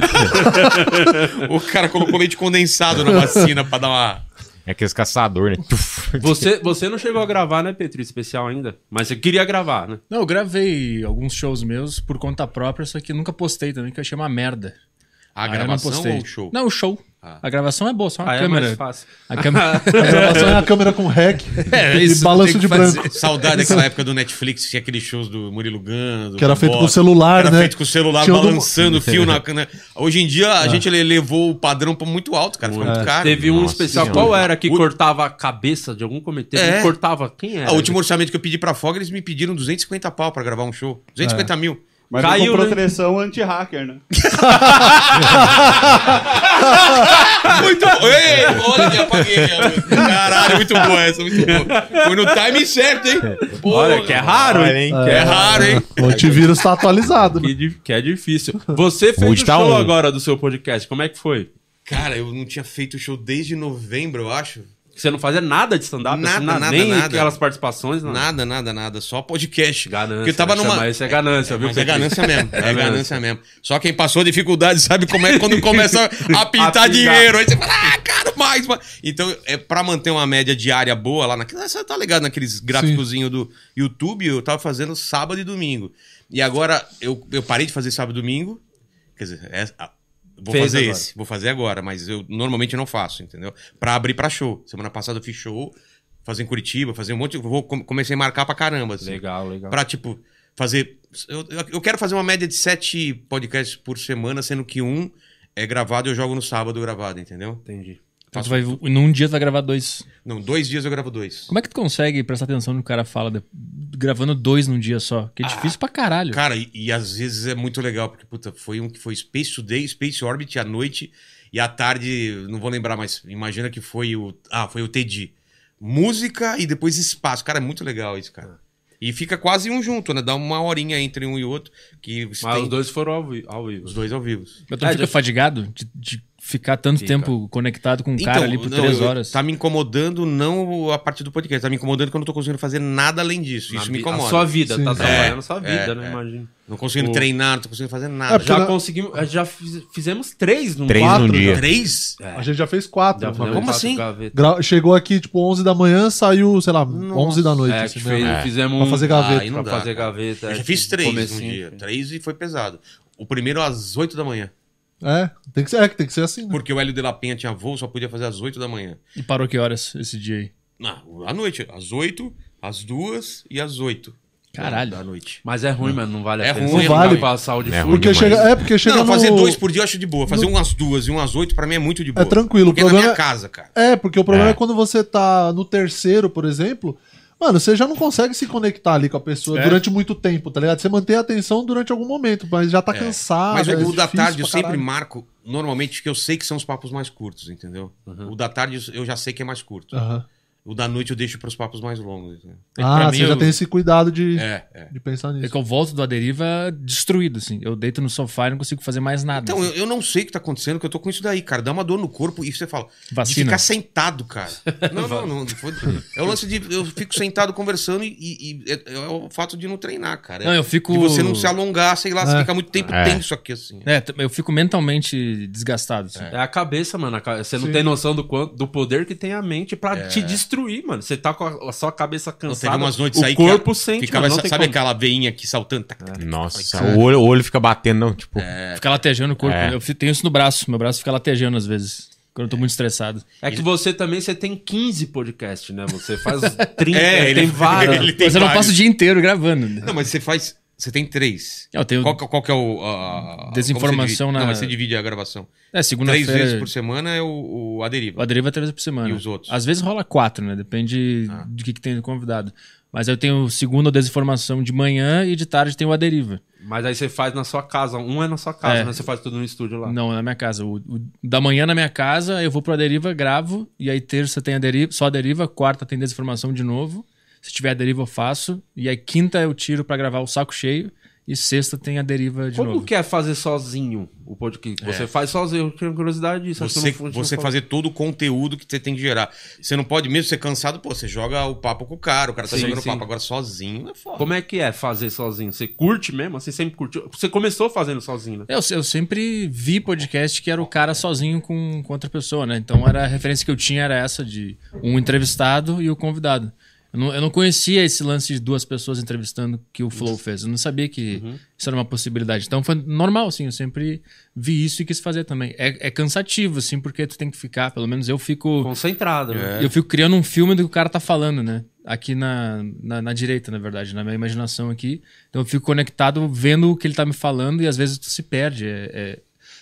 Speaker 16: O cara colocou leite condensado na vacina pra dar uma.
Speaker 2: É aqueles caçadores, né? Tuf.
Speaker 1: Você, você não chegou a gravar, né, Petri? Especial ainda. Mas você queria gravar, né?
Speaker 13: Não, eu gravei alguns shows meus por conta própria, só que nunca postei também, que eu achei uma merda.
Speaker 16: A
Speaker 13: Aí eu
Speaker 16: gravação
Speaker 13: não postei.
Speaker 16: ou o show? Ah.
Speaker 13: Não, o show. A gravação é boa, só uma
Speaker 1: Aí é
Speaker 13: câmera.
Speaker 1: mais fácil.
Speaker 13: A
Speaker 16: [LAUGHS]
Speaker 13: câmera.
Speaker 8: A gravação é a câmera com hack
Speaker 16: é
Speaker 8: e balanço de branco. Então-
Speaker 16: Saudade daquela época do Netflix, tinha aqueles shows do Murilo Gando.
Speaker 8: Que era
Speaker 16: do
Speaker 8: feito com
Speaker 16: Bob.
Speaker 8: celular,
Speaker 16: era
Speaker 8: né?
Speaker 16: feito com o celular,
Speaker 8: Tinha um do- Ah.
Speaker 16: balançando o
Speaker 1: [LAUGHS]
Speaker 16: fio na cana. Hoje em dia, a gente levou o padrão pra muito alto, cara. Ficou muito
Speaker 8: É.
Speaker 16: caro.
Speaker 1: Teve um
Speaker 2: Nossa
Speaker 1: especial.
Speaker 2: Senhora.
Speaker 1: Qual era que cortava a cabeça de algum comitê?
Speaker 16: É.
Speaker 1: Não cortava. Quem era?
Speaker 16: O último orçamento que eu pedi pra Fog, eles me pediram 250 pau pra gravar um show. 250
Speaker 8: É.
Speaker 16: mil.
Speaker 1: Mas
Speaker 5: Mas
Speaker 1: Caiu,
Speaker 5: ele comprou
Speaker 1: né?
Speaker 5: proteção anti-hacker, né?
Speaker 16: Muito bom. Ei, olha que apaguei. ó. Caralho, é muito bom essa, muito bom.
Speaker 8: [LAUGHS]
Speaker 16: Foi no time certo, hein? Pô,
Speaker 1: Olha, que é raro, hein?
Speaker 2: Olha, hein?
Speaker 16: é raro, hein?
Speaker 8: [LAUGHS] O antivírus tá atualizado. né?
Speaker 1: Que, di- que é difícil. Você fez
Speaker 2: Hoje
Speaker 1: o
Speaker 2: tá
Speaker 1: show
Speaker 2: um.
Speaker 1: agora do seu podcast. Como é que foi?
Speaker 16: Cara, eu não tinha feito show desde novembro, eu acho.
Speaker 1: Você não fazia nada de stand-up?
Speaker 16: Nada,
Speaker 1: assim, na-
Speaker 16: nada,
Speaker 1: Nem
Speaker 16: nada.
Speaker 1: aquelas participações? Não.
Speaker 16: Nada, nada, nada. Só podcast.
Speaker 1: Ganância.
Speaker 16: Porque eu tava
Speaker 1: né?
Speaker 16: numa.
Speaker 1: Chama Isso é ganância, viu?
Speaker 16: Mas é
Speaker 1: Petri? [LAUGHS]
Speaker 16: ganância mesmo. É
Speaker 1: Ganância.
Speaker 16: ganância mesmo. Só quem passou dificuldade [LAUGHS] sabe como é
Speaker 1: [LAUGHS]
Speaker 16: quando começa a pintar
Speaker 1: pingar.
Speaker 16: dinheiro. Aí você fala, ah, quero mais, mano. Então, é pra manter uma média diária boa lá naquela. Você tá ligado naqueles gráficozinhos do YouTube? Eu tava fazendo sábado e domingo. E agora eu, eu parei de fazer sábado e domingo. Quer dizer, é- ah, vou
Speaker 1: Fez
Speaker 16: fazer
Speaker 1: agora.
Speaker 16: esse, vou fazer agora, mas eu normalmente não faço, entendeu? Pra abrir pra show. Semana passada eu fiz show, fazer em Curitiba, fazer um monte. eu Vou, come- comecei a marcar pra caramba. assim.
Speaker 1: Legal, legal.
Speaker 16: Pra, tipo, fazer. Eu, eu- eu quero fazer uma média de sete podcasts por semana, sendo que um é gravado e eu jogo no sábado gravado, entendeu? um-
Speaker 1: Entendi.
Speaker 16: Tá.
Speaker 13: Então tu vai, num dia tu vai gravar dois.
Speaker 16: Não, dois dias eu gravo dois.
Speaker 13: Como é que tu consegue prestar atenção no que o cara fala de- gravando dois num dia só? Que é difícil pra caralho.
Speaker 16: Ah. Cara, e, e às vezes é muito legal, porque, puta, foi um que foi Space Today, Space Orbit à noite e à tarde, não vou lembrar, mas imagina que foi o. Ah, foi o TD. Música e depois espaço. Cara, é muito legal isso, cara.
Speaker 1: Ah.
Speaker 16: E fica quase um junto, né? Dá uma horinha entre um e outro. Que você
Speaker 1: Mas
Speaker 16: tem
Speaker 1: os dois foram ao, vi- ao vivo.
Speaker 16: os dois ao vivo.
Speaker 13: Mas tu não
Speaker 1: É,
Speaker 13: fica
Speaker 1: já-
Speaker 13: fadigado de, de ficar tanto
Speaker 1: Fica.
Speaker 13: tempo conectado com um cara ali por
Speaker 16: Então, não,
Speaker 13: três
Speaker 16: eu-
Speaker 13: horas?
Speaker 16: Tá me incomodando não a parte do podcast, tá me incomodando que eu não tô conseguindo fazer nada além disso.
Speaker 1: Na
Speaker 16: Isso me
Speaker 1: vi-
Speaker 16: incomoda.
Speaker 1: A sua vida,
Speaker 8: Sim.
Speaker 1: tá
Speaker 8: É,
Speaker 1: trabalhando a sua vida,
Speaker 16: é,
Speaker 1: né?
Speaker 16: é.
Speaker 1: Imagino.
Speaker 16: Não conseguindo
Speaker 1: O-
Speaker 16: treinar, não tô conseguindo fazer nada.
Speaker 8: É,
Speaker 1: Já
Speaker 8: Porque-
Speaker 1: conseguimos, eh, já fiz- fizemos três num
Speaker 2: Três
Speaker 1: quatro,
Speaker 2: num dia.
Speaker 1: né?
Speaker 16: Três?
Speaker 8: A gente já fez quatro.
Speaker 1: Já
Speaker 8: uma
Speaker 1: fizemos
Speaker 8: vez.
Speaker 16: Como
Speaker 1: quatro
Speaker 16: assim?
Speaker 1: gavetas.
Speaker 8: Gra- Chegou aqui, tipo, 11 da manhã, saiu, sei lá, 11 da noite.
Speaker 1: É,
Speaker 8: assim,
Speaker 1: que
Speaker 8: né?
Speaker 1: fez, fizemos
Speaker 8: Pra
Speaker 1: um-
Speaker 8: fazer
Speaker 16: Ah,
Speaker 8: gaveta.
Speaker 16: aí
Speaker 1: pra
Speaker 16: não dá,
Speaker 1: fazer
Speaker 16: cara.
Speaker 1: gaveta.
Speaker 16: Eu já
Speaker 1: é,
Speaker 16: fiz
Speaker 1: tipo,
Speaker 16: três num
Speaker 1: comecinho,
Speaker 16: dia.
Speaker 1: enfim.
Speaker 16: Três e foi pesado. O primeiro às oito da manhã.
Speaker 8: É, tem que ser, é, que tem que ser assim, né?
Speaker 16: Porque o Hélio de La Penha tinha voo, só podia fazer às 8 da manhã.
Speaker 13: E parou que horas esse dia aí?
Speaker 16: Não, à noite, às 8, às 2 e às 8.
Speaker 1: Caralho.
Speaker 16: Da noite.
Speaker 1: Mas é ruim, mano. Não vale a
Speaker 16: É
Speaker 1: pena.
Speaker 16: ruim,
Speaker 1: Você
Speaker 16: não vale.
Speaker 1: passar o de
Speaker 16: É
Speaker 1: fúria.
Speaker 8: Porque chega, é, porque chega
Speaker 16: não,
Speaker 8: no...
Speaker 16: fazer dois por dia eu acho de boa. Fazer umas duas e umas oito pra mim é muito de boa.
Speaker 8: É tranquilo.
Speaker 16: Porque
Speaker 8: o problema
Speaker 16: na minha
Speaker 8: é-
Speaker 16: casa, cara.
Speaker 8: É, porque o problema
Speaker 16: É.
Speaker 8: é. quando você tá no terceiro, por exemplo. Mano, você já não consegue se conectar ali com a pessoa
Speaker 16: É.
Speaker 8: durante muito tempo, tá ligado? Você mantém a atenção durante algum momento, mas já tá
Speaker 16: É.
Speaker 8: cansado.
Speaker 16: Mas
Speaker 8: é
Speaker 16: o da
Speaker 8: difícil
Speaker 16: tarde eu
Speaker 8: pra
Speaker 16: sempre
Speaker 8: caralho.
Speaker 16: marco, normalmente, que eu sei que são os papos mais curtos, entendeu?
Speaker 1: Uhum.
Speaker 16: O da tarde eu já sei que é mais curto.
Speaker 8: Aham.
Speaker 16: O da noite eu deixo pros papos mais longos. entendeu?
Speaker 8: Ah,
Speaker 13: pra
Speaker 8: você
Speaker 13: mim,
Speaker 8: já
Speaker 13: eu-
Speaker 8: tem esse cuidado de,
Speaker 16: É, é.
Speaker 8: de pensar nisso.
Speaker 13: É que eu volto do Aderiva destruído, assim. Eu deito no sofá e não consigo fazer mais nada. assim.
Speaker 16: Então, eu, eu não sei o que tá acontecendo, que eu tô com isso daí, cara. Dá uma dor no corpo e você fala. De
Speaker 13: Vacina.
Speaker 16: ficar sentado,
Speaker 2: [LAUGHS]
Speaker 16: cara. [LAUGHS] Não, não, não. foi- É o lance de. Eu fico sentado conversando e, e- e é, é o fato de não treinar, cara. É
Speaker 13: Não, eu fico-
Speaker 16: De você não se alongar, sei lá, você
Speaker 13: É.
Speaker 16: fica muito tempo
Speaker 13: É.
Speaker 16: tenso aqui, assim.
Speaker 13: É, t- eu fico mentalmente desgastado. Assim.
Speaker 1: É a cabeça, mano. a ca- Você não
Speaker 13: Sim.
Speaker 1: tem noção do quanto, do poder que tem a mente pra
Speaker 16: É.
Speaker 1: te destruir, mano. Você tá com a, a sua cabeça
Speaker 16: Não,
Speaker 1: cansada.
Speaker 16: teve umas noites
Speaker 1: o
Speaker 16: aí
Speaker 1: corpo
Speaker 16: que a-
Speaker 1: sente,
Speaker 16: ficava,
Speaker 1: mano, não
Speaker 16: essa-
Speaker 1: tem
Speaker 16: Sabe
Speaker 1: como. É.
Speaker 16: aquela veinha aqui saltando? Tac, tac, tac,
Speaker 2: Nossa,
Speaker 16: tac.
Speaker 2: Tá, o olho, o olho fica batendo, não. Tipo,
Speaker 13: Fica latejando o corpo. né?
Speaker 2: É.
Speaker 13: Eu fi- tenho isso no braço. Meu braço fica latejando às vezes. Quando eu tô muito estressado.
Speaker 1: É que você também você tem 15 podcasts, né? Você
Speaker 16: [LAUGHS]
Speaker 1: faz 30,
Speaker 16: É,
Speaker 1: ele,
Speaker 16: ele-
Speaker 1: tem vários.
Speaker 16: ele tem
Speaker 13: Mas eu não
Speaker 16: vários.
Speaker 13: passo o dia inteiro gravando. né?
Speaker 16: Não, mas você faz. Você tem três.
Speaker 13: Eu tenho-
Speaker 16: Qual, que- qual que é o. a- a- como você
Speaker 13: Desinformação
Speaker 16: divide?
Speaker 13: na-
Speaker 16: Não, mas você divide a gravação.
Speaker 13: É, segunda-feira-
Speaker 16: Três vezes por semana é o, o A Deriva.
Speaker 13: O Aderiva é três vezes por semana.
Speaker 16: E os outros?
Speaker 13: Às vezes rola quatro, né? Depende
Speaker 1: Ah.
Speaker 13: do que, que tem no convidado. Mas eu tenho segunda ou desinformação de manhã e de tarde tem o Aderiva.
Speaker 1: Mas aí você faz na sua casa. Um é na sua casa,
Speaker 13: É.
Speaker 1: né? Você faz tudo no estúdio lá.
Speaker 13: Não, é na minha casa. O, o da manhã na minha casa, eu vou pro Aderiva, gravo, e aí terça tem a deriva, só a deriva, quarta tem desinformação de novo. Se tiver a deriva, eu faço. E aí quinta eu tiro pra gravar o saco cheio. E sexta tem a deriva de
Speaker 1: Como
Speaker 13: novo.
Speaker 1: que é fazer sozinho o podcast? Você
Speaker 16: É.
Speaker 1: faz sozinho. Eu tinha curiosidade disso. acho que
Speaker 16: Você,
Speaker 1: eu não- eu
Speaker 16: você
Speaker 1: não
Speaker 16: fazer todo o conteúdo que você tem que gerar. Você não pode, mesmo ser cansado, pô, você joga o papo com o cara, o cara tá
Speaker 1: Sim,
Speaker 16: jogando o
Speaker 1: sim.
Speaker 16: papo agora sozinho, é foda.
Speaker 1: Como é que é fazer sozinho? Você curte mesmo? Você sempre curtiu? Você começou fazendo sozinho, né?
Speaker 13: É, Eu, eu sempre vi podcast que era o cara sozinho com, com outra pessoa, né? Então era a referência que eu tinha era essa de um entrevistado e o convidado. Eu não, eu não conhecia esse lance de duas pessoas entrevistando que o Flow fez. Eu não sabia que
Speaker 1: Uhum.
Speaker 13: isso era uma possibilidade. Então foi normal, assim. Eu sempre vi isso e quis fazer também. É, é cansativo, assim, porque tu tem que ficar, pelo menos eu fico.
Speaker 1: Concentrado, né?
Speaker 13: É. Eu fico criando um filme do que o cara tá falando, né? Aqui na, na, na direita, na verdade, na minha imaginação aqui. Então eu fico conectado vendo o que ele tá me falando e às vezes tu se perde. É- é-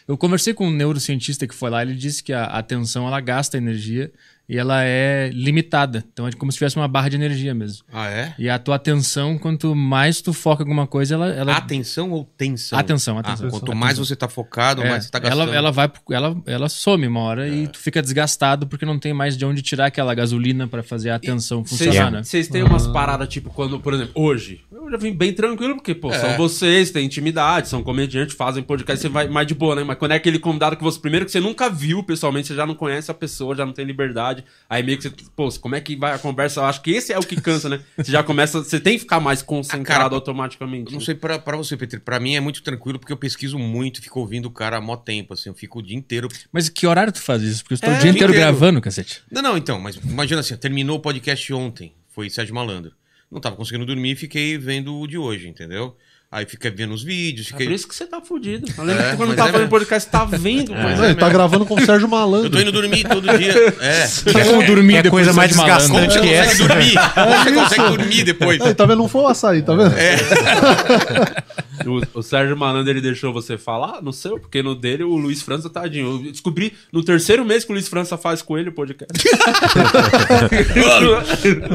Speaker 13: Eu conversei com um neurocientista que foi lá, ele disse que a a atenção ela gasta energia e ela é limitada. Então é como se tivesse uma barra de energia mesmo.
Speaker 16: Ah, é?
Speaker 13: E a tua atenção, quanto mais tu foca em alguma coisa, ela. ela...
Speaker 16: Atenção ou tensão?
Speaker 13: Atenção,
Speaker 16: Ah,
Speaker 13: atenção.
Speaker 16: quanto mais você tá focado,
Speaker 13: É,
Speaker 16: mais você tá gastando.
Speaker 13: Ela, ela, vai, pro- ela, ela some uma hora e tu fica desgastado porque não tem mais de onde tirar aquela gasolina pra fazer a atenção
Speaker 1: Vocês,
Speaker 13: funcionar, né?
Speaker 1: vocês têm umas paradas, tipo, quando, por exemplo, hoje, eu já vim bem tranquilo, porque, pô, são
Speaker 13: É.
Speaker 1: vocês, têm intimidade, são comediantes, fazem podcast, você vai mais de boa, né? Mas quando é aquele convidado que você, primeiro que você nunca viu pessoalmente, você já não conhece a pessoa, já não tem liberdade, aí meio que você, pô, como é que vai a conversa? Eu acho que esse é o que cansa, né? Você já começa, você tem que ficar mais concentrado automaticamente. né?
Speaker 16: Não sei pra, pra você, Petri. Pra mim é muito tranquilo porque eu pesquiso muito, fico ouvindo o cara há mó tempo, assim, eu fico o dia inteiro. É,
Speaker 13: Mas que horário tu faz isso? Porque eu estou o dia inteiro gravando, cacete.
Speaker 16: Não, não, então, mas imagina assim, terminou o podcast ontem, foi Sérgio Malandro. Não tava conseguindo dormir e fiquei vendo o de hoje, entendeu? Aí fiquei vendo os vídeos,
Speaker 1: É
Speaker 16: fiquei.
Speaker 1: por isso que você tá fudido. Eu lembro
Speaker 16: É,
Speaker 1: que quando
Speaker 16: mas
Speaker 1: tava
Speaker 16: é
Speaker 1: fazendo
Speaker 16: mesmo.
Speaker 1: podcast, você tá vendo.
Speaker 16: É.
Speaker 1: mas
Speaker 16: Não, ele tá
Speaker 1: mesmo.
Speaker 8: Gravando com o Sérgio Malandro.
Speaker 16: Eu tô indo dormir todo dia.
Speaker 8: [LAUGHS]
Speaker 1: [LAUGHS]
Speaker 16: É.
Speaker 13: Tem como dormir depois do Sérgio Malandro.
Speaker 16: Como
Speaker 13: que
Speaker 16: você consegue
Speaker 13: essa.
Speaker 2: [LAUGHS]
Speaker 16: dormir? Como você
Speaker 8: É
Speaker 16: consegue
Speaker 8: isso.
Speaker 16: dormir depois?
Speaker 8: Aí, tá vendo? Não foi o açaí, tá vendo?
Speaker 16: É.
Speaker 1: [LAUGHS]
Speaker 8: [LAUGHS]
Speaker 1: O, o Sérgio Malandro, ele deixou você falar? Não sei, porque no dele, o Luiz França, tadinho. Eu descobri no terceiro mês que o Luiz França faz com ele o
Speaker 16: [LAUGHS]
Speaker 1: podcast.
Speaker 16: [LAUGHS]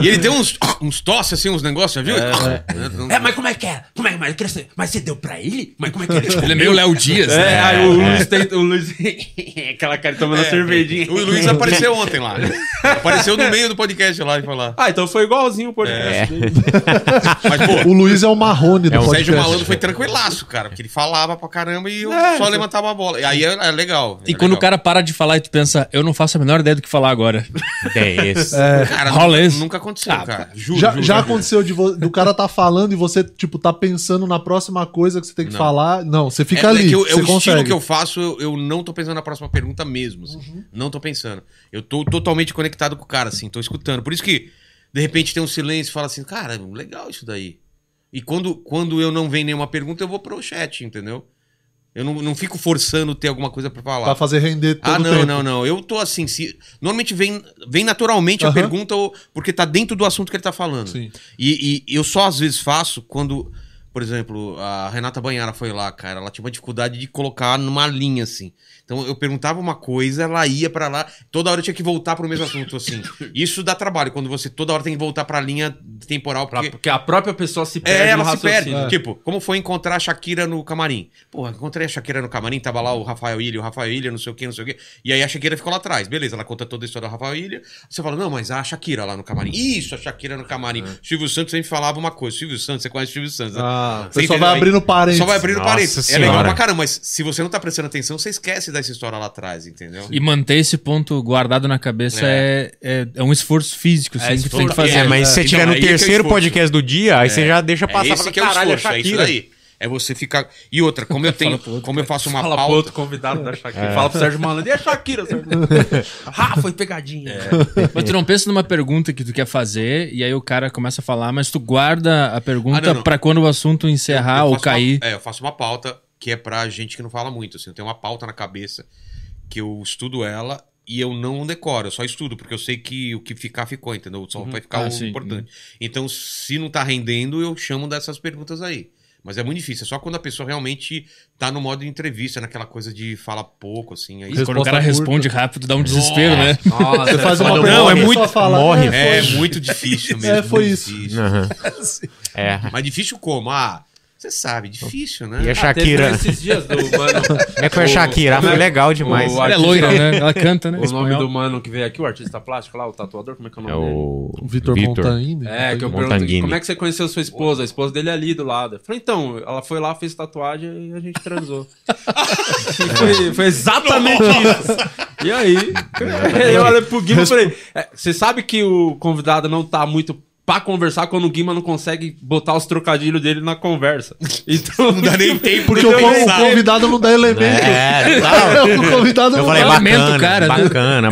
Speaker 16: e ele
Speaker 1: um
Speaker 16: tem uns, uns tosse, assim, uns negócios, já viu?
Speaker 1: É, mas como é que é? Como é, mas, eu queria saber, mas você deu pra ele? Mas como é que ele
Speaker 16: Ele
Speaker 13: é meio Léo Dias, né?
Speaker 1: É, aí o
Speaker 13: É.
Speaker 1: Luiz tem... O Luiz... [LAUGHS] Aquela cara [LAUGHS] tomando
Speaker 16: É.
Speaker 1: cervejinha.
Speaker 16: O Luiz apareceu
Speaker 1: [LAUGHS]
Speaker 16: ontem lá. Apareceu no meio do podcast lá e falar.
Speaker 1: Ah, então foi igualzinho o podcast dele.
Speaker 8: o Luiz é o marrone do
Speaker 16: o
Speaker 8: podcast.
Speaker 16: Sérgio Malandro foi tranquilaço, cara, porque ele falava pra caramba e eu
Speaker 1: É,
Speaker 16: só
Speaker 1: então-
Speaker 16: levantava a bola. E aí é, é legal.
Speaker 13: E quando o cara para de falar e tu pensa, eu não faço a menor ideia do que falar agora.
Speaker 2: É isso.
Speaker 8: É.
Speaker 16: Cara,
Speaker 13: Rola
Speaker 16: nunca,
Speaker 13: isso.
Speaker 16: nunca aconteceu,
Speaker 1: Ah,
Speaker 16: cara. Juro,
Speaker 8: já
Speaker 16: juro,
Speaker 8: já
Speaker 16: juro.
Speaker 8: aconteceu de vo- do cara tá falando e você, tipo, tá pensando na próxima coisa que você tem que
Speaker 16: Não.
Speaker 8: falar. Não, você fica
Speaker 16: é,
Speaker 8: ali.
Speaker 16: É, que eu- é
Speaker 8: você
Speaker 16: o estilo
Speaker 8: consegue. Uhum.
Speaker 16: que eu faço, eu, eu não tô pensando na próxima pergunta mesmo. assim. Não tô pensando. Eu tô totalmente conectado com o cara, assim, tô escutando. Por isso que, de repente, tem um silêncio e fala assim, cara, legal isso daí. E quando, quando eu não venho nenhuma pergunta, eu vou pro chat, entendeu? Eu não, não fico forçando ter alguma coisa pra falar.
Speaker 8: Pra fazer render todo
Speaker 16: Ah,
Speaker 8: o
Speaker 16: não,
Speaker 8: tempo.
Speaker 16: não, não. Eu tô assim. Se... Normalmente vem, vem naturalmente a
Speaker 8: Aham.
Speaker 16: pergunta, ou- porque tá dentro do assunto que ele tá falando. E, e eu só às vezes faço quando, por exemplo, a Renata Banhara foi lá, cara. Ela tinha uma dificuldade de colocar numa linha assim. Então eu perguntava uma coisa, ela ia pra lá. Toda hora eu tinha que voltar pro mesmo assunto, assim. Isso dá trabalho, quando você toda hora tem que voltar pra linha temporal. Porque,
Speaker 1: porque a própria pessoa se perde
Speaker 16: É, ela
Speaker 1: no
Speaker 16: se perde.
Speaker 1: raciocínio. É.
Speaker 16: Tipo, como foi encontrar a Shakira no camarim? Porra, encontrei a Shakira no camarim, tava lá o Rafael Ilha, o Rafael Ilha, não sei o que, não sei o que. E aí a Shakira ficou lá atrás. Beleza, ela conta toda a história do Rafael Ilha. Você fala, não, mas a Shakira lá no camarim. Isso, a Shakira no
Speaker 8: É.
Speaker 16: camarim. Silvio Santos sempre falava uma coisa. Silvio Santos, você conhece o Silvio Santos, né?
Speaker 8: Ah, o
Speaker 16: Você
Speaker 8: pessoal
Speaker 16: entendeu?
Speaker 8: vai abrindo parênteses.
Speaker 16: Só vai abrindo
Speaker 8: Nossa
Speaker 16: parênteses. É
Speaker 8: Senhora.
Speaker 16: legal pra caramba, mas se você não tá prestando atenção, você esquece dessa história lá atrás, entendeu?
Speaker 13: E manter esse ponto guardado na cabeça é, é, é um esforço físico, sim, que tem que fazer. Então,
Speaker 2: É, mas se você tiver no terceiro podcast do dia, aí você já deixa passar
Speaker 16: é esse
Speaker 2: fala,
Speaker 16: que é o
Speaker 2: "Caralho, a
Speaker 16: esforço, é isso
Speaker 2: Shakira."
Speaker 16: daí. É você ficar. E outra, como eu tenho, como eu faço uma
Speaker 1: Fala
Speaker 16: pauta.
Speaker 1: pro outro convidado da Shakira.
Speaker 16: É.
Speaker 1: Fala pro Sérgio Malandro. E a Shakira, Sérgio Malandro? ah, foi
Speaker 2: É.
Speaker 1: pegadinha.
Speaker 13: É. Mas tu não pensa numa pergunta que tu quer fazer e aí o cara começa a falar, mas tu guarda a
Speaker 16: Ah, não,
Speaker 13: pergunta
Speaker 16: não.
Speaker 13: pra quando o assunto encerrar
Speaker 16: Eu
Speaker 13: ou
Speaker 16: faço uma-
Speaker 13: cair.
Speaker 16: é, eu faço uma pauta que é pra gente que não fala muito. Assim, eu tenho uma pauta na cabeça que eu estudo ela e eu não decoro, eu só estudo, porque eu sei que o que ficar ficou, entendeu? Só
Speaker 1: Uhum.
Speaker 16: vai ficar
Speaker 1: Ah,
Speaker 16: o
Speaker 1: sim.
Speaker 16: importante. Então, se não tá rendendo, eu chamo dessas perguntas aí. Mas é muito difícil, é só quando a pessoa realmente tá no modo de entrevista, naquela coisa de falar pouco, assim. Aí
Speaker 13: E quando o cara responde rápido, dá um desespero, né?
Speaker 16: [LAUGHS] Nossa,
Speaker 2: não, é muito morre.
Speaker 16: É, muito difícil mesmo.
Speaker 2: [LAUGHS] É, foi
Speaker 16: muito
Speaker 2: isso.
Speaker 16: difícil.
Speaker 2: Aham. É.
Speaker 16: Assim. Mas difícil como? Ah, você sabe, difícil, né?
Speaker 2: E a
Speaker 1: Ah,
Speaker 2: Shakira?
Speaker 13: [LAUGHS]
Speaker 2: Como é que foi a Shakira? Ela foi legal demais. Ela é loira, né? Ela canta, né?
Speaker 1: O nome
Speaker 2: Espanhol.
Speaker 1: do mano que veio aqui, o artista plástico lá, o tatuador, como é que é o nome
Speaker 2: É
Speaker 1: dele?
Speaker 2: o
Speaker 8: O Vitor Vitor. Montanini?
Speaker 1: É, que eu perguntei,
Speaker 2: Montanini.
Speaker 1: como é que você conheceu sua esposa? A esposa dele é ali do lado. Eu falei, então, ela foi lá, fez tatuagem e a gente transou. E [LAUGHS] foi, foi exatamente isso. E aí, eu olhei pro Guima e falei, é, você sabe que o convidado não tá muito pra conversar quando o Guima não consegue botar os trocadilhos dele na [LAUGHS] conversa. Então, não dá [LAUGHS] nem tempo
Speaker 8: Porque o, o convidado não dá elemento.
Speaker 13: [LAUGHS]
Speaker 2: É, tá.
Speaker 8: [LAUGHS] o convidado
Speaker 13: é
Speaker 2: Eu
Speaker 13: um
Speaker 8: não
Speaker 2: falei,
Speaker 8: dá
Speaker 2: bacana,
Speaker 1: né?"
Speaker 13: né?
Speaker 2: bacana,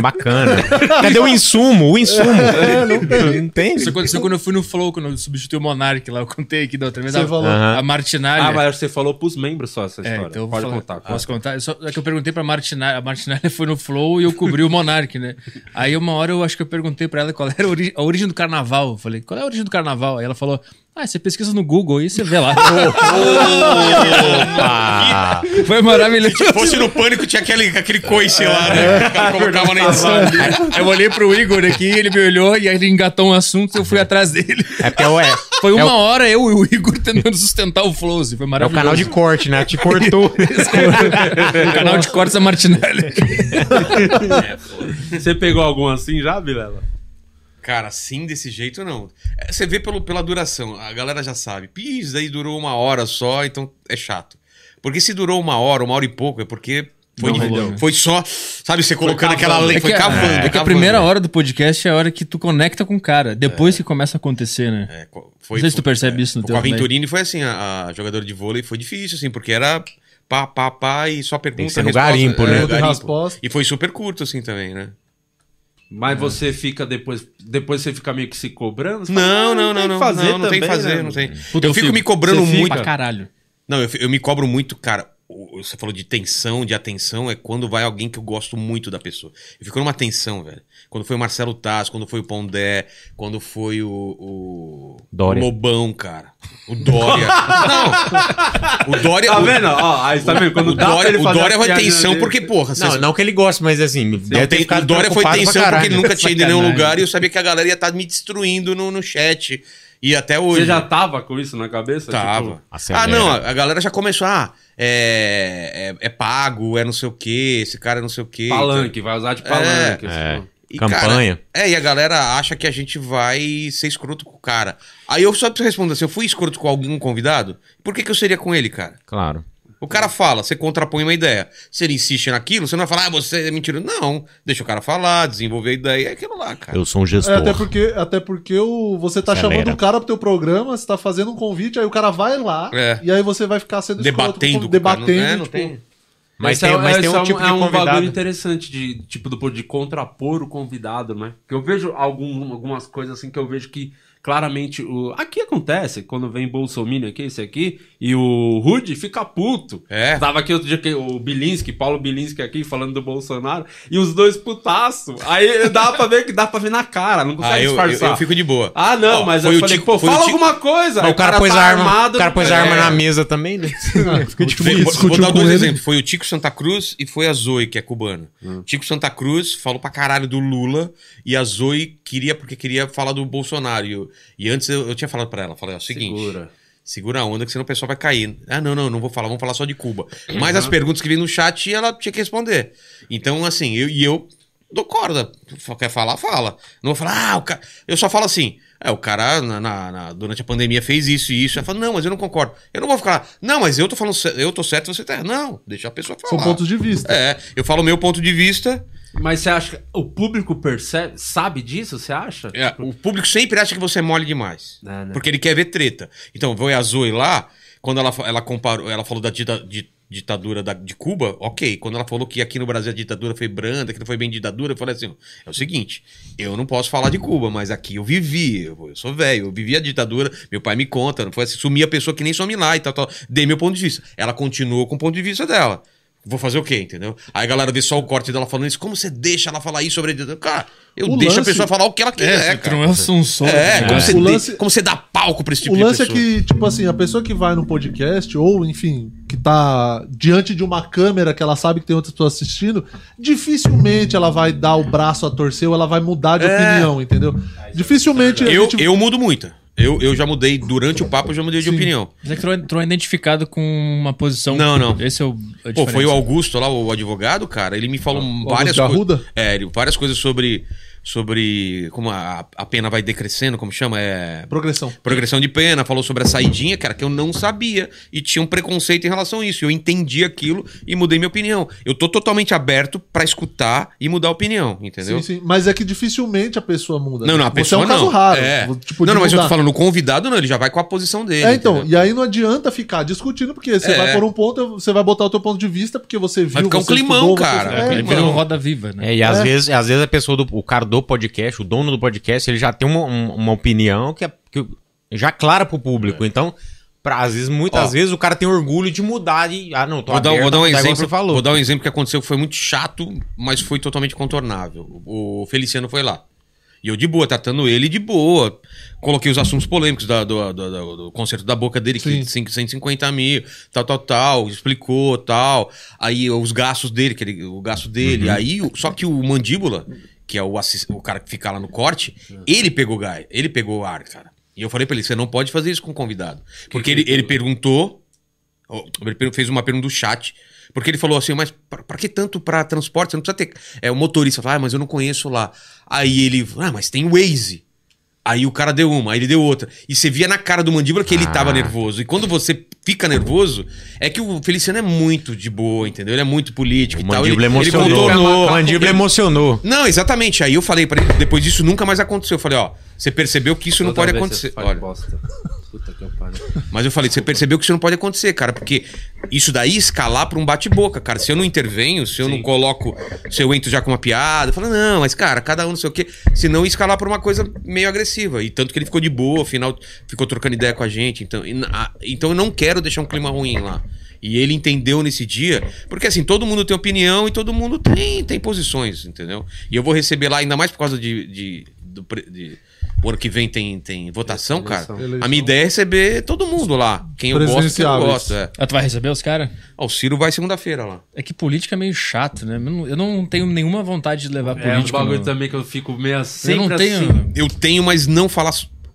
Speaker 13: [LAUGHS]
Speaker 2: bacana. Cadê o insumo?
Speaker 1: [LAUGHS]
Speaker 2: O insumo.
Speaker 13: É,
Speaker 2: [LAUGHS] não tem. Não tem.
Speaker 13: Isso aconteceu quando eu fui no Flow, quando eu substituí o Monark lá, eu contei aqui da outra vez.
Speaker 1: Você
Speaker 13: a,
Speaker 1: falou.
Speaker 13: a Martinalha.
Speaker 1: Ah, mas você falou pros membros só essa história.
Speaker 13: É, então eu vou
Speaker 1: Pode
Speaker 13: falar.
Speaker 1: contar.
Speaker 13: Posso contar? Eu Só, é que eu perguntei pra Martinalha. A Martinalha foi no Flow e eu cobri o Monark, né? Aí uma hora eu acho que eu perguntei pra ela qual era a, ori- a origem do carnaval. Eu falei, qual é a origem do carnaval? Aí ela falou, ah, você pesquisa no Google aí você vê
Speaker 1: [LAUGHS]
Speaker 13: lá. [LAUGHS]
Speaker 1: Tá
Speaker 2: Opa!
Speaker 13: Foi maravilhoso.
Speaker 16: Se fosse no pânico, tinha aquele, aquele coice lá,
Speaker 2: É.
Speaker 16: né? O cara
Speaker 2: [LAUGHS]
Speaker 16: colocava na edição.
Speaker 13: Aí eu olhei pro Igor aqui, ele me olhou e aí ele engatou um assunto e eu fui atrás dele.
Speaker 2: É porque é o- é-
Speaker 13: Foi uma
Speaker 2: é o-
Speaker 13: hora eu e o Igor tentando sustentar o Flow. assim, Foi
Speaker 2: É o
Speaker 13: maravilhoso. [LAUGHS]
Speaker 2: canal de corte, né? Te cortou.
Speaker 13: o canal de cortes da Martinelli. É
Speaker 16: É,
Speaker 1: Você pegou algum assim já, Vilela?
Speaker 16: Cara, assim desse jeito não. É, Você vê pelo, pela duração, a galera já sabe. Pi, Isso daí durou uma hora só, então é chato. Porque se durou uma hora, uma hora e pouco, é porque foi,
Speaker 13: Não
Speaker 16: de-
Speaker 13: rolou, né?
Speaker 16: foi só, sabe, você colocando aquela
Speaker 13: É
Speaker 16: lei,
Speaker 13: que
Speaker 16: foi
Speaker 13: a-
Speaker 16: cavando.
Speaker 13: É que a
Speaker 16: cavando.
Speaker 13: primeira hora do podcast é a hora que tu conecta com o cara. Depois que começa a acontecer, né?
Speaker 16: É. Foi-
Speaker 13: Não sei se tu
Speaker 16: foi-
Speaker 13: percebe
Speaker 16: é,
Speaker 13: isso no
Speaker 16: Com
Speaker 2: Então,
Speaker 13: teu
Speaker 2: né?
Speaker 16: a
Speaker 13: também.
Speaker 16: Venturini foi assim, a, a jogadora de vôlei foi difícil, assim, porque era pá, pá, pá e só pergunta,
Speaker 2: que ser no garimpo, né?
Speaker 16: é,
Speaker 2: Pergunta e
Speaker 16: garimpo.
Speaker 2: resposta.
Speaker 16: E foi super curto, assim, também, né?
Speaker 1: Mas você fica depois. Depois você fica meio que se cobrando? Você
Speaker 16: Não,
Speaker 1: fala,
Speaker 16: não, não,
Speaker 1: "Ah,
Speaker 16: não.
Speaker 1: tem que fazer
Speaker 16: não, não tem que
Speaker 1: também,
Speaker 16: fazer,
Speaker 1: né?"
Speaker 16: não tem.
Speaker 1: Puta,
Speaker 16: eu fico me cobrando
Speaker 1: Você
Speaker 16: muito.
Speaker 1: fica?
Speaker 16: Não, eu, fi- eu me cobro muito, cara. O- Você falou de tensão, de atenção, é quando vai alguém que eu gosto muito da pessoa. Eu fico numa tensão, velho. Quando foi o Marcelo Taz, quando foi o Pondé, quando foi o. o
Speaker 2: Dória.
Speaker 16: o Lobão, cara. O Dória.
Speaker 1: [LAUGHS]
Speaker 16: não! O Dória.
Speaker 1: Tá
Speaker 16: o-
Speaker 1: vendo? Ó, aí você tá vendo? Quando
Speaker 16: o
Speaker 1: dá pra
Speaker 16: Dória,
Speaker 1: ele
Speaker 16: o
Speaker 1: fazer
Speaker 16: Dória
Speaker 1: a
Speaker 16: vai
Speaker 1: piadinha
Speaker 16: tensão
Speaker 1: dele.
Speaker 16: porque, porra.
Speaker 2: Não,
Speaker 16: você-
Speaker 2: não que ele goste, mas assim, deve ter
Speaker 16: tem-
Speaker 2: ficado
Speaker 16: o Dória foi
Speaker 2: preocupado pra
Speaker 16: tensão porque
Speaker 2: caralho.
Speaker 16: ele nunca tinha ido em nenhum
Speaker 2: Sacanagem.
Speaker 16: lugar e eu sabia que a galera ia estar me destruindo no, no chat. E até hoje.
Speaker 1: Você já tava com isso na cabeça?
Speaker 16: Tava.
Speaker 1: Tipo,
Speaker 16: Então, ah, não, a a galera já começou, ah, é, é, é pago, é não sei o quê, esse cara é não sei o quê.
Speaker 1: Palanque, vai usar de palanque, assim.
Speaker 2: É.
Speaker 16: E,
Speaker 2: Campanha.
Speaker 16: cara, é, e a galera acha que a gente vai ser escroto com o cara. Aí eu só te respondo assim, eu fui escroto com algum convidado? Por que, que eu seria com ele, cara?
Speaker 2: Claro.
Speaker 16: O cara fala, você contrapõe uma ideia. Se ele insiste naquilo, você não vai falar, ah, você é mentiroso. Não, deixa o cara falar, desenvolver a ideia, é aquilo lá, cara.
Speaker 2: Eu sou um gestor.
Speaker 8: É, até porque, até porque o, você tá
Speaker 16: Acelera.
Speaker 8: chamando o cara pro teu programa, você tá fazendo um convite, aí o cara vai lá,
Speaker 16: É.
Speaker 8: e aí você vai ficar sendo escroto com-
Speaker 16: Debatendo com o cara, não-
Speaker 8: debatendo.
Speaker 16: é, não
Speaker 8: tipo,
Speaker 16: tem-
Speaker 2: Mas
Speaker 1: Esse
Speaker 2: tem,
Speaker 1: é-
Speaker 2: mas tem
Speaker 1: esse
Speaker 2: um tipo
Speaker 1: é
Speaker 2: de
Speaker 1: um
Speaker 2: convidado.
Speaker 1: bagulho interessante de, tipo, do, de contrapor o convidado, né? Porque eu vejo algum, algumas coisas assim que eu vejo que Claramente, o... aqui acontece, quando vem Bolsonaro aqui, esse aqui, e o Rude fica puto. É. Tava aqui outro dia que o Bilinski, Paulo Bilinski aqui, falando do Bolsonaro, e os dois putaço. Aí dá pra ver que dá pra ver na cara, não consegue
Speaker 16: Ah, eu, eu,
Speaker 1: disfarçar.
Speaker 16: eu fico de boa.
Speaker 1: Ah, não,
Speaker 16: Ó,
Speaker 1: mas
Speaker 16: foi
Speaker 1: eu
Speaker 16: o
Speaker 1: falei,
Speaker 16: Tico-
Speaker 1: pô,
Speaker 16: foi o
Speaker 1: fala
Speaker 16: Tico-
Speaker 1: alguma coisa.
Speaker 2: Mas
Speaker 1: Aí
Speaker 2: o cara, pôs
Speaker 1: tá
Speaker 2: a arma,
Speaker 1: armado.
Speaker 2: o cara pôs a
Speaker 1: É.
Speaker 2: arma na mesa também,
Speaker 16: [LAUGHS]
Speaker 2: né?
Speaker 16: Ah, Vou, vou, vou
Speaker 8: tipo, discutiu
Speaker 16: dar
Speaker 8: com
Speaker 16: dois
Speaker 8: ele.
Speaker 16: exemplos. Foi o Tico Santa Cruz e foi a Zoe, que é cubana.
Speaker 8: Hum.
Speaker 16: Tico Santa Cruz falou pra caralho do Lula e a Zoe queria, porque queria falar do Bolsonaro. E, eu- e antes eu, eu tinha falado pra ela, falei, ó, é seguinte... Segura. a onda, que senão o pessoal vai cair. Ah, não, não, não vou falar, vamos falar só de Cuba. Mas as perguntas que vêm no chat, ela tinha que responder. Então, assim, eu, e eu dou corda. Quer falar, fala. Não vou falar, ah, o cara... Eu só falo assim, é, o cara na, na- na- durante a pandemia fez isso e isso. Ela fala, não, mas eu não concordo. Eu não vou ficar lá, não, mas eu tô falando, cer- eu tô certo, você tá. errado." Não, deixa a pessoa falar.
Speaker 8: São pontos de vista.
Speaker 16: É, eu falo meu ponto de vista.
Speaker 1: Mas você acha que o público percebe, sabe disso, você acha?
Speaker 16: É, o público sempre acha que você é mole demais. Porque ele quer ver treta. Então, foi a Zoe lá, quando ela, fa- ela comparou, ela falou da dita- di- ditadura da- de Cuba, ok. Quando ela falou que aqui no Brasil a ditadura foi branda, que não foi bem ditadura, eu falei assim: ó, é o seguinte, eu não posso falar de Cuba, mas aqui eu vivi, eu, eu sou velho, eu vivi a ditadura, meu pai me conta, não foi assim, sumia a pessoa que nem some lá e tal, tal. Dei meu ponto de vista. Ela continuou com o ponto de vista dela. Vou fazer o quê, entendeu? Aí a galera vê só o corte dela falando isso. Como você deixa ela falar isso sobre a ditadura? Cara, eu
Speaker 8: O
Speaker 16: deixo a
Speaker 8: lance-
Speaker 16: pessoa falar o que ela quiser,
Speaker 13: É,
Speaker 16: cara.
Speaker 13: não é um sonsouro, né?
Speaker 16: É, como,
Speaker 13: É.
Speaker 16: Você
Speaker 13: O
Speaker 16: de-
Speaker 8: lance-
Speaker 16: como você dá palco pra esse tipo
Speaker 8: o
Speaker 16: de
Speaker 8: lance é
Speaker 16: pessoa.
Speaker 8: que, tipo assim, a pessoa que vai no podcast, ou enfim, que tá diante de uma câmera que ela sabe que tem outras pessoas assistindo, dificilmente ela vai dar o braço a torcer ou ela vai mudar de
Speaker 16: É.
Speaker 8: opinião, entendeu? Dificilmente. a
Speaker 16: Eu,
Speaker 8: gente-
Speaker 16: eu mudo muito. Eu, eu já mudei, durante o papo eu já mudei de opinião.
Speaker 13: Mas é que tu entrou identificado com uma posição.
Speaker 8: um
Speaker 16: Não,
Speaker 8: tipo,
Speaker 16: não.
Speaker 13: Esse é o. a
Speaker 16: Pô, foi
Speaker 13: diferença.
Speaker 16: o Augusto lá, o advogado, cara, ele me falou várias
Speaker 8: Ah, Augusto
Speaker 16: coisas.
Speaker 8: Arruda?
Speaker 16: É, ele- várias coisas sobre. Sobre como a, a pena vai decrescendo, como chama? É.
Speaker 8: Progressão.
Speaker 16: Progressão de pena, falou sobre a saidinha, cara, que eu não sabia. E tinha um preconceito em relação a isso. Eu entendi aquilo e mudei minha opinião. Eu tô totalmente aberto pra escutar e mudar a opinião, entendeu?
Speaker 8: Sim, sim. Mas é que dificilmente a pessoa muda.
Speaker 16: Não, não, a
Speaker 8: Você
Speaker 16: pessoa
Speaker 8: é um caso
Speaker 16: não.
Speaker 8: raro.
Speaker 16: É.
Speaker 8: tipo, de
Speaker 16: não, não, mas eu tô
Speaker 8: mudar.
Speaker 16: falando, o convidado não, ele já vai com a posição dele.
Speaker 8: É, então,
Speaker 16: entendeu?
Speaker 8: e aí não adianta ficar discutindo, porque você
Speaker 16: É.
Speaker 8: vai por um ponto, você vai botar o teu ponto de vista, porque você viu.
Speaker 16: Vai ficar um
Speaker 8: você
Speaker 16: climão,
Speaker 8: estudou, você-
Speaker 16: cara.
Speaker 8: É,
Speaker 16: Vai
Speaker 13: Ele
Speaker 8: então.
Speaker 13: virou roda viva, né?
Speaker 2: É, e às,
Speaker 8: É.
Speaker 2: Vezes, às vezes a pessoa, do, o cara do podcast, o dono do podcast, ele já tem uma, um- uma opinião que é que já clara pro público. Então, pra, às vezes, muitas
Speaker 16: Ó.
Speaker 2: vezes o cara tem orgulho de mudar e. Ah, não, tô
Speaker 16: Vou dar,
Speaker 2: aberto,
Speaker 16: vou dar um
Speaker 2: tá igual
Speaker 16: exemplo.
Speaker 2: Você falou.
Speaker 16: Vou dar um exemplo que aconteceu que foi muito chato, mas foi totalmente contornável. O Feliciano foi lá. E eu de boa, tratando ele de boa. Coloquei os assuntos polêmicos da- do, do, do- do concerto da boca dele, que 150 mil, tal, tal, tal, explicou, tal. Aí os gastos dele, que ele- o gasto dele.
Speaker 2: Uhum.
Speaker 16: Aí, o- só que o Mandíbula, que é o, assis- o cara que fica lá no corte, ele pegou gás, ele pegou ar, cara. E eu falei pra ele, você não pode fazer isso com o convidado. Porque ele, ele perguntou, Ó, Ele per- fez uma pergunta do chat. Porque ele falou assim, mas pra pra que tanto pra transporte? Você não precisa ter. É, o motorista fala, ah, mas eu não conheço lá. Aí ele, ah, mas tem Waze. Aí o cara deu uma, aí ele deu outra. E você via na cara do mandíbula que ele
Speaker 2: Ah.
Speaker 16: tava nervoso. E quando você fica nervoso, é que o Feliciano é muito de boa, entendeu? Ele é muito político
Speaker 2: O
Speaker 16: e tal. Ele,
Speaker 2: mandíbula
Speaker 16: ele
Speaker 2: emocionou.
Speaker 16: contornou.
Speaker 2: o mandíbula emocionou.
Speaker 16: Não, exatamente. Aí eu falei pra ele, depois disso nunca mais aconteceu. Eu falei, ó, você percebeu que isso não
Speaker 1: Toda
Speaker 16: pode
Speaker 1: vez
Speaker 16: acontecer.
Speaker 1: você fala
Speaker 16: Olha.
Speaker 1: bosta. Puta que eu pariu.
Speaker 16: Mas eu falei, você percebeu que isso não pode acontecer, cara, porque isso daí escalar pra um bate-boca, cara. Se eu não intervenho, se eu não coloco, se eu entro já com uma piada, fala, não, mas cara, cada um não sei o quê, se não escalar pra uma coisa meio agressiva. E tanto que ele ficou de boa, afinal ficou trocando ideia com a gente, então, e na- a- então eu não quero deixar um clima ruim lá. E ele entendeu nesse dia, porque assim, todo mundo tem opinião e todo mundo tem, tem posições, entendeu? E eu vou receber lá, ainda mais por causa de. de, do pre- de- o ano que vem tem, tem votação, cara.
Speaker 8: Eleição.
Speaker 16: A minha ideia é receber todo mundo lá. Quem eu gosto, quem eu não
Speaker 8: Presenciáveis.
Speaker 16: gosto. É.
Speaker 13: Ah, tu vai receber os caras?
Speaker 16: Ó, o Ciro vai segunda-feira lá.
Speaker 13: É que política é meio chato, né? Eu não, eu não tenho nenhuma vontade de levar
Speaker 1: É um
Speaker 13: política.
Speaker 1: bagulho
Speaker 13: no-
Speaker 1: também que eu fico meio assim.
Speaker 13: né? Eu não tenho.
Speaker 16: Eu tenho, mas não falar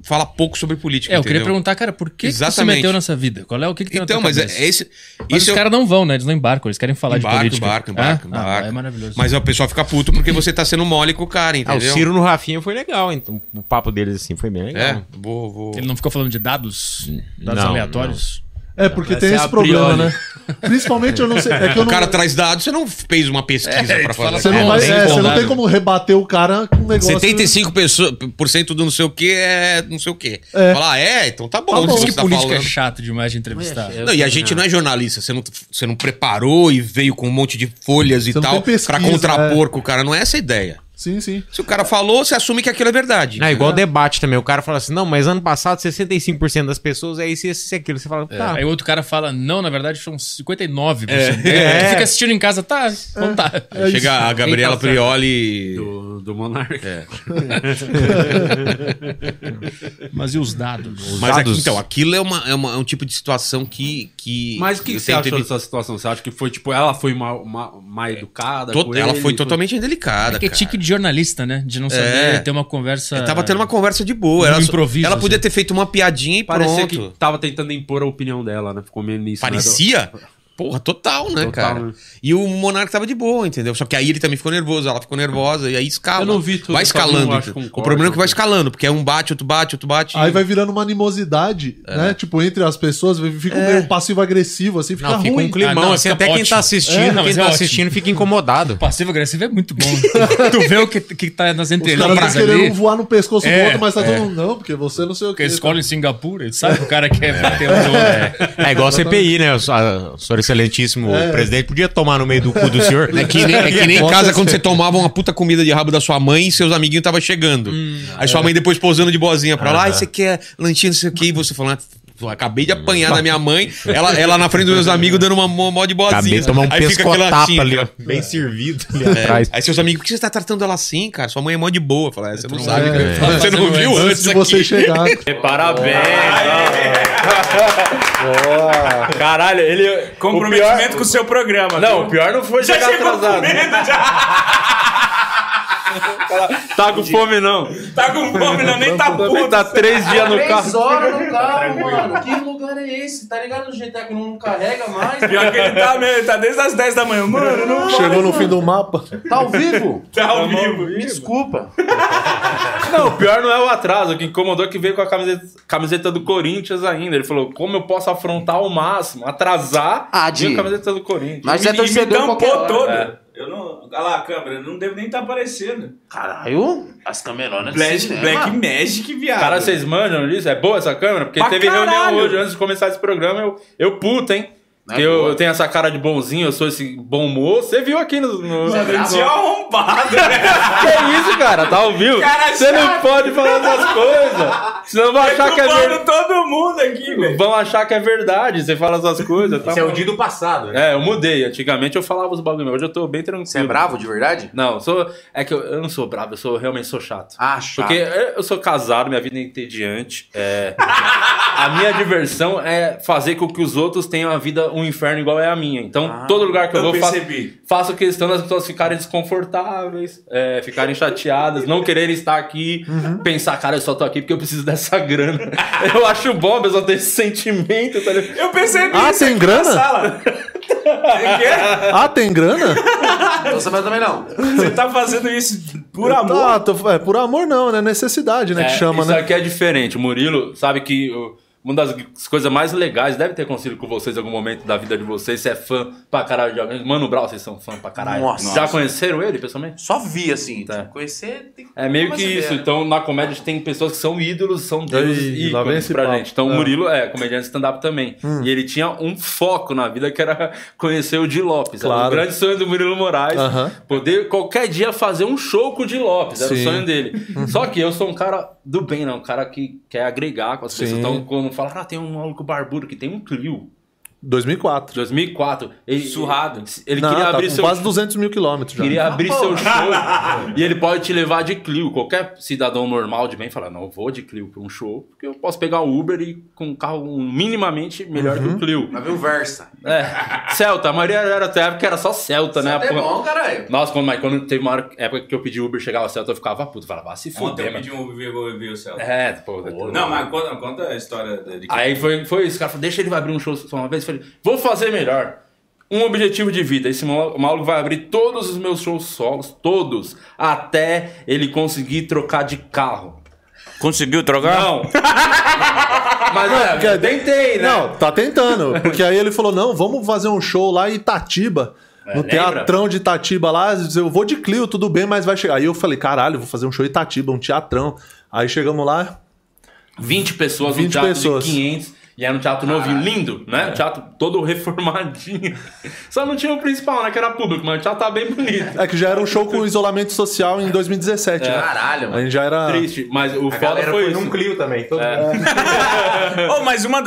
Speaker 16: fala pouco sobre política.
Speaker 13: É, eu queria
Speaker 16: entendeu?
Speaker 13: perguntar, cara, por que, que tu se
Speaker 16: Exatamente.
Speaker 13: meteu nessa vida? Qual é o que, que tem na
Speaker 16: Então,
Speaker 13: tua
Speaker 16: mas é,
Speaker 13: cabeça?
Speaker 16: é esse.
Speaker 13: Mas
Speaker 16: esse
Speaker 13: os caras não vão, né? Eles não embarcam, eles querem falar de
Speaker 16: Embarca,
Speaker 13: política.
Speaker 16: embarca,
Speaker 13: Ah?
Speaker 16: embarca,
Speaker 13: Ah,
Speaker 16: embarca.
Speaker 13: é maravilhoso.
Speaker 16: Mas o pessoal fica puto porque você tá sendo mole com o cara,
Speaker 2: Ah, o
Speaker 16: entendeu?
Speaker 2: Ciro no Rafinha foi legal, então o papo deles assim foi bem legal.
Speaker 16: É, vou, vou.
Speaker 13: Ele não ficou falando de dados? Dados
Speaker 2: Não,
Speaker 13: aleatórios?
Speaker 8: É, porque
Speaker 1: Vai
Speaker 8: tem
Speaker 1: ser
Speaker 8: esse
Speaker 1: a priori.
Speaker 8: problema, né? Principalmente eu não sei. É que eu
Speaker 16: O
Speaker 8: não,
Speaker 16: cara traz dados, você não fez uma pesquisa pra fazer.
Speaker 8: você, não
Speaker 2: É,
Speaker 8: vai-
Speaker 2: não tem
Speaker 8: é, você não
Speaker 2: como.
Speaker 8: tem como rebater o cara com um negócio.
Speaker 16: 75% do não sei o que é não sei o que.
Speaker 8: É.
Speaker 16: Falar, é, então tá bom.
Speaker 8: Tá bom.
Speaker 16: disso
Speaker 13: Por
Speaker 16: que
Speaker 13: que
Speaker 16: você tá
Speaker 13: política é
Speaker 16: falando.
Speaker 13: chato demais de entrevistar?
Speaker 1: Eu
Speaker 16: Não, e a
Speaker 1: também
Speaker 16: gente
Speaker 1: acho.
Speaker 16: não é jornalista, você não, você não preparou e veio com um monte de folhas e
Speaker 8: Você não
Speaker 16: tal
Speaker 8: tem pesquisa,
Speaker 16: pra contrapor
Speaker 8: é. [LAUGHS]
Speaker 16: com o cara, não é essa a ideia.
Speaker 8: Sim, sim.
Speaker 16: Se o cara falou, você assume que aquilo é verdade.
Speaker 2: Não, é igual debate também. O cara fala assim, não, mas ano passado 65% das pessoas é isso, isso e aquilo. Você fala, tá.
Speaker 13: Aí o outro cara fala, não, na verdade são 59%.
Speaker 2: É.
Speaker 13: Você né? fica assistindo em casa,
Speaker 1: É.
Speaker 13: tá? Então tá.
Speaker 16: Aí Chega a Gabriela
Speaker 13: Quem tá certo?
Speaker 16: Prioli. É.
Speaker 17: Do, do Monark.
Speaker 13: [LAUGHS] Mas e os dados?
Speaker 16: Mas aqui- então, aquilo é, uma, é, uma- é um tipo de situação que. que
Speaker 17: Mas o que,
Speaker 16: eu
Speaker 17: que você
Speaker 16: tenho
Speaker 17: achou
Speaker 16: teve-
Speaker 17: dessa situação? Você acha que foi, tipo, ela foi mal, mal, mal educada?
Speaker 16: To-
Speaker 17: com
Speaker 16: ela
Speaker 17: ele?
Speaker 16: foi totalmente indelicada.
Speaker 13: É que é
Speaker 16: cara.
Speaker 13: tique de jornalista, né? De não saber
Speaker 16: É.
Speaker 13: ter uma conversa.
Speaker 16: Ela tava tendo uma conversa de boa.
Speaker 13: Um
Speaker 16: Ela, só-
Speaker 13: improviso,
Speaker 16: ela podia
Speaker 13: assim.
Speaker 16: ter feito uma piadinha e
Speaker 17: Parecia
Speaker 16: pronto.
Speaker 17: que tava tentando impor a opinião dela, né? Ficou meio nisso. né?
Speaker 16: Parecia? Porra, total, né,
Speaker 17: Total,
Speaker 16: cara?
Speaker 17: né?
Speaker 16: E o Monarca tava de boa, entendeu? Só que aí ele também ficou nervoso, ela ficou nervosa, e aí escala.
Speaker 17: Eu não vi tudo,
Speaker 16: Vai
Speaker 17: só vi um,
Speaker 16: escalando.
Speaker 17: acho,
Speaker 16: entendeu?
Speaker 17: com
Speaker 16: o
Speaker 17: corte,
Speaker 16: problema é que vai
Speaker 17: né?
Speaker 16: escalando, porque é um bate, outro bate, outro bate.
Speaker 8: Aí vai virando uma animosidade,
Speaker 16: É.
Speaker 8: né? Tipo, entre as pessoas, fica um meio passivo-agressivo, assim, fica
Speaker 2: É. Não, fica
Speaker 8: ruim.
Speaker 2: um climão,
Speaker 13: Ah, não,
Speaker 2: assim,
Speaker 13: fica
Speaker 2: até quem
Speaker 13: ótimo.
Speaker 2: tá assistindo,
Speaker 13: É, não,
Speaker 2: quem
Speaker 13: mas
Speaker 2: tá
Speaker 13: é ótimo.
Speaker 2: assistindo fica incomodado.
Speaker 13: Passivo agressivo é
Speaker 8: [LAUGHS]
Speaker 13: muito bom. tu vê o que, que tá nas
Speaker 8: Os caras
Speaker 13: entrelinhas
Speaker 8: tão
Speaker 13: ali.
Speaker 8: querendo voar no pescoço
Speaker 13: É,
Speaker 8: do outro, mas tá
Speaker 13: é.
Speaker 8: todo mundo, não, porque você não sei o tá?
Speaker 13: Porque
Speaker 8: que.
Speaker 13: a escola em Singapura, ele sabe que o cara quer bater no outro.
Speaker 2: É igual a CPI, né? O s- a- o senhor excelentíssimo
Speaker 8: É.
Speaker 2: presidente podia tomar no meio do cu do senhor.
Speaker 16: É que nem, é que nem em
Speaker 8: Pode
Speaker 16: casa
Speaker 8: ser.
Speaker 16: quando você tomava uma puta comida de rabo da sua mãe e seus amiguinhos estavam chegando. aí sua mãe depois posando de boazinha pra
Speaker 2: Ah.
Speaker 16: lá, e você quer lanchinho, não sei o quê, e você falando. "Ah, pô, Acabei de apanhar da minha mãe, ela, ela na frente dos meus amigos dando uma mó mó de boazinha.
Speaker 2: Acabei de tomar um
Speaker 16: Aí fica aquela
Speaker 2: pescotapa
Speaker 16: tinta.
Speaker 2: ali, ó. Bem servido ali
Speaker 16: É.
Speaker 2: atrás.
Speaker 16: Aí seus amigos, por que você tá tratando ela assim, cara? Sua mãe é mó de boa. Fala, "É, você não
Speaker 13: não
Speaker 16: sabe,
Speaker 13: sabe,
Speaker 16: cara.
Speaker 13: cara.
Speaker 16: Você não
Speaker 13: Fazendo
Speaker 16: viu
Speaker 13: antes
Speaker 16: antes
Speaker 8: Antes de você
Speaker 16: aqui."
Speaker 8: chegar.
Speaker 1: Parabéns! Caralho, ele.
Speaker 18: Comprometimento
Speaker 1: o pior-
Speaker 18: com o seu programa.
Speaker 1: Não, o
Speaker 18: viu?
Speaker 1: pior não foi
Speaker 18: Já
Speaker 1: chegar
Speaker 18: chegou
Speaker 1: atrasado. né?
Speaker 18: comendo, já
Speaker 1: Tá com fome, não.
Speaker 18: tá com fome, não, nem tá
Speaker 1: Também
Speaker 18: puto.
Speaker 1: tá três dias no carro.
Speaker 13: horas no carro, mano. Que lugar é esse? Tá ligado? O GTA que não carrega mais.
Speaker 18: [LAUGHS] Pior que ele tá mesmo, ele tá desde as 10 da manhã. Mano, não
Speaker 8: Chegou no fim do mapa.
Speaker 13: Tá ao vivo?
Speaker 18: tá ao vivo.
Speaker 13: Desculpa.
Speaker 1: Não, o pior não é o atraso. O que incomodou é que veio com a camiseta, camiseta do Corinthians ainda. Ele falou: como eu posso afrontar ao máximo, atrasar veio
Speaker 7: Ah,
Speaker 1: com
Speaker 7: Di.
Speaker 1: a camiseta do Corinthians.
Speaker 7: Nós
Speaker 18: E-
Speaker 7: é
Speaker 18: e
Speaker 7: torcedor
Speaker 18: me
Speaker 7: qualquer
Speaker 18: tampou
Speaker 7: hora.
Speaker 18: todo.
Speaker 1: É.
Speaker 18: Eu não. Olha lá a câmera, não deve nem estar tá aparecendo.
Speaker 7: Caralho, as cameronas.
Speaker 18: Black, Black Magic, viado.
Speaker 1: Cara, vocês manjam disso? É boa essa câmera? Porque
Speaker 18: Pra
Speaker 1: teve
Speaker 18: caralho.
Speaker 1: reunião hoje, antes de começar esse programa, eu, eu puto, hein?
Speaker 7: É
Speaker 1: Que eu,
Speaker 7: boa.
Speaker 1: eu tenho essa cara de bonzinho, eu sou esse bom moço. Você viu aqui no. no- no-
Speaker 18: Tinha arrombado, né?
Speaker 1: [LAUGHS] Que isso, cara? Tá ouvindo?
Speaker 18: Cara
Speaker 1: Você não
Speaker 18: chato.
Speaker 1: pode falar essas coisas. Senão vão achar que é
Speaker 18: Perturbando
Speaker 1: verdade.
Speaker 18: todo mundo aqui, velho.
Speaker 1: Vão achar que é verdade. Você fala essas coisas. Tá
Speaker 7: Esse é o
Speaker 1: bom.
Speaker 7: dia do passado. né?
Speaker 1: É, eu mudei. Antigamente eu falava os bagulho. mas Hoje eu tô bem tranquilo.
Speaker 7: Você é bravo de verdade?
Speaker 1: Não, eu sou. É que eu, eu não sou bravo, eu sou realmente sou chato.
Speaker 7: Ah, chato.
Speaker 1: Porque eu eu sou casado, minha vida é entediante. É... [LAUGHS] a minha diversão é fazer com que os outros tenham a vida um inferno igual é a minha. Então, todo lugar que eu,
Speaker 18: Ah, eu
Speaker 1: vou, faço,
Speaker 18: percebi.
Speaker 1: faço questão das pessoas ficarem desconfortáveis, é, ficarem chateadas, não quererem estar aqui,
Speaker 18: Uhum.
Speaker 1: pensar, cara, eu só tô aqui porque eu preciso dessa grana. [LAUGHS] eu acho bom a pessoa ter esse sentimento, tá ligado?
Speaker 18: Eu percebi.
Speaker 8: Ah,
Speaker 18: isso
Speaker 8: tem
Speaker 18: aqui
Speaker 8: grana?
Speaker 18: na Sala.
Speaker 1: [LAUGHS]
Speaker 18: Você,
Speaker 8: Ah, tem grana?
Speaker 7: Não sabendo também não.
Speaker 18: quer? Você tá fazendo isso por
Speaker 8: Tá,
Speaker 18: amor.
Speaker 8: tô- é, por amor não, né? Necessidade, né?
Speaker 1: É,
Speaker 8: que chama,
Speaker 1: isso
Speaker 8: né?
Speaker 1: aqui é diferente. O Murilo sabe que o- uma das g- coisas mais legais, deve ter acontecido com vocês em algum momento da vida de vocês, você é fã pra caralho de alguém. Mano Brown, vocês são fã pra caralho.
Speaker 7: Nossa.
Speaker 1: Já conheceram ele, pessoalmente?
Speaker 7: Só vi assim.
Speaker 1: Tá.
Speaker 7: Conhecer tem
Speaker 1: É meio
Speaker 7: Como
Speaker 1: que
Speaker 7: você vê,
Speaker 1: isso.
Speaker 7: né?
Speaker 1: Então, na comédia tem pessoas que são ídolos, são deuses
Speaker 8: Ih, lá vem
Speaker 1: ícones
Speaker 8: esse
Speaker 1: pra
Speaker 8: papo. Hum.
Speaker 1: gente. Então, o
Speaker 8: É.
Speaker 1: Murilo é comediante de stand-up também. E ele tinha um foco na vida que era [LAUGHS] conhecer o Di Lopes. Era o
Speaker 8: Claro.
Speaker 1: grande sonho do Murilo Moraes.
Speaker 8: Aham.
Speaker 1: Poder qualquer dia fazer um show com o Di Lopes. Era o
Speaker 8: Sim.
Speaker 1: sonho
Speaker 8: [LAUGHS]
Speaker 1: dele. Só que eu sou um cara do bem, não. Um cara que quer agregar com as pessoas.
Speaker 8: Sim.
Speaker 1: Então, quando fala, ah, tem um maluco barbudo que tem um Clio.
Speaker 8: 2004.
Speaker 1: 2004. Ele, Surrado. Ele
Speaker 8: Não,
Speaker 1: queria
Speaker 8: tá
Speaker 1: abrir
Speaker 8: com
Speaker 1: seu
Speaker 8: quase 200 mil quilômetros já.
Speaker 18: Tá Ah,
Speaker 1: Queria abrir seu
Speaker 18: [LAUGHS]
Speaker 1: show e ele pode te levar de Clio. Qualquer cidadão normal de bem fala, não, eu vou de Clio para um show, porque eu posso pegar o Uber e com um carro minimamente melhor que o Clio.
Speaker 7: Mas viu Versa.
Speaker 1: É, Celta, a maioria era até época era só Celta, né?
Speaker 18: é
Speaker 7: Até
Speaker 1: A porra-
Speaker 7: bom, caralho.
Speaker 1: Nossa, quando, mas quando teve uma hora- época que eu pedi Uber, chegava Celta, eu ficava puto, falava, "Ah, se
Speaker 18: Ontem
Speaker 1: fuder,
Speaker 18: eu
Speaker 1: mano.
Speaker 18: pedi um Uber, vou ver o céu.
Speaker 1: É, pô.
Speaker 18: Não, mas conta, conta a história da- de
Speaker 1: Aí foi, foi isso, o cara falou, deixa ele abrir um show só uma vez. Eu Falei, vou fazer melhor. Um objetivo de vida. Esse mal- maluco vai abrir todos os meus shows solos, todos, até ele conseguir trocar de carro.
Speaker 18: Conseguiu trocar?
Speaker 1: Não! Mas olha,
Speaker 8: Quer-
Speaker 1: tentei, né?
Speaker 8: Não, tá tentando. Porque aí ele falou: não, vamos fazer um show lá em Itatiba. No
Speaker 1: lembra?
Speaker 8: teatrão de Itatiba lá, eu vou de Clio, tudo bem, mas vai chegar. Aí eu falei, caralho, vou fazer um show em Itatiba, um teatrão. Aí chegamos lá,
Speaker 1: 20 pessoas,
Speaker 8: 20
Speaker 1: um teatro
Speaker 8: pessoas.
Speaker 1: de 500. E era um teatro novinho, lindo,
Speaker 18: É.
Speaker 1: né? Um teatro todo [LAUGHS] reformadinho. Só não tinha o principal, né? Que era público, mas o teatro tava bem bonito.
Speaker 8: É que já era um show com isolamento social em 2017, né?
Speaker 1: É. Caralho,
Speaker 8: A
Speaker 1: mano.
Speaker 8: gente já era...
Speaker 1: Triste, mas o foda foi, isso.
Speaker 8: também. [LAUGHS]
Speaker 1: mas uma.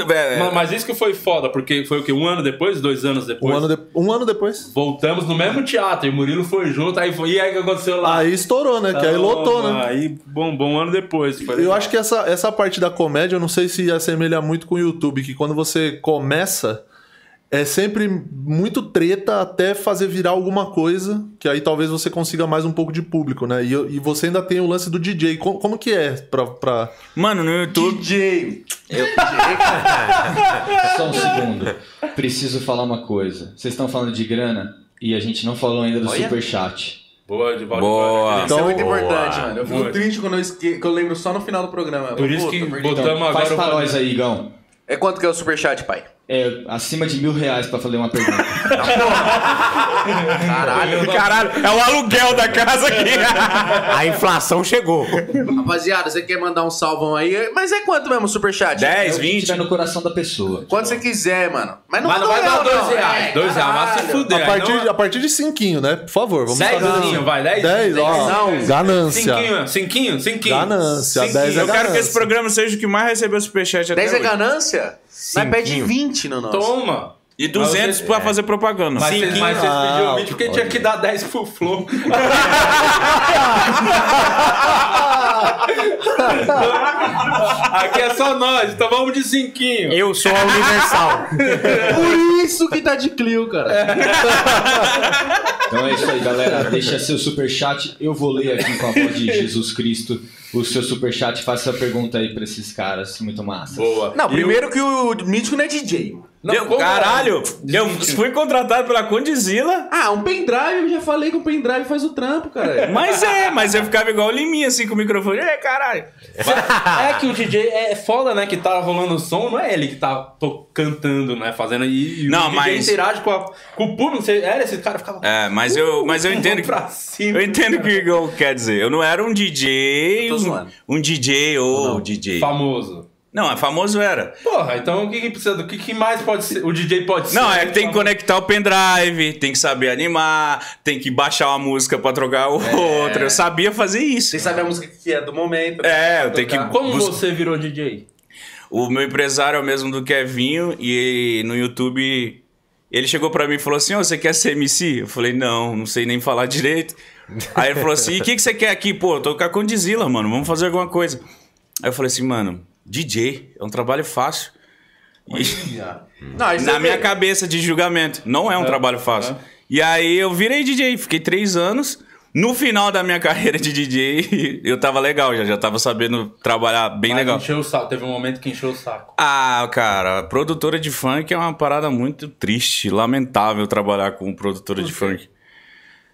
Speaker 1: Mas isso que foi foda, porque foi o quê? Um ano depois? Dois anos depois?
Speaker 8: é, Um ano, de- um ano depois.
Speaker 1: Voltamos no mesmo teatro e o Murilo foi junto, aí foi. E aí o que aconteceu lá? Então,
Speaker 8: Aí estourou, né? Que aí lotou, né?
Speaker 1: Aí bombou um ano depois. foi
Speaker 8: Eu
Speaker 1: legal. [LAUGHS]
Speaker 8: acho que essa, essa parte da comédia, eu não sei se assemelha muito com o YouTube, que quando você começa, é sempre muito treta até fazer virar alguma coisa, que aí talvez você consiga mais um pouco de público, né? E, eu- e você ainda tem o lance do DJ. Como, como que é pra, pra...
Speaker 18: Mano, no YouTube...
Speaker 8: DJ!
Speaker 2: Só um segundo. Preciso falar uma coisa. Vocês estão falando de grana e a gente não falou ainda do
Speaker 7: Olha.
Speaker 2: superchat.
Speaker 1: Boa, de volta.
Speaker 2: Boa.
Speaker 7: Isso é muito
Speaker 2: Boa.
Speaker 7: importante, mano. Eu fico
Speaker 2: Boa.
Speaker 7: triste quando eu, esque... que eu lembro só no final do programa. Eu, puta, perdi.
Speaker 2: Então, Faz pra nós aí, Igão.
Speaker 7: É quanto que é o superchat, pai?
Speaker 2: É acima de mil reais pra fazer uma pergunta. [LAUGHS]
Speaker 7: [LAUGHS] Caralho.
Speaker 19: Caralho, é o aluguel da casa
Speaker 7: [LAUGHS]
Speaker 19: aqui. A inflação chegou.
Speaker 7: Rapaziada, você quer mandar um salvão aí? Mas é quanto mesmo o superchat?
Speaker 2: 10, 20. Tiver no coração da pessoa.
Speaker 7: Quanto você quiser, mano. Mas não,
Speaker 2: Mas não
Speaker 7: manda um
Speaker 2: vai dar
Speaker 7: real,
Speaker 2: dois reais.
Speaker 7: É,
Speaker 2: Dois reais, mas se
Speaker 7: caralho.
Speaker 8: a, partir, a partir de cinquinho, né? Por favor, vamos
Speaker 1: Dez, não, vai, dez?
Speaker 8: 10, ó.
Speaker 1: Dezão.
Speaker 8: Ganância. [LAUGHS]
Speaker 1: Cinquinho, cinquinho, cinquinho.
Speaker 8: Ganância,
Speaker 1: Cinquinho.
Speaker 8: dez é
Speaker 1: Eu quero que
Speaker 8: ganância.
Speaker 1: esse
Speaker 18: programa seja o que mais recebeu superchat até
Speaker 7: 10 é
Speaker 18: hoje.
Speaker 7: ganância? Mas pede
Speaker 18: Cinquinho.
Speaker 7: 20 no nosso.
Speaker 1: Toma.
Speaker 18: E 200 pra fazer
Speaker 1: É.
Speaker 18: propaganda.
Speaker 1: Mas vocês, mas vocês pediram
Speaker 8: Ah,
Speaker 1: 20 porque tinha que dar 10 pro Flow. Aqui é só nós, então vamos de cinquinho.
Speaker 19: Eu sou a Universal.
Speaker 7: [LAUGHS] Por isso que tá de Clio,
Speaker 2: [LAUGHS]
Speaker 7: cara.
Speaker 2: [LAUGHS] Então é isso aí, galera. Deixa seu superchat. Eu vou ler aqui com a voz de Jesus Cristo o seu superchat. Faça a pergunta aí pra esses caras. Muito massa.
Speaker 1: Boa.
Speaker 7: Não, primeiro que o Mítico não é DJ.
Speaker 18: Eu- [LAUGHS] caralho, eu
Speaker 2: um
Speaker 18: fui contratado pela Condizila.
Speaker 7: Ah, um pendrive, eu já falei que um pendrive faz o trampo,
Speaker 2: [LAUGHS]
Speaker 7: cara.
Speaker 18: Mas é, mas eu ficava igual o Liminha, assim, com o microfone. É, caralho.
Speaker 1: É que o DJ é foda, né? Que tá rolando o som, não é ele que tá to- cantando, né? Fazendo. E, e
Speaker 18: Não,
Speaker 1: o DJ
Speaker 18: mas-
Speaker 1: interage com, a- com o público. Você, era, esse cara ficava.
Speaker 18: É, mas eu,
Speaker 1: Uh,
Speaker 18: mas eu entendo que. eu entendo o que o Igor quer dizer. Eu não era um DJ.
Speaker 1: Eu tô
Speaker 18: Um,
Speaker 1: zoando.
Speaker 18: um DJ ou DJ.
Speaker 1: Famoso.
Speaker 18: Não, é famoso era.
Speaker 1: Porra, então o que, que precisa? O que, que mais pode ser? O DJ pode ser.
Speaker 18: Não, é que tem que conectar o pendrive, tem que saber animar, tem que baixar uma música pra trocar outra. Eu sabia fazer isso. Você
Speaker 7: sabe a música É. que é do momento.
Speaker 18: É, eu tenho que.
Speaker 1: Tá. Como
Speaker 18: bus-
Speaker 1: você virou DJ?
Speaker 18: O meu empresário é o mesmo do Kevinho e no YouTube ele chegou pra mim e falou assim: Ô, você quer ser MC? Eu falei: Não, não sei nem falar direito. Aí ele falou assim: E o que, que você quer aqui? Pô, eu tô com a Condizila, mano, vamos fazer alguma coisa. Aí eu falei assim: Mano, DJ é um trabalho fácil. E- [LAUGHS]
Speaker 7: Não, aí você
Speaker 18: na
Speaker 7: vê.
Speaker 18: minha cabeça de julgamento, não é um trabalho fácil. E aí eu virei DJ, fiquei três anos. No final da minha [LAUGHS] carreira de DJ, eu tava legal, já, já tava sabendo trabalhar bem legal.
Speaker 1: Encheu o saco. Teve um momento que encheu o saco.
Speaker 18: Ah, cara, produtora de funk é uma parada muito triste, lamentável trabalhar com produtora de funk.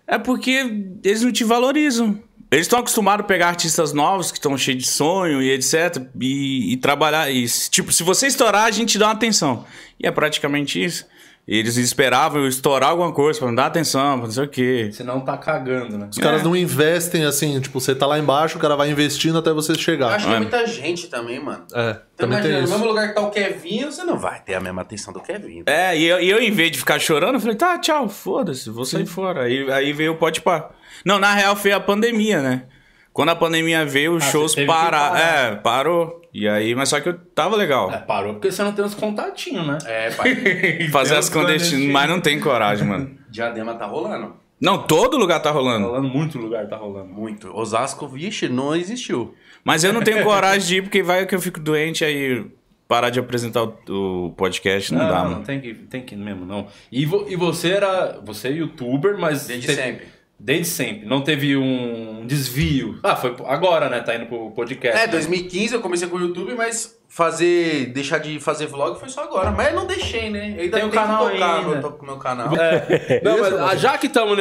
Speaker 18: É porque eles não te valorizam. Eles estão acostumados a pegar artistas novos que estão cheios de sonho e etc. E, e trabalhar isso. Tipo, se você estourar, a gente dá uma atenção. E é praticamente isso. Eles esperavam eu estourar alguma coisa pra me dar atenção, pra não sei o quê. É.
Speaker 1: Senão tá cagando, né?
Speaker 8: Os
Speaker 7: É.
Speaker 8: caras não investem assim, tipo, você tá lá embaixo, o cara vai investindo até você chegar.
Speaker 7: Acho que é muita gente também, mano.
Speaker 8: É,
Speaker 7: Então,
Speaker 8: também
Speaker 7: imagina,
Speaker 8: tem
Speaker 7: no
Speaker 8: isso.
Speaker 7: mesmo lugar que tá o Kevinho, você não vai ter a mesma atenção do Kevinho.
Speaker 1: Então.
Speaker 18: É, e eu, e eu, em vez de ficar chorando, eu falei, tá, tchau, foda-se, vou sair fora. Aí, aí veio o pode pá. Não, na real foi a pandemia, né? Quando a pandemia veio, os
Speaker 1: Ah,
Speaker 18: shows
Speaker 1: você teve que
Speaker 18: pararam.
Speaker 1: parar. É,
Speaker 18: É, parou. E aí, mas só que eu tava legal.
Speaker 1: Parou porque você não tem os contatinhos, né?
Speaker 7: É,
Speaker 18: [LAUGHS] Fazer as clandestinas, mas não tem coragem, mano.
Speaker 7: Diadema tá rolando.
Speaker 18: Não, todo lugar tá rolando.
Speaker 1: Rolando muito lugar, tá rolando.
Speaker 7: Muito. Osasco, vixe, não existiu.
Speaker 18: Mas eu não tenho coragem de ir, porque vai que eu fico doente, aí parar de apresentar o, o podcast não, dá, mano.
Speaker 1: Não, tem que, tem que mesmo, não. E, vo- e você era. Você é youtuber, mas. Desde
Speaker 7: sempre.
Speaker 1: Desde sempre. Não teve um desvio. Ah, foi agora, né? Tá indo pro podcast. né?
Speaker 7: É, 2015 eu comecei com o YouTube, mas fazer. deixar de fazer vlog foi só agora. Mas eu não deixei, né? Eu ainda
Speaker 1: Tem o
Speaker 7: tento
Speaker 1: canal
Speaker 7: tocar
Speaker 1: ainda.
Speaker 7: no to- com o meu canal. [LAUGHS]
Speaker 1: É. Não, mas ah, já que estamos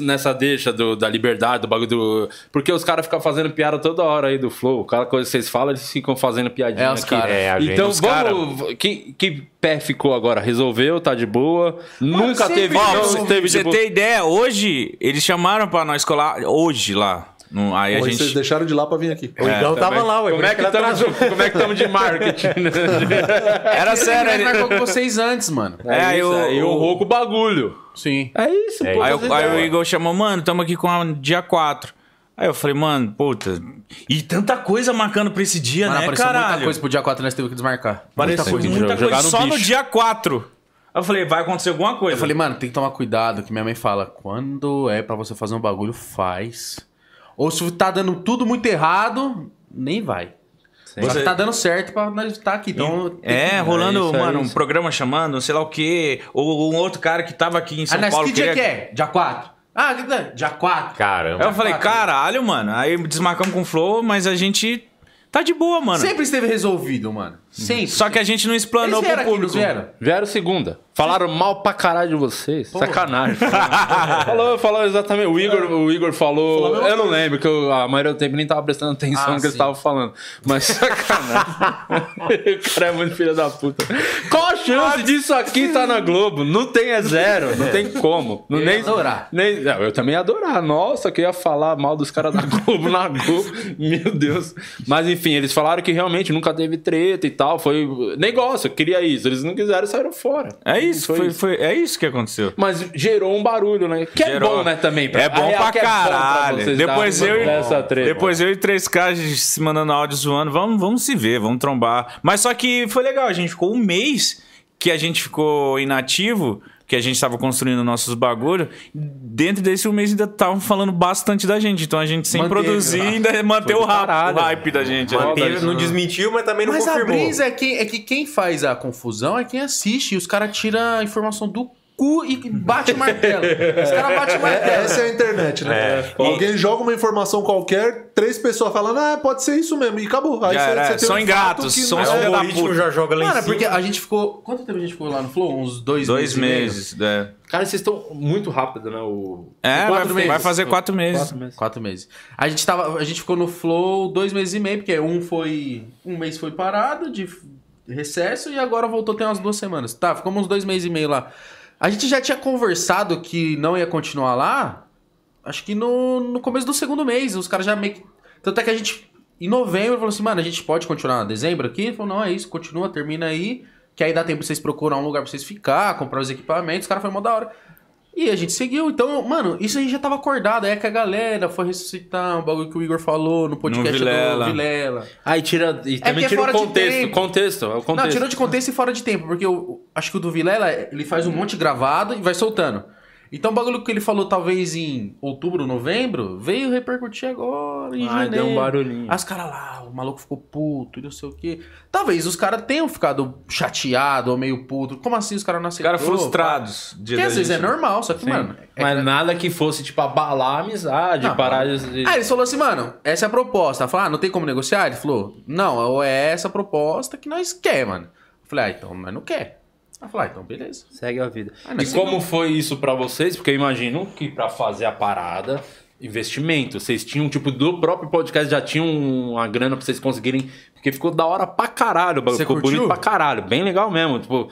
Speaker 1: nessa deixa do- da liberdade, do bagulho do. Porque os caras ficam fazendo piada toda hora aí do Flow. Cada coisa que vocês falam, eles ficam fazendo piadinha.
Speaker 7: É, os
Speaker 1: aqui.
Speaker 7: caras. É, a gente-
Speaker 1: Então
Speaker 7: os
Speaker 1: vamos. Que, que pé ficou agora? Resolveu, tá de boa. Nunca teve.
Speaker 18: Ó, pra
Speaker 1: não
Speaker 18: você,
Speaker 1: teve de
Speaker 18: você
Speaker 1: boa.
Speaker 18: ter ideia, hoje eles chamaram pra nós colar. Hoje lá. Não, aí a
Speaker 20: Ou
Speaker 18: gente...
Speaker 20: vocês deixaram de lá pra vir aqui.
Speaker 18: É,
Speaker 7: [LAUGHS]
Speaker 18: também.
Speaker 20: por
Speaker 18: Como é
Speaker 20: isso
Speaker 18: que
Speaker 20: ela
Speaker 1: [LAUGHS]
Speaker 18: tamo-
Speaker 20: atrasou.
Speaker 18: como é que tamo de marketing? [LAUGHS]
Speaker 7: Era sério,
Speaker 18: ele-
Speaker 7: né? ele marcou com vocês antes, mano.
Speaker 18: É, eu-
Speaker 7: aí eu
Speaker 18: o-
Speaker 7: rouco
Speaker 18: o bagulho.
Speaker 7: Sim. É isso, pô.
Speaker 18: aí,
Speaker 7: vocês
Speaker 18: o- aí
Speaker 7: dão-
Speaker 18: o Igor chamou, mano, tamo aqui com a dia 4. Aí eu falei, mano, puta. E tanta coisa marcando pra esse dia,
Speaker 7: Mano,
Speaker 18: né,
Speaker 7: apareceu
Speaker 18: caralho?
Speaker 7: muita coisa pro dia 4 nós teve que desmarcar.
Speaker 18: Apareceu muita coisa, só no dia 4. Eu falei, vai acontecer alguma coisa.
Speaker 7: Eu falei, mano, tem que tomar cuidado, que minha mãe fala, quando é pra você fazer um bagulho, faz. Ou se tá dando tudo muito errado, nem vai. Mas
Speaker 18: Você-
Speaker 7: tá dando certo pra nós estar aqui. Então, tem que
Speaker 18: É,
Speaker 7: cuidar.
Speaker 18: rolando,
Speaker 7: Isso, é
Speaker 18: mano, um
Speaker 7: isso.
Speaker 18: programa chamando, sei lá o quê. Ou um outro cara que tava aqui em São
Speaker 7: Ah, nós,
Speaker 18: Paulo.
Speaker 7: que dia que
Speaker 18: queria-
Speaker 7: é? Dia 4? Ah, que dia- dia 4.
Speaker 18: Caramba. Eu falei, caralho, mano. Aí desmarcamos com o Flow, mas a gente tá de boa, mano.
Speaker 7: Sempre esteve resolvido, mano. Sempre.
Speaker 18: Só que a gente não explanou
Speaker 7: Eles vieram
Speaker 18: pro
Speaker 7: aqui,
Speaker 18: público.
Speaker 7: não vieram?
Speaker 1: Vieram segunda. Falaram mal pra caralho de vocês.
Speaker 7: [LAUGHS]
Speaker 1: Sacanagem. falou, falou exatamente. O Igor, o Igor falou. eu não lembro, que eu, a maioria do tempo nem tava prestando atenção
Speaker 7: Ah,
Speaker 1: no que eles
Speaker 7: sim.
Speaker 1: estavam falando. Mas
Speaker 7: [LAUGHS]
Speaker 1: sacanagem. o cara é muito filho da puta. Qual a chance disso aqui tá na Globo? Não tem, é zero. Não tem como. Não,
Speaker 7: Eu ia
Speaker 1: nem,
Speaker 7: adorar.
Speaker 1: nem- não, eu também ia adorar. Nossa, que eu ia falar mal dos caras da Globo na Globo. Meu Deus. Mas enfim, eles falaram que realmente nunca teve treta e tal. Foi negócio, eu queria isso. Eles não quiseram e saíram fora.
Speaker 18: É isso,
Speaker 1: Foi
Speaker 18: foi,
Speaker 1: isso.
Speaker 18: foi- é isso que aconteceu.
Speaker 1: Mas gerou um barulho, né? Que
Speaker 18: Gerou.
Speaker 1: é bom, né, também.
Speaker 18: É
Speaker 1: a
Speaker 18: bom
Speaker 1: real
Speaker 18: pra
Speaker 1: que é bom
Speaker 18: caralho.
Speaker 1: vocês
Speaker 18: depois,
Speaker 1: darem
Speaker 18: eu,
Speaker 1: uma- dessa
Speaker 18: e-
Speaker 1: treta.
Speaker 18: depois eu e 3K se mandando áudio zoando. Vamos, vamos se ver, vamos trombar. Mas só que foi legal, a gente ficou um mês que a gente ficou inativo, que a gente tava construindo nossos bagulho. Dentro desse um mês ainda estavam falando bastante da gente. Então a gente sem
Speaker 7: Manteve.
Speaker 18: produzir
Speaker 1: né?
Speaker 18: ainda manteve o hype, o hype da gente. né?
Speaker 21: Manteve, não desmentiu, mas também não
Speaker 7: Mas a
Speaker 21: confirmou.
Speaker 7: brisa é, quem, é que quem faz a confusão é quem assiste. E os caras tiram a informação do cu e bate o
Speaker 18: [LAUGHS]
Speaker 7: martelo. [LAUGHS] Os caras batem o martelo.
Speaker 20: Essa é a internet, né?
Speaker 18: É.
Speaker 20: Alguém joga uma informação qualquer, três pessoas falando, ah, pode ser isso mesmo, e acabou. Aí
Speaker 18: Já
Speaker 20: você-
Speaker 18: era,
Speaker 20: você tem
Speaker 18: são
Speaker 20: um fato
Speaker 18: ingratos,
Speaker 20: que
Speaker 18: são
Speaker 20: não
Speaker 18: os
Speaker 20: é.
Speaker 18: filha da puta.
Speaker 7: Cara, porque a gente ficou... Quanto tempo a gente ficou lá no Flow? Uns dois,
Speaker 18: Dois
Speaker 7: e meio?
Speaker 18: meses, é.
Speaker 1: Cara, vocês estão muito rápido, né? O...
Speaker 18: É,
Speaker 7: Quatro
Speaker 18: vai,
Speaker 7: meses.
Speaker 18: vai fazer quatro meses.
Speaker 7: Quatro meses. Quatro meses. A gente, tava, a gente ficou no Flow dois meses e meio, porque um foi... Um mês foi parado de f- recesso e agora voltou tem umas duas semanas. Tá, ficamos uns dois meses e meio lá. A gente já tinha conversado que não ia continuar lá, acho que no, no começo do segundo mês. Os caras já meio que... Tanto é que a gente, em novembro, falou assim, mano, a gente pode continuar em dezembro aqui? Ele falou, não, é isso, continua, termina aí. Que aí dá tempo pra vocês procurar um lugar pra vocês ficar, comprar os equipamentos. Os caras foi mó da hora. E a gente seguiu. Então, mano, isso aí já tava acordado. Aí é que a galera foi ressuscitar um bagulho que o Igor falou no podcast
Speaker 1: No Vilela.
Speaker 7: do Vilela.
Speaker 1: Aí tira. E também
Speaker 7: porque é
Speaker 1: tira o
Speaker 7: fora de
Speaker 1: contexto.
Speaker 7: tempo.
Speaker 1: Contexto, é o contexto.
Speaker 7: Não, tirou de contexto e fora de tempo, porque eu, eu acho que o do Vilela, ele faz um monte gravado e vai soltando. Então o bagulho que ele falou talvez em outubro, novembro, veio repercutir agora em
Speaker 1: Ai,
Speaker 7: janeiro.
Speaker 1: deu um barulhinho.
Speaker 7: Aí os caras lá, o maluco ficou puto e não sei o quê. Talvez os caras tenham ficado chateado ou meio puto. Como assim os caras não aceitou?
Speaker 18: Cara frustrados.
Speaker 7: Que às vezes é
Speaker 1: né?
Speaker 7: normal, só que,
Speaker 1: Sim.
Speaker 7: mano... é
Speaker 1: Mas nada que fosse, tipo, abalar a amizade,
Speaker 7: Não.
Speaker 1: parar de.
Speaker 7: Aí ele falou assim, mano, essa é a proposta. Ela falou, ah, não tem como negociar? Ele falou, não, ou é essa a proposta que nós quer, mano. Eu falei, ah, então nós não quer. Ela falou, ah, então beleza.
Speaker 1: Segue a vida.
Speaker 7: Ah,
Speaker 1: e
Speaker 7: mas
Speaker 1: como
Speaker 7: [LAUGHS] não-
Speaker 1: foi isso pra vocês? Porque eu imagino que pra fazer a parada, investimento, vocês tinham, tipo, do próprio podcast já tinham uma grana pra vocês conseguirem, porque ficou da hora pra caralho, o bagulho
Speaker 7: Você
Speaker 1: ficou
Speaker 7: curtiu?
Speaker 1: bonito pra caralho, bem legal mesmo, tipo,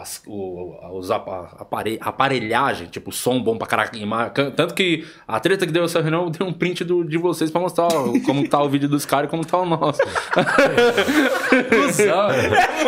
Speaker 1: as, o, os apa- apare- aparelhagem, tipo, som bom pra caralho, ima- can- tanto que a treta que deu essa reunião, eu dei um print do- de vocês pra mostrar ó, como tá o vídeo dos caras e como tá o nosso.
Speaker 7: [LAUGHS] Cusão.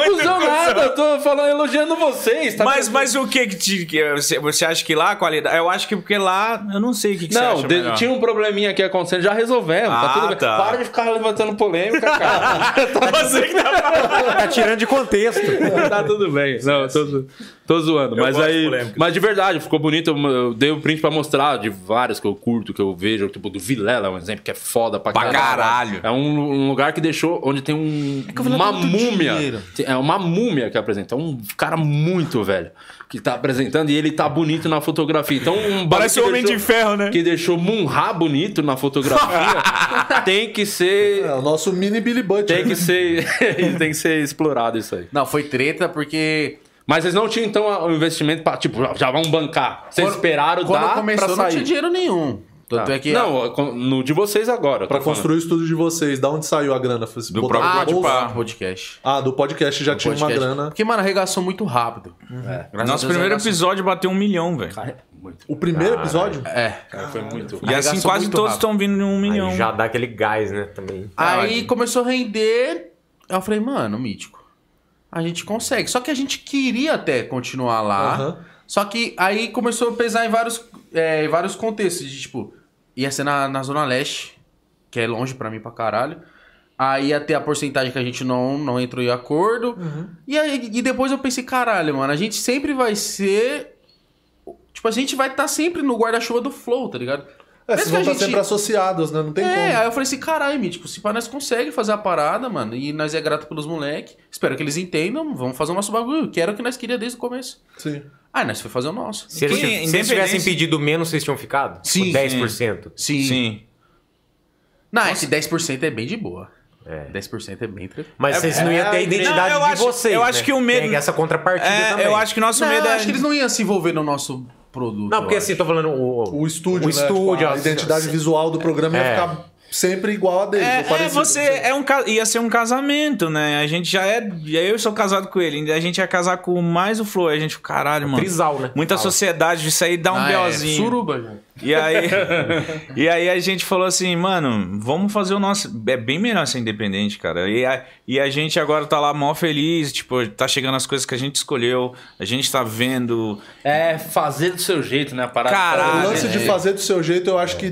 Speaker 1: Cusão [LAUGHS] nada, eu tô falando, elogiando vocês, tá
Speaker 18: mas, mas o que que te- que você, você acha que lá a qualidade? Eu acho que porque lá, eu não sei o que, que você
Speaker 1: Não,
Speaker 18: acha
Speaker 1: de-
Speaker 18: melhor.
Speaker 1: tinha um probleminha aqui acontecendo, já resolvemos, tá [LAUGHS]
Speaker 18: Ah,
Speaker 1: tudo bem.
Speaker 18: tá.
Speaker 1: Para de ficar levantando polêmica, cara. [LAUGHS]
Speaker 18: Você que tá
Speaker 1: tá tirando de contexto. [LAUGHS] tá tudo bem. Não, eu tô, zo- tô zoando.
Speaker 18: Eu
Speaker 1: mas
Speaker 18: gosto de
Speaker 1: aí.
Speaker 18: polêmica.
Speaker 1: Mas de verdade, ficou bonito. eu- Eu dei o um print pra mostrar de vários que eu curto, que eu vejo. Tipo, do Vilela, é um exemplo que é foda pra,
Speaker 18: Pra caralho.
Speaker 1: É um, um lugar que deixou onde tem um,
Speaker 7: É que o Vilela
Speaker 1: uma
Speaker 7: tem muito
Speaker 1: múmia.
Speaker 7: dinheiro.
Speaker 1: É uma múmia que apresenta. É um cara muito velho que tá apresentando e ele tá bonito na fotografia. Então, um
Speaker 18: Parece
Speaker 1: bagulho que
Speaker 18: Homem de Ferro, né?
Speaker 1: Que deixou Munra bonito na
Speaker 18: [LAUGHS]
Speaker 1: fotografia. tem que ser.
Speaker 20: É, o nosso mini Billy Butcher.
Speaker 1: Tem que ser, [LAUGHS] tem que ser explorado isso aí.
Speaker 7: Não, foi treta porque...
Speaker 1: Mas vocês não tinham, então, o investimento pra, tipo, já vão bancar. Vocês
Speaker 7: Quando-
Speaker 1: esperaram
Speaker 7: Quando
Speaker 1: dar pra
Speaker 7: começou não
Speaker 1: sair.
Speaker 7: tinha dinheiro nenhum. Tanto
Speaker 1: Tá.
Speaker 7: é que...
Speaker 1: Não, no de vocês agora. eu tô
Speaker 20: Pra
Speaker 1: falando.
Speaker 20: construir o estúdio de vocês, da onde saiu a grana? Vocês
Speaker 18: Do
Speaker 20: botaram
Speaker 18: próprio
Speaker 20: no bolso?
Speaker 18: Podpah.
Speaker 7: podcast.
Speaker 20: Ah, do podcast já tinha uma
Speaker 7: podcast.
Speaker 20: grana.
Speaker 1: Uhum.
Speaker 7: Porque, mano, arregaçou muito rápido. É, Graças a
Speaker 18: Nosso
Speaker 7: Deus,
Speaker 18: primeiro
Speaker 7: arregaçou.
Speaker 18: episódio bateu um milhão, velho. Muito.
Speaker 7: O primeiro
Speaker 2: Cara,
Speaker 7: episódio?
Speaker 2: É.
Speaker 7: Cara, foi muito.
Speaker 18: E assim quase todos estão vindo em um milhão.
Speaker 2: Aí já dá aquele gás, né, também.
Speaker 8: Tá
Speaker 7: Aí começou a render. Aí eu falei, mano, mítico. A gente consegue. Só que a gente queria até continuar lá. Só que aí começou a pesar em vários, é, em vários contextos. De, tipo, ia ser na, na Zona Leste, que é longe pra mim pra caralho. Aí ia ter a porcentagem que a gente não, não entrou em acordo.
Speaker 8: Uhum.
Speaker 7: E, aí, e depois eu pensei, caralho, mano, a gente sempre vai ser. Tipo, a gente vai estar sempre no guarda-chuva do Flow, tá ligado?
Speaker 8: É, vocês
Speaker 7: Mesmo que
Speaker 8: vão
Speaker 7: a
Speaker 8: estar
Speaker 7: gente-
Speaker 8: sempre associados, né? Não tem
Speaker 7: é,
Speaker 8: como.
Speaker 7: aí eu falei assim, caralho, Mi, tipo, se pá, nós consegue fazer a parada, mano, e nós é grato pelos moleque, espero que eles entendam, vamos fazer o nosso bagulho, que era o que nós queríamos desde o começo.
Speaker 8: Sim.
Speaker 7: Ah, nós foi fazer o nosso.
Speaker 2: Se eles tiv- se eles tivessem pedido menos, vocês tinham ficado?
Speaker 7: é
Speaker 2: Tipo,
Speaker 7: Sim.
Speaker 2: Por 10%?
Speaker 7: Sim. Não, esse 10% é bem de boa.
Speaker 2: É.
Speaker 7: 10% é bem tranquilo.
Speaker 2: Mas vocês não iam ter a identidade
Speaker 7: eu
Speaker 2: de vocês,
Speaker 7: Eu
Speaker 2: né?
Speaker 7: acho que o medo...
Speaker 2: Tem essa contrapartida também.
Speaker 7: Não, eu acho que é eles não iam se envolver no nosso produto.
Speaker 2: é- Não, porque
Speaker 7: eu
Speaker 2: assim, eu tô falando o...
Speaker 8: O estúdio,
Speaker 2: O
Speaker 8: né?
Speaker 2: estúdio,
Speaker 8: Tipo, a
Speaker 2: a-
Speaker 8: identidade visual do programa ia
Speaker 2: É.
Speaker 8: ficar sempre igual a dele.
Speaker 18: É,
Speaker 8: ou
Speaker 18: é,
Speaker 8: parecido.
Speaker 18: você é um ca- ia ser um casamento, né? A gente já é, eu sou casado com ele, ainda a gente ia casar com mais o Flor, a gente, caralho, mano.
Speaker 2: trisal, né?
Speaker 18: Muita
Speaker 2: Fala.
Speaker 18: sociedade, isso aí dá um
Speaker 7: Ah, é,
Speaker 18: BOzinho.
Speaker 7: suruba, já.
Speaker 18: E aí, [LAUGHS] e aí a gente falou assim, mano, vamos fazer o nosso. É bem melhor ser independente, cara. E a, e a gente agora tá lá mó feliz, tipo, tá chegando as coisas que a gente escolheu, a gente tá vendo.
Speaker 1: É, fazer do seu jeito, né? a Parada
Speaker 18: Caralho.
Speaker 8: o lance de
Speaker 18: é.
Speaker 8: fazer do seu jeito, eu acho que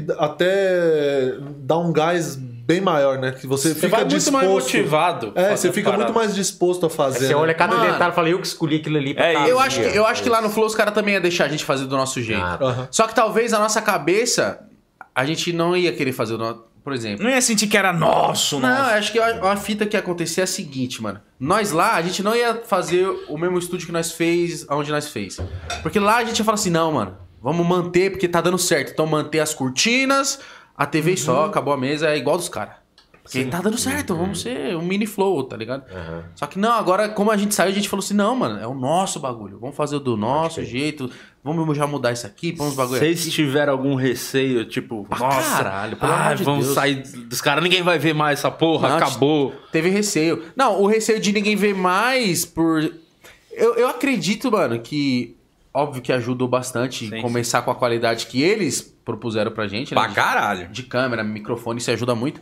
Speaker 8: até dá um gás bem maior, né? Que você,
Speaker 1: Você
Speaker 8: fica
Speaker 1: vai muito mais
Speaker 8: disposto.
Speaker 1: motivado
Speaker 8: É,
Speaker 1: fazer
Speaker 8: você
Speaker 1: a
Speaker 8: fica
Speaker 1: parada.
Speaker 8: muito mais disposto a fazer.
Speaker 2: Você
Speaker 8: né?
Speaker 2: olha cada
Speaker 7: Mano. É
Speaker 2: detalhe e fala, eu que escolhi aquilo ali pra tá
Speaker 7: eu
Speaker 2: ali,
Speaker 7: acho que,
Speaker 2: ó.
Speaker 7: eu acho que lá no Flow os caras também iam deixar a gente fazer do nosso jeito.
Speaker 2: Ah, tá.
Speaker 7: Só que talvez a nossa cabeça, a gente não ia querer fazer o nosso. Por exemplo.
Speaker 18: Não ia sentir que era nosso,
Speaker 7: Não,
Speaker 18: nosso.
Speaker 7: acho que a, a fita que ia acontecer é a seguinte, mano. Nós lá, a gente não ia fazer o mesmo estúdio que nós fez, aonde nós fez. Porque lá a gente ia falar assim, não, mano, vamos manter, porque tá dando certo. Então manter as cortinas, a TV
Speaker 2: Uhum.
Speaker 7: só, acabou a mesa, é igual dos caras. Porque tá dando certo, vamos ser um mini flow, tá ligado? Só que não, agora, como a gente saiu, a gente falou assim, não, mano, é o nosso bagulho. Vamos fazer do nosso jeito, vamos já mudar isso aqui, vamos bagulho
Speaker 1: Vocês
Speaker 7: aqui.
Speaker 1: tiveram algum receio, tipo, nossa,
Speaker 7: caralho, pelo
Speaker 1: ai,
Speaker 7: amor de
Speaker 1: vamos
Speaker 7: Deus.
Speaker 1: sair dos caras, ninguém vai ver mais essa porra,
Speaker 7: Não,
Speaker 1: acabou.
Speaker 7: Teve receio. Não, o receio de ninguém ver mais por. Eu, eu acredito, mano, que. Óbvio que ajudou bastante começar com a qualidade que eles propuseram pra gente. Pra
Speaker 18: caralho.
Speaker 7: De câmera, microfone, isso ajuda muito.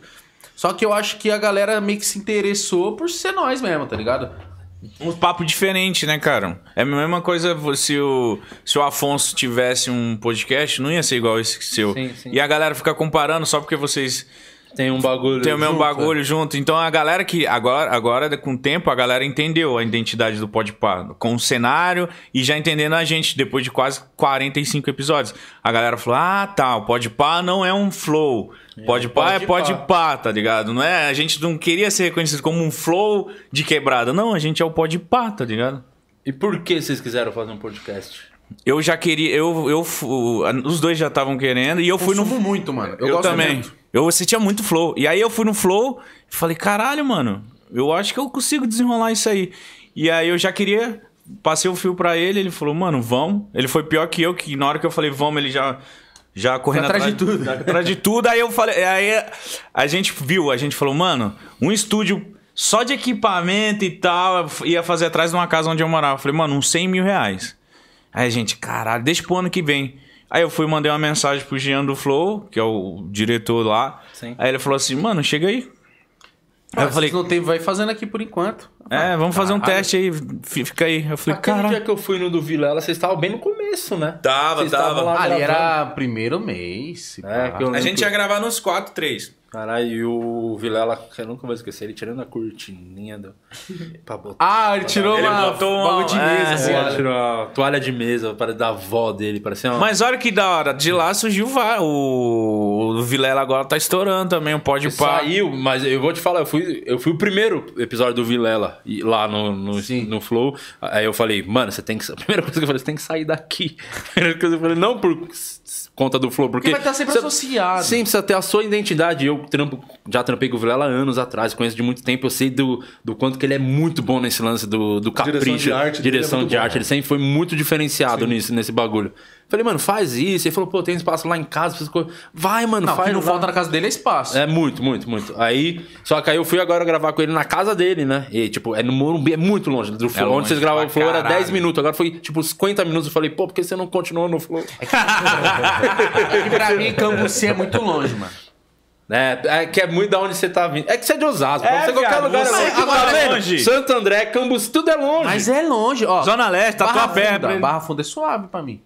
Speaker 7: Só que eu acho que a galera meio que se interessou por ser nós mesmo, tá ligado?
Speaker 18: um papo diferente, né, cara? É a mesma coisa vo- se o, se o Afonso tivesse um podcast, não ia ser igual esse seu.
Speaker 1: Sim, sim.
Speaker 18: E a galera fica comparando só porque vocês.
Speaker 1: Tem um bagulho.
Speaker 18: Tem o mesmo
Speaker 1: junto,
Speaker 18: bagulho junto. Então a galera que. Agora, agora, com o tempo, a galera entendeu a identidade do Podpah com o cenário e já entendendo a gente depois de quase 45 episódios. A galera falou: ah, tá, o Podpah não é um flow. Podpah é
Speaker 1: Podpah.
Speaker 18: Podpah, tá ligado? Não é, a gente não queria ser reconhecido como um flow de quebrada. Não, a gente é o Podpah, tá ligado?
Speaker 1: E por que vocês quiseram fazer um podcast?
Speaker 18: Eu já queria. Eu, eu, fu- os dois já estavam querendo e eu fui no.
Speaker 7: muito, mano.
Speaker 18: Eu,
Speaker 7: Eu gosto
Speaker 18: também.
Speaker 7: muito.
Speaker 18: Eu sentia muito flow. E aí eu fui no flow e falei, caralho, mano, eu acho que eu consigo desenrolar isso aí. E aí eu já queria. Passei o fio pra ele, ele falou, mano, vamos. Ele foi pior que eu, que na hora que eu falei, vamos, ele já. Já correndo
Speaker 7: atrás de tudo.
Speaker 18: já Atrás de tudo. Aí eu falei. Aí a gente viu, a gente falou, mano, um estúdio só de equipamento e tal, eu ia fazer atrás de uma casa onde eu morava. Eu falei, mano, uns 100 mil reais. Aí, gente, caralho, deixa pro ano que vem. Aí eu fui e mandei uma mensagem pro Jean do Flow, que é o diretor lá.
Speaker 1: Sim. Ah,
Speaker 18: Aí ele falou assim, mano, chega aí. Aí eu falei,
Speaker 7: não tem, vai fazendo aqui por enquanto.
Speaker 18: é, vamos fazer um
Speaker 1: Caralho.
Speaker 18: teste aí, fi- fica aí. Eu falei,
Speaker 1: Aquele
Speaker 18: caralho.
Speaker 1: dia que eu fui no do Vilela, vocês estavam bem no começo, né?
Speaker 18: Tava,
Speaker 1: Vocês estavam lá
Speaker 7: Ali
Speaker 1: gravando.
Speaker 7: era primeiro mês. É,
Speaker 1: que eu lembro.
Speaker 18: A gente ia gravar nos quatro, três.
Speaker 1: Caralho, e o Vilela, eu nunca vou esquecer, ele tirando a cortininha
Speaker 7: [LAUGHS]
Speaker 1: do... pra botar-
Speaker 7: Ah, ele tirou
Speaker 1: Ele
Speaker 7: uma-
Speaker 1: botou
Speaker 7: bagulho de mesa, assim,
Speaker 1: ele
Speaker 7: olha.
Speaker 1: tirou a toalha de mesa para da avó dele, parecia uma...
Speaker 18: Mas olha que da hora, de lá surgiu va- o... o Vilela agora tá estourando também, o pode pá.
Speaker 1: Saiu, mas eu vou te falar, eu fui, eu fui o primeiro episódio do Vilela e- lá no, no, no Flow. Aí eu falei, mano, você tem que. A [LAUGHS] primeira coisa que eu falei, você tem que sair daqui. [LAUGHS] A primeira coisa que eu falei, não por s- s- conta do Flow, porque.
Speaker 8: tá
Speaker 7: Porque vai estar sempre
Speaker 1: você-
Speaker 7: associado.
Speaker 1: Sim, precisa ter a sua identidade. Eu eu trampo, já trampei com o Vilela anos atrás, conheço de muito tempo, eu sei do, do quanto que ele é muito bom nesse lance do, do
Speaker 8: Direção
Speaker 1: capricho.
Speaker 8: de arte dele é
Speaker 1: direção
Speaker 8: muito
Speaker 1: de
Speaker 8: bom,
Speaker 1: arte.
Speaker 8: né?
Speaker 1: Ele sempre foi muito diferenciado nisso, nesse bagulho. Falei, mano, faz isso. Ele falou, pô, tem espaço lá em casa, precisa... co- vai, mano,
Speaker 7: Não, o
Speaker 1: faz.
Speaker 7: que não
Speaker 1: lá.
Speaker 7: falta na casa dele é espaço.
Speaker 1: É muito, muito, muito. Aí, só que aí eu fui agora gravar com ele na casa dele, né? E, tipo, é no Morumbi, é muito longe do Flow.
Speaker 7: longe
Speaker 1: Onde vocês
Speaker 7: pra
Speaker 1: gravavam o Flow era
Speaker 7: caralho.
Speaker 1: 10 minutos, agora foi tipo 50 minutos. Eu falei, pô, por que você não continuou no Flow?
Speaker 7: E [LAUGHS] pra mim, Cambuci é muito longe, mano.
Speaker 1: É, é que é muito da onde você tá vindo. É que você [LAUGHS] é de Osasco,
Speaker 7: É,
Speaker 1: pode ser qualquer
Speaker 7: viado,
Speaker 1: lugar.
Speaker 7: você
Speaker 1: é longe.
Speaker 7: que
Speaker 1: Agora,
Speaker 7: mora
Speaker 1: velho,
Speaker 7: longe.
Speaker 1: Santo André, Cambus, tudo é longe.
Speaker 7: Mas é longe, ó.
Speaker 18: Zona Leste,
Speaker 7: Barra
Speaker 18: Tatuapé,
Speaker 7: Funda.
Speaker 18: pra-
Speaker 7: Barra Funda é suave pra mim.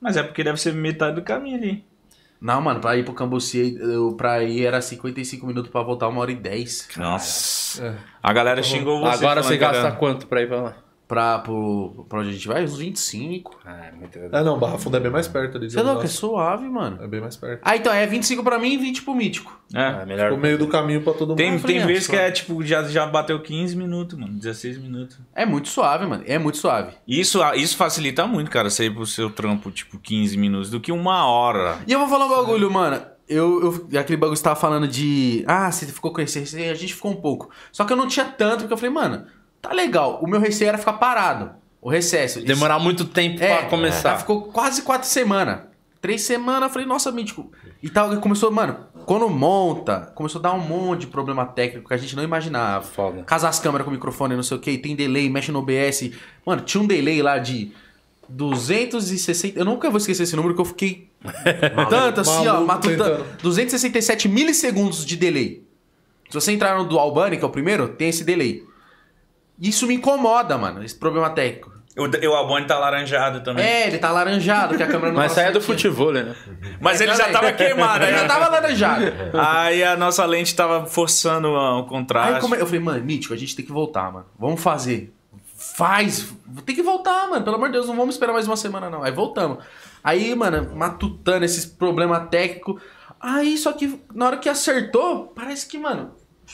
Speaker 18: Mas é porque deve ser metade do caminho ali.
Speaker 7: Não, mano, pra ir pro Cambuci, eu, pra ir era 55 minutos pra voltar, uma hora e 10.
Speaker 4: Nossa. A galera xingou você.
Speaker 1: Agora
Speaker 4: falando
Speaker 1: você
Speaker 4: que era-
Speaker 1: gasta quanto pra ir pra lá?
Speaker 7: Pra, pro, pra onde a gente vai? Uns 25.
Speaker 1: Ah, muito
Speaker 8: Ah, não, Barra Funda é bem mais perto ali. de
Speaker 7: Você é louco, é
Speaker 8: Osasco.
Speaker 7: suave, mano.
Speaker 8: É bem mais perto.
Speaker 7: Ah, então, é 25 pra mim e 20 pro Mítico.
Speaker 18: É,
Speaker 1: melhor.
Speaker 8: O meio do caminho pra todo mundo.
Speaker 18: Tem,
Speaker 7: Ah, falei,
Speaker 18: tem
Speaker 7: ah,
Speaker 18: vezes que
Speaker 7: suave.
Speaker 18: é tipo, já, já bateu 15 minutos, mano. 16 minutos.
Speaker 7: É muito suave, mano. É muito suave.
Speaker 18: Isso, isso facilita muito, cara, você ir pro seu trampo, tipo, 15 minutos, do que uma hora.
Speaker 7: E eu vou falar um bagulho, mano. Eu, eu- aquele bagulho que você tava falando de. Ah, você ficou com esse receio. A gente ficou um pouco. Só que eu não tinha tanto, porque eu falei, mano, tá legal. O meu receio era ficar parado. O recesso.
Speaker 1: Demorar muito tempo pra começar.
Speaker 7: ela Ficou quase quatro semanas. Três semanas, eu falei, nossa, mítico. E tal, e começou, mano, quando monta, começou a dar um monte de problema técnico que a gente não imaginava. Foda. Casar as câmeras com o microfone, não sei o que, tem delay, mexe no OBS. Mano, tinha um delay lá de 260. Eu nunca vou esquecer esse número que eu fiquei tanto assim, ó,
Speaker 8: Maluco
Speaker 7: matutando.
Speaker 8: tentando.
Speaker 7: 267 milissegundos de delay. Se você entrar no do Albani, que é o primeiro, tem esse delay. Isso me incomoda, mano, esse problema técnico.
Speaker 18: O, o Albone tá laranjado também.
Speaker 7: É, ele tá laranjado, que a câmera não
Speaker 18: Mas
Speaker 7: consegue
Speaker 18: saia do
Speaker 7: ver.
Speaker 1: futebol, né?
Speaker 18: Mas ele já
Speaker 7: também.
Speaker 18: tava queimado.
Speaker 7: Ele
Speaker 18: aí-
Speaker 7: já tava laranjado.
Speaker 18: É. Aí a nossa lente tava forçando ó, o contraste.
Speaker 7: Aí como- é, eu falei, mano, Mítico, a gente tem que voltar, mano. Vamos fazer. Faz. Tem que voltar, mano. Pelo amor de Deus, não vamos esperar mais uma semana, não. Aí voltamos. Aí, mano, matutando esses problemas técnicos. Aí, só que na hora que acertou, parece que, mano,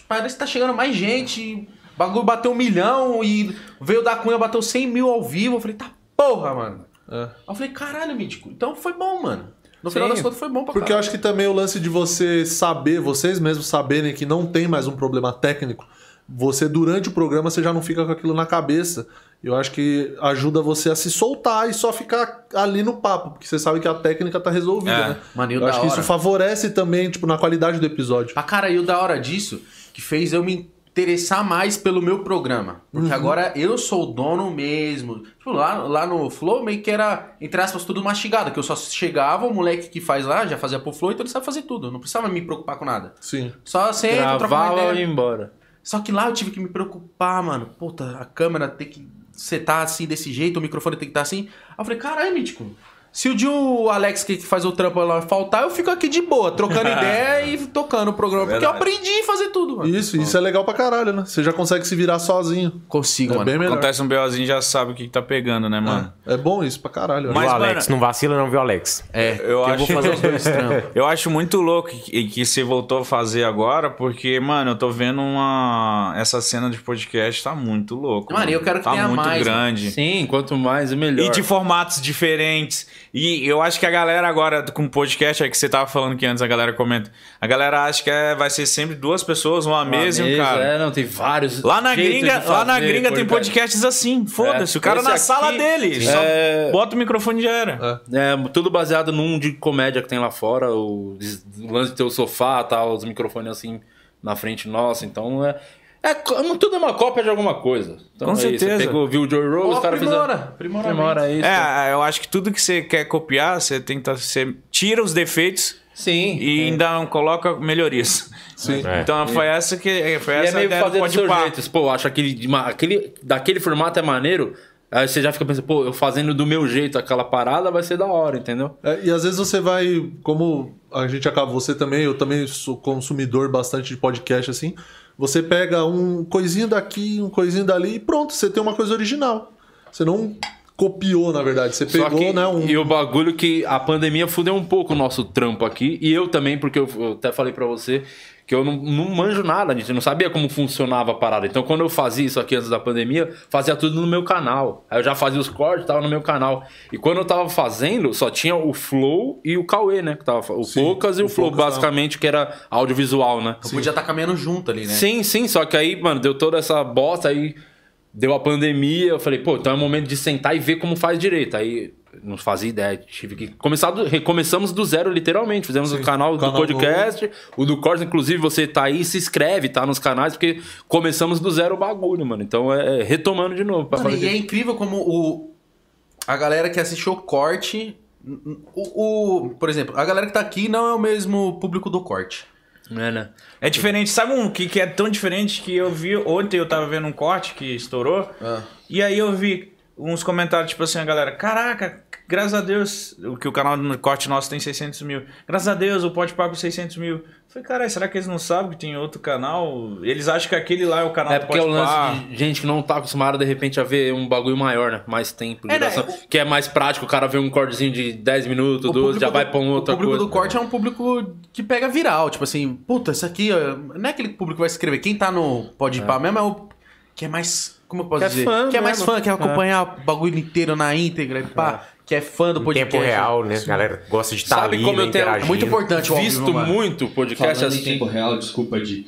Speaker 7: parece que tá chegando mais gente. O bagulho bateu um milhão e veio da Cunha, bateu 100 mil ao vivo. Eu falei, tá porra, mano. Aí eu falei, caralho, Mítico. Então foi bom, mano. No final
Speaker 8: Sim.
Speaker 7: das contas foi bom pra
Speaker 8: Porque eu
Speaker 7: caralho.
Speaker 8: acho que também o lance de você saber, vocês mesmos saberem que não tem mais um problema técnico, você durante o programa você já não fica com aquilo na cabeça. Eu acho que ajuda você a se soltar e só ficar ali no papo, porque você sabe que a técnica tá resolvida,
Speaker 7: É.
Speaker 8: né?
Speaker 7: Mano, e o
Speaker 8: eu
Speaker 7: da
Speaker 8: acho que
Speaker 7: hora?
Speaker 8: isso favorece também, tipo, na qualidade do episódio.
Speaker 7: Pra cara, e o da hora disso, que fez eu me interessar mais pelo meu programa. Porque
Speaker 8: Uhum.
Speaker 7: agora eu sou o dono mesmo. Tipo, lá, lá no Flow meio que era, entre aspas, tudo mastigado. Que eu só chegava, o moleque que faz lá já fazia pro Flow, então ele sabe fazer tudo. eu Não precisava me preocupar com nada.
Speaker 8: Sim.
Speaker 7: Só senta, troca uma
Speaker 1: Gravava
Speaker 7: ideia.
Speaker 1: e ia embora.
Speaker 7: Só que lá eu tive que me preocupar, mano. Puta, a câmera tem que setar assim desse jeito, o microfone tem que estar assim. Aí eu falei, caralho, Mítico. Se o dia o Alex que que faz o trampo lá faltar, eu fico aqui de boa,
Speaker 1: [LAUGHS]
Speaker 7: trocando ideia e tocando o programa. Porque eu
Speaker 8: Verdade.
Speaker 7: aprendi a fazer tudo, mano.
Speaker 8: Isso, isso é legal pra caralho, né? Você já consegue se virar sozinho.
Speaker 7: Consigo,
Speaker 8: é
Speaker 18: Mano,
Speaker 8: Bem melhor.
Speaker 18: Acontece um BOzinho, já sabe o que, que tá pegando, né, mano?
Speaker 8: É bom isso pra caralho.
Speaker 18: Mas,
Speaker 8: Viu,
Speaker 18: mano,
Speaker 8: Alex?
Speaker 18: não
Speaker 2: vacila, não viu, Alex.
Speaker 7: É,
Speaker 18: Eu acho... [LAUGHS]
Speaker 2: trampos.
Speaker 18: eu acho muito louco que, que você voltou a fazer agora, porque, mano, eu tô vendo uma. Essa cena de podcast tá muito louco.
Speaker 7: Mano, eu quero que
Speaker 18: tá
Speaker 7: tenha
Speaker 18: muito
Speaker 7: mais,
Speaker 18: grande.
Speaker 7: mano.
Speaker 1: Sim, quanto mais, é melhor.
Speaker 18: E de formatos diferentes. E eu acho que a galera agora, com o podcast, aí que você tava falando que antes a galera comenta. A galera acha que é- vai ser sempre duas pessoas, uma, mesa e um
Speaker 1: mesa,
Speaker 18: cara.
Speaker 1: é, não, tem vários
Speaker 18: Lá na
Speaker 1: jeitos
Speaker 18: gringa,
Speaker 1: de
Speaker 18: lá na
Speaker 1: fazer
Speaker 18: gringa tem
Speaker 1: podcast.
Speaker 18: podcasts assim. Foda-se,
Speaker 1: É.
Speaker 18: o cara
Speaker 1: Esse
Speaker 18: na sala
Speaker 1: aqui
Speaker 18: dele. só
Speaker 1: é-
Speaker 18: bota o microfone e já era.
Speaker 1: É, tudo baseado num de comédia que tem lá fora, o des- o lance de ter o sofá, tal, os microfones assim na frente nossa, então é. é co- não- tudo é uma cópia de alguma coisa. Então
Speaker 18: Com
Speaker 1: é isso,
Speaker 18: certeza.
Speaker 1: você pegou, viu o Joe Rogan, os caras fizeram. Primora, é isso.
Speaker 18: É, eu acho que tudo que você quer copiar, você tenta. Você tira os defeitos.
Speaker 1: Sim. É.
Speaker 18: E ainda coloca melhorias.
Speaker 8: Sim.
Speaker 18: Então foi essa que. Foi
Speaker 1: E
Speaker 18: essa
Speaker 1: é meio
Speaker 18: a ideia do
Speaker 1: fazer do seu
Speaker 18: Podpah.
Speaker 1: jeito. Pô, acho aquele, de ma- aquele, daquele formato é maneiro. Aí você já fica pensando, pô, eu fazendo do meu jeito aquela parada vai ser da hora, entendeu?
Speaker 8: É, e às vezes você vai, como a gente acaba, você também, eu também sou consumidor bastante de podcast assim, você pega um coisinho daqui, um coisinho dali e pronto, você tem uma coisa original. Você não copiou, na verdade. Você
Speaker 1: Só
Speaker 8: pegou,
Speaker 1: que-
Speaker 8: né? Um...
Speaker 1: E o bagulho que a pandemia fudeu um pouco o nosso trampo aqui. E eu também, porque eu, eu até falei pra você que eu não, não manjo nada, gente. Eu não sabia como funcionava a parada. Então, quando eu fazia isso aqui antes da pandemia, fazia tudo no meu canal. Aí eu já fazia os cortes, tava no meu canal. E quando eu tava fazendo, só tinha o Flow e o Cauê, né? Que tava, fa- o Poucas e o, Flow,
Speaker 8: né?
Speaker 7: Poucas,
Speaker 1: basicamente, que era audiovisual, né?
Speaker 7: Podia estar caminhando junto ali, né?
Speaker 1: Sim, sim, só que aí, mano, deu toda essa bosta aí, deu a pandemia, eu falei, pô, então é o momento de sentar e ver como faz direito. Aí não fazia ideia, tive que começar do, recomeçamos do zero literalmente, fizemos o canal do podcast, o do Cortes, inclusive você tá aí, se inscreve, tá nos canais, porque começamos do zero o bagulho, mano. Então é é retomando de novo. pra
Speaker 7: Mano,
Speaker 1: fazer
Speaker 7: e é incrível como o a galera que assistiu o corte. O, o- por exemplo, a galera que tá aqui não é o mesmo público do corte.
Speaker 1: É, né?
Speaker 18: É diferente, sabe um que, que é tão diferente que eu vi ontem, eu tava vendo um corte que estourou, e aí eu vi uns comentários tipo assim, a galera, caraca, graças a Deus, o que o canal no corte nosso tem 600 mil, graças a Deus eu pode pagar com 600 mil. Eu Falei, caralho, será que eles não sabem que tem outro canal? Eles acham que aquele lá é o canal
Speaker 1: É
Speaker 18: do
Speaker 1: porque é o
Speaker 18: Podpah.
Speaker 1: lance de gente que não tá acostumada de repente a ver um bagulho maior, né? Mais tempo, de
Speaker 7: É, né?
Speaker 1: duração. Que é mais prático, o cara vê um cortezinho de 10 minutos, 12, já
Speaker 7: público
Speaker 1: vai
Speaker 7: do-
Speaker 1: pra um outra
Speaker 7: O público
Speaker 1: coisa.
Speaker 7: do
Speaker 22: né?
Speaker 7: corte é um público que pega viral. Tipo assim, puta, isso aqui ó, não é aquele público que vai escrever. Quem tá no pode pá mesmo é o que é mais. Como eu posso
Speaker 22: Que é
Speaker 7: dizer?
Speaker 22: fã
Speaker 7: que é mais
Speaker 22: mesmo.
Speaker 7: fã, quer
Speaker 22: É.
Speaker 7: acompanhar o bagulho inteiro na íntegra e pá. Que é fã do
Speaker 22: Em
Speaker 7: podcast.
Speaker 22: tempo real, né? Galera gosta de estar
Speaker 7: Sabe
Speaker 22: ali,
Speaker 7: como
Speaker 22: né,
Speaker 7: eu tenho-
Speaker 22: interagindo.
Speaker 7: Muito importante o ao vivo, mano.
Speaker 2: Falando
Speaker 18: assim.
Speaker 2: em tempo real, desculpa, de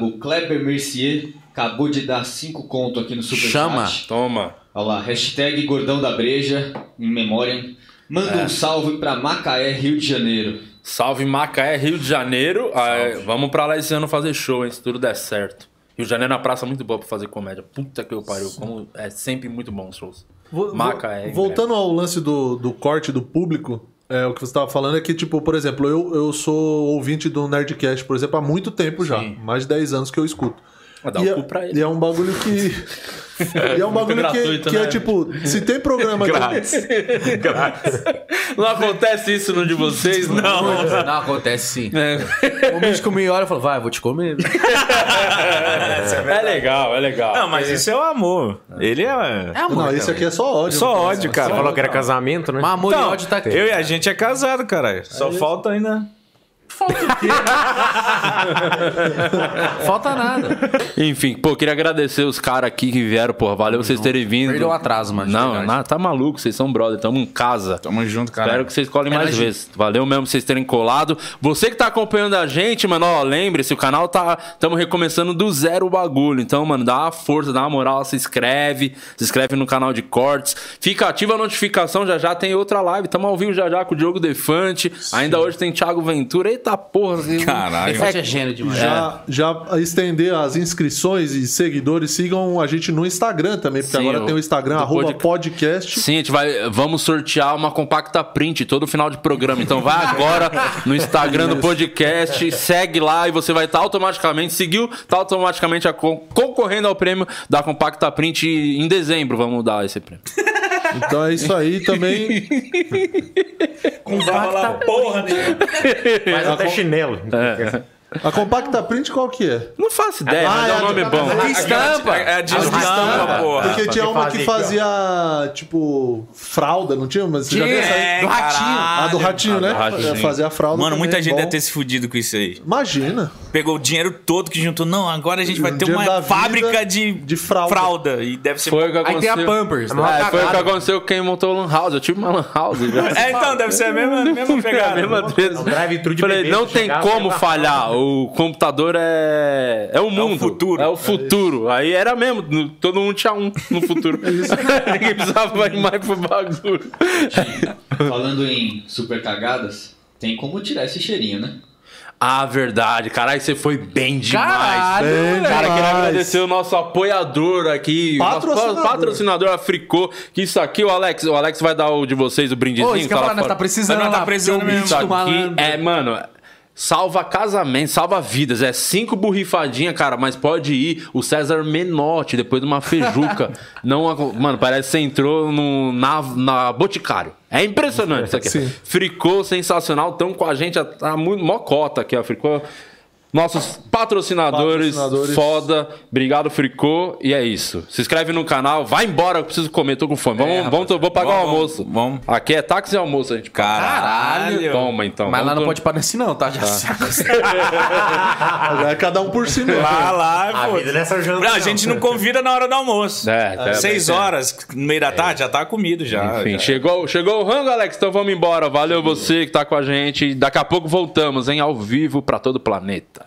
Speaker 2: O Kleber Mercier acabou de dar 5 conto aqui no Superchat.
Speaker 7: Chama.
Speaker 1: Toma.
Speaker 2: Olha lá, hashtag gordão da breja, em memória. Manda
Speaker 1: É.
Speaker 2: um salve pra Macaé, Rio de Janeiro.
Speaker 1: Salve Macaé, Rio de Janeiro. Ah, vamos pra lá esse ano fazer show, hein? Se tudo der certo. Rio de Janeiro é uma praça muito boa pra fazer comédia. Puta que eu pariu. Como é sempre muito bom os shows.
Speaker 8: Vo- vo-
Speaker 1: Macaé.
Speaker 8: Voltando ao lance do, do corte do público, é, o que você estava falando é que, tipo, por exemplo, eu, eu sou ouvinte do Nerdcast, por exemplo, há muito tempo já. Mais de 10 anos que eu escuto.
Speaker 1: dá
Speaker 8: e,
Speaker 1: o
Speaker 8: é,
Speaker 1: cu pra ele.
Speaker 8: e é um bagulho que.
Speaker 1: [LAUGHS]
Speaker 8: e é
Speaker 1: muito
Speaker 8: um bagulho que,
Speaker 1: gratuito,
Speaker 8: que
Speaker 1: né?
Speaker 8: é tipo, se
Speaker 1: [LAUGHS]
Speaker 8: tem programa que-
Speaker 1: Não acontece isso no de vocês, não.
Speaker 7: Não, acontece sim. [LAUGHS] O bicho comigo olha e fala, vai, eu vou te comer.
Speaker 1: É legal, é legal.
Speaker 18: Não, mas isso é o amor. Ele é. É
Speaker 8: amor Não, esse também. aqui é só ódio.
Speaker 2: né?
Speaker 18: Só ódio, cara.
Speaker 8: Você falou que
Speaker 22: era casamento, né?
Speaker 18: Mas
Speaker 22: amor e
Speaker 7: ódio tá aqui.
Speaker 18: Eu e a gente é casado, caralho.
Speaker 2: É
Speaker 1: É
Speaker 18: Só
Speaker 1: [LAUGHS]
Speaker 18: falta ainda.
Speaker 7: Falta nada.
Speaker 1: Enfim, pô, queria agradecer os caras aqui que vieram, porra. Valeu vocês terem vindo.
Speaker 7: Perdeu o atraso, mano, de
Speaker 1: Não,
Speaker 7: verdade.
Speaker 1: não, tá maluco, vocês são brother, tamo em casa. Tamo junto, cara. Espero que vocês colhem
Speaker 7: É
Speaker 1: mais
Speaker 7: nóis,
Speaker 1: vezes. Valeu mesmo vocês terem colado. Você que tá acompanhando a gente, mano, ó, lembre-se, o canal tá. Tamo recomeçando do zero o bagulho. Então, mano, dá uma força, dá uma moral, se inscreve, se inscreve no canal de cortes. Fica ativa a notificação, já já tem outra live. Tamo ao vivo já já com o Diogo Defante. Ainda hoje tem Thiago Ventura. Eita porra,
Speaker 8: Caralho.
Speaker 7: Defante é gênio demais.
Speaker 8: Já,
Speaker 1: É.
Speaker 8: já estender as inscrições e seguidores, sigam a gente no Instagram também, porque
Speaker 1: Sim,
Speaker 8: agora
Speaker 1: o-
Speaker 8: tem o Instagram,
Speaker 1: do
Speaker 8: arroba
Speaker 1: podca-
Speaker 8: podcast.
Speaker 1: Sim, a gente vai. Vamos sortear uma compacta print todo final de programa. Então
Speaker 18: [LAUGHS]
Speaker 1: vai agora no Instagram do podcast, segue lá e você vai estar automaticamente. Seguiu, tá automaticamente a con- concorrendo ao prêmio da compacta print em dezembro. Vamos dar esse prêmio.
Speaker 8: Então é isso aí
Speaker 1: [LAUGHS]
Speaker 8: também.
Speaker 1: tá
Speaker 18: Compacta porra, né?
Speaker 8: Faz até então,
Speaker 22: chinelo.
Speaker 8: A Compacta Print qual que é?
Speaker 1: Não faço ideia, mas é um nome bom.
Speaker 8: A estampa.
Speaker 1: É a de estampa, porra.
Speaker 8: Porque tinha uma que
Speaker 1: Fazia
Speaker 8: fazia, tipo, fralda, não tinha? Mas você já
Speaker 18: Tinha,
Speaker 8: viu essa aí?
Speaker 18: é, Do ratinho. caralho.
Speaker 8: Ah, do ratinho, né? Fazer a fralda
Speaker 18: Mano,
Speaker 8: também,
Speaker 18: muita gente
Speaker 8: bom.
Speaker 18: deve ter se fudido com isso aí.
Speaker 8: Imagina.
Speaker 18: Pegou o dinheiro todo que juntou. Não, agora a gente vai
Speaker 8: O
Speaker 18: ter
Speaker 8: dinheiro da
Speaker 18: uma
Speaker 8: vida
Speaker 18: fábrica de,
Speaker 8: de fralda.
Speaker 18: E deve ser.
Speaker 1: Foi o que aconteceu.
Speaker 18: né?
Speaker 1: É, foi o que aconteceu com quem montou o Lan House. Eu tive uma Lan House. já.
Speaker 18: [LAUGHS] É, então, deve ser a mesma, a mesma pegada.
Speaker 1: É a mesma treta.
Speaker 18: drive-thru de
Speaker 1: Falei,
Speaker 18: bebê,
Speaker 1: não
Speaker 18: você
Speaker 1: tem
Speaker 18: chegava,
Speaker 1: como
Speaker 18: era
Speaker 1: falhar. O computador é. É o mundo. É o futuro. É o futuro. Aí era mesmo. no- Todo mundo tinha um no [LAUGHS] futuro. Ninguém precisava ir mais pro bagulho.
Speaker 2: Falando em super cagadas, tem como tirar esse cheirinho, né?
Speaker 1: Ah, verdade. Caralho, você foi bem demais.
Speaker 2: Caralho,
Speaker 1: Bem
Speaker 2: moleque.
Speaker 1: Cara, quero agradecer o nosso apoiador aqui. o nosso
Speaker 7: Patrocinador.
Speaker 1: patrocinador Africô. Que isso aqui, o Alex, o Alex vai dar o de vocês, o brindezinho.
Speaker 7: Ô, isso que eu ia
Speaker 1: lá
Speaker 7: falar, nós
Speaker 1: fora.
Speaker 7: tá precisando Nós tá lá, precisando porque o mesmo.
Speaker 1: Isso
Speaker 7: bicho do
Speaker 1: aqui
Speaker 7: malandro.
Speaker 1: é, mano... Salva casamento, salva vidas. É cinco borrifadinhas, cara, mas pode ir o César Menotti depois de uma feijuca. Não, aco- mano, parece que você entrou no, na, na Boticário. É impressionante isso aqui.
Speaker 8: Sim.
Speaker 1: Fricô sensacional, tão com a gente, tá muito mocota aqui, ó. Fricô. nossos patrocinadores,
Speaker 4: Patrocinadores.
Speaker 1: foda. Obrigado, Fricô. E é isso. Se inscreve no canal, vai embora, eu preciso comer, tô com fome. Vamos, vamos, vou pagar o almoço. Vamos. Aqui é táxi e almoço, a gente. paga.
Speaker 7: Caralho.
Speaker 1: Toma então.
Speaker 7: Mas lá
Speaker 1: vamos
Speaker 7: não
Speaker 1: to-
Speaker 7: pode parar assim, não, tá? Já saco.
Speaker 4: Agora é cada um por si mesmo.
Speaker 18: Lá, lá,
Speaker 7: A
Speaker 18: pô.
Speaker 7: vida não é só janta,
Speaker 18: Não, a
Speaker 7: não.
Speaker 18: gente não convida na hora do almoço.
Speaker 1: É, tá,
Speaker 18: Seis
Speaker 1: é.
Speaker 18: horas, no meio da tarde, já tá comido já.
Speaker 1: Enfim,
Speaker 18: já.
Speaker 1: chegou, chegou o rango, Alex. Então vamos embora. Valeu você que tá com a gente. Daqui a pouco voltamos, hein? Ao vivo pra todo o planeta.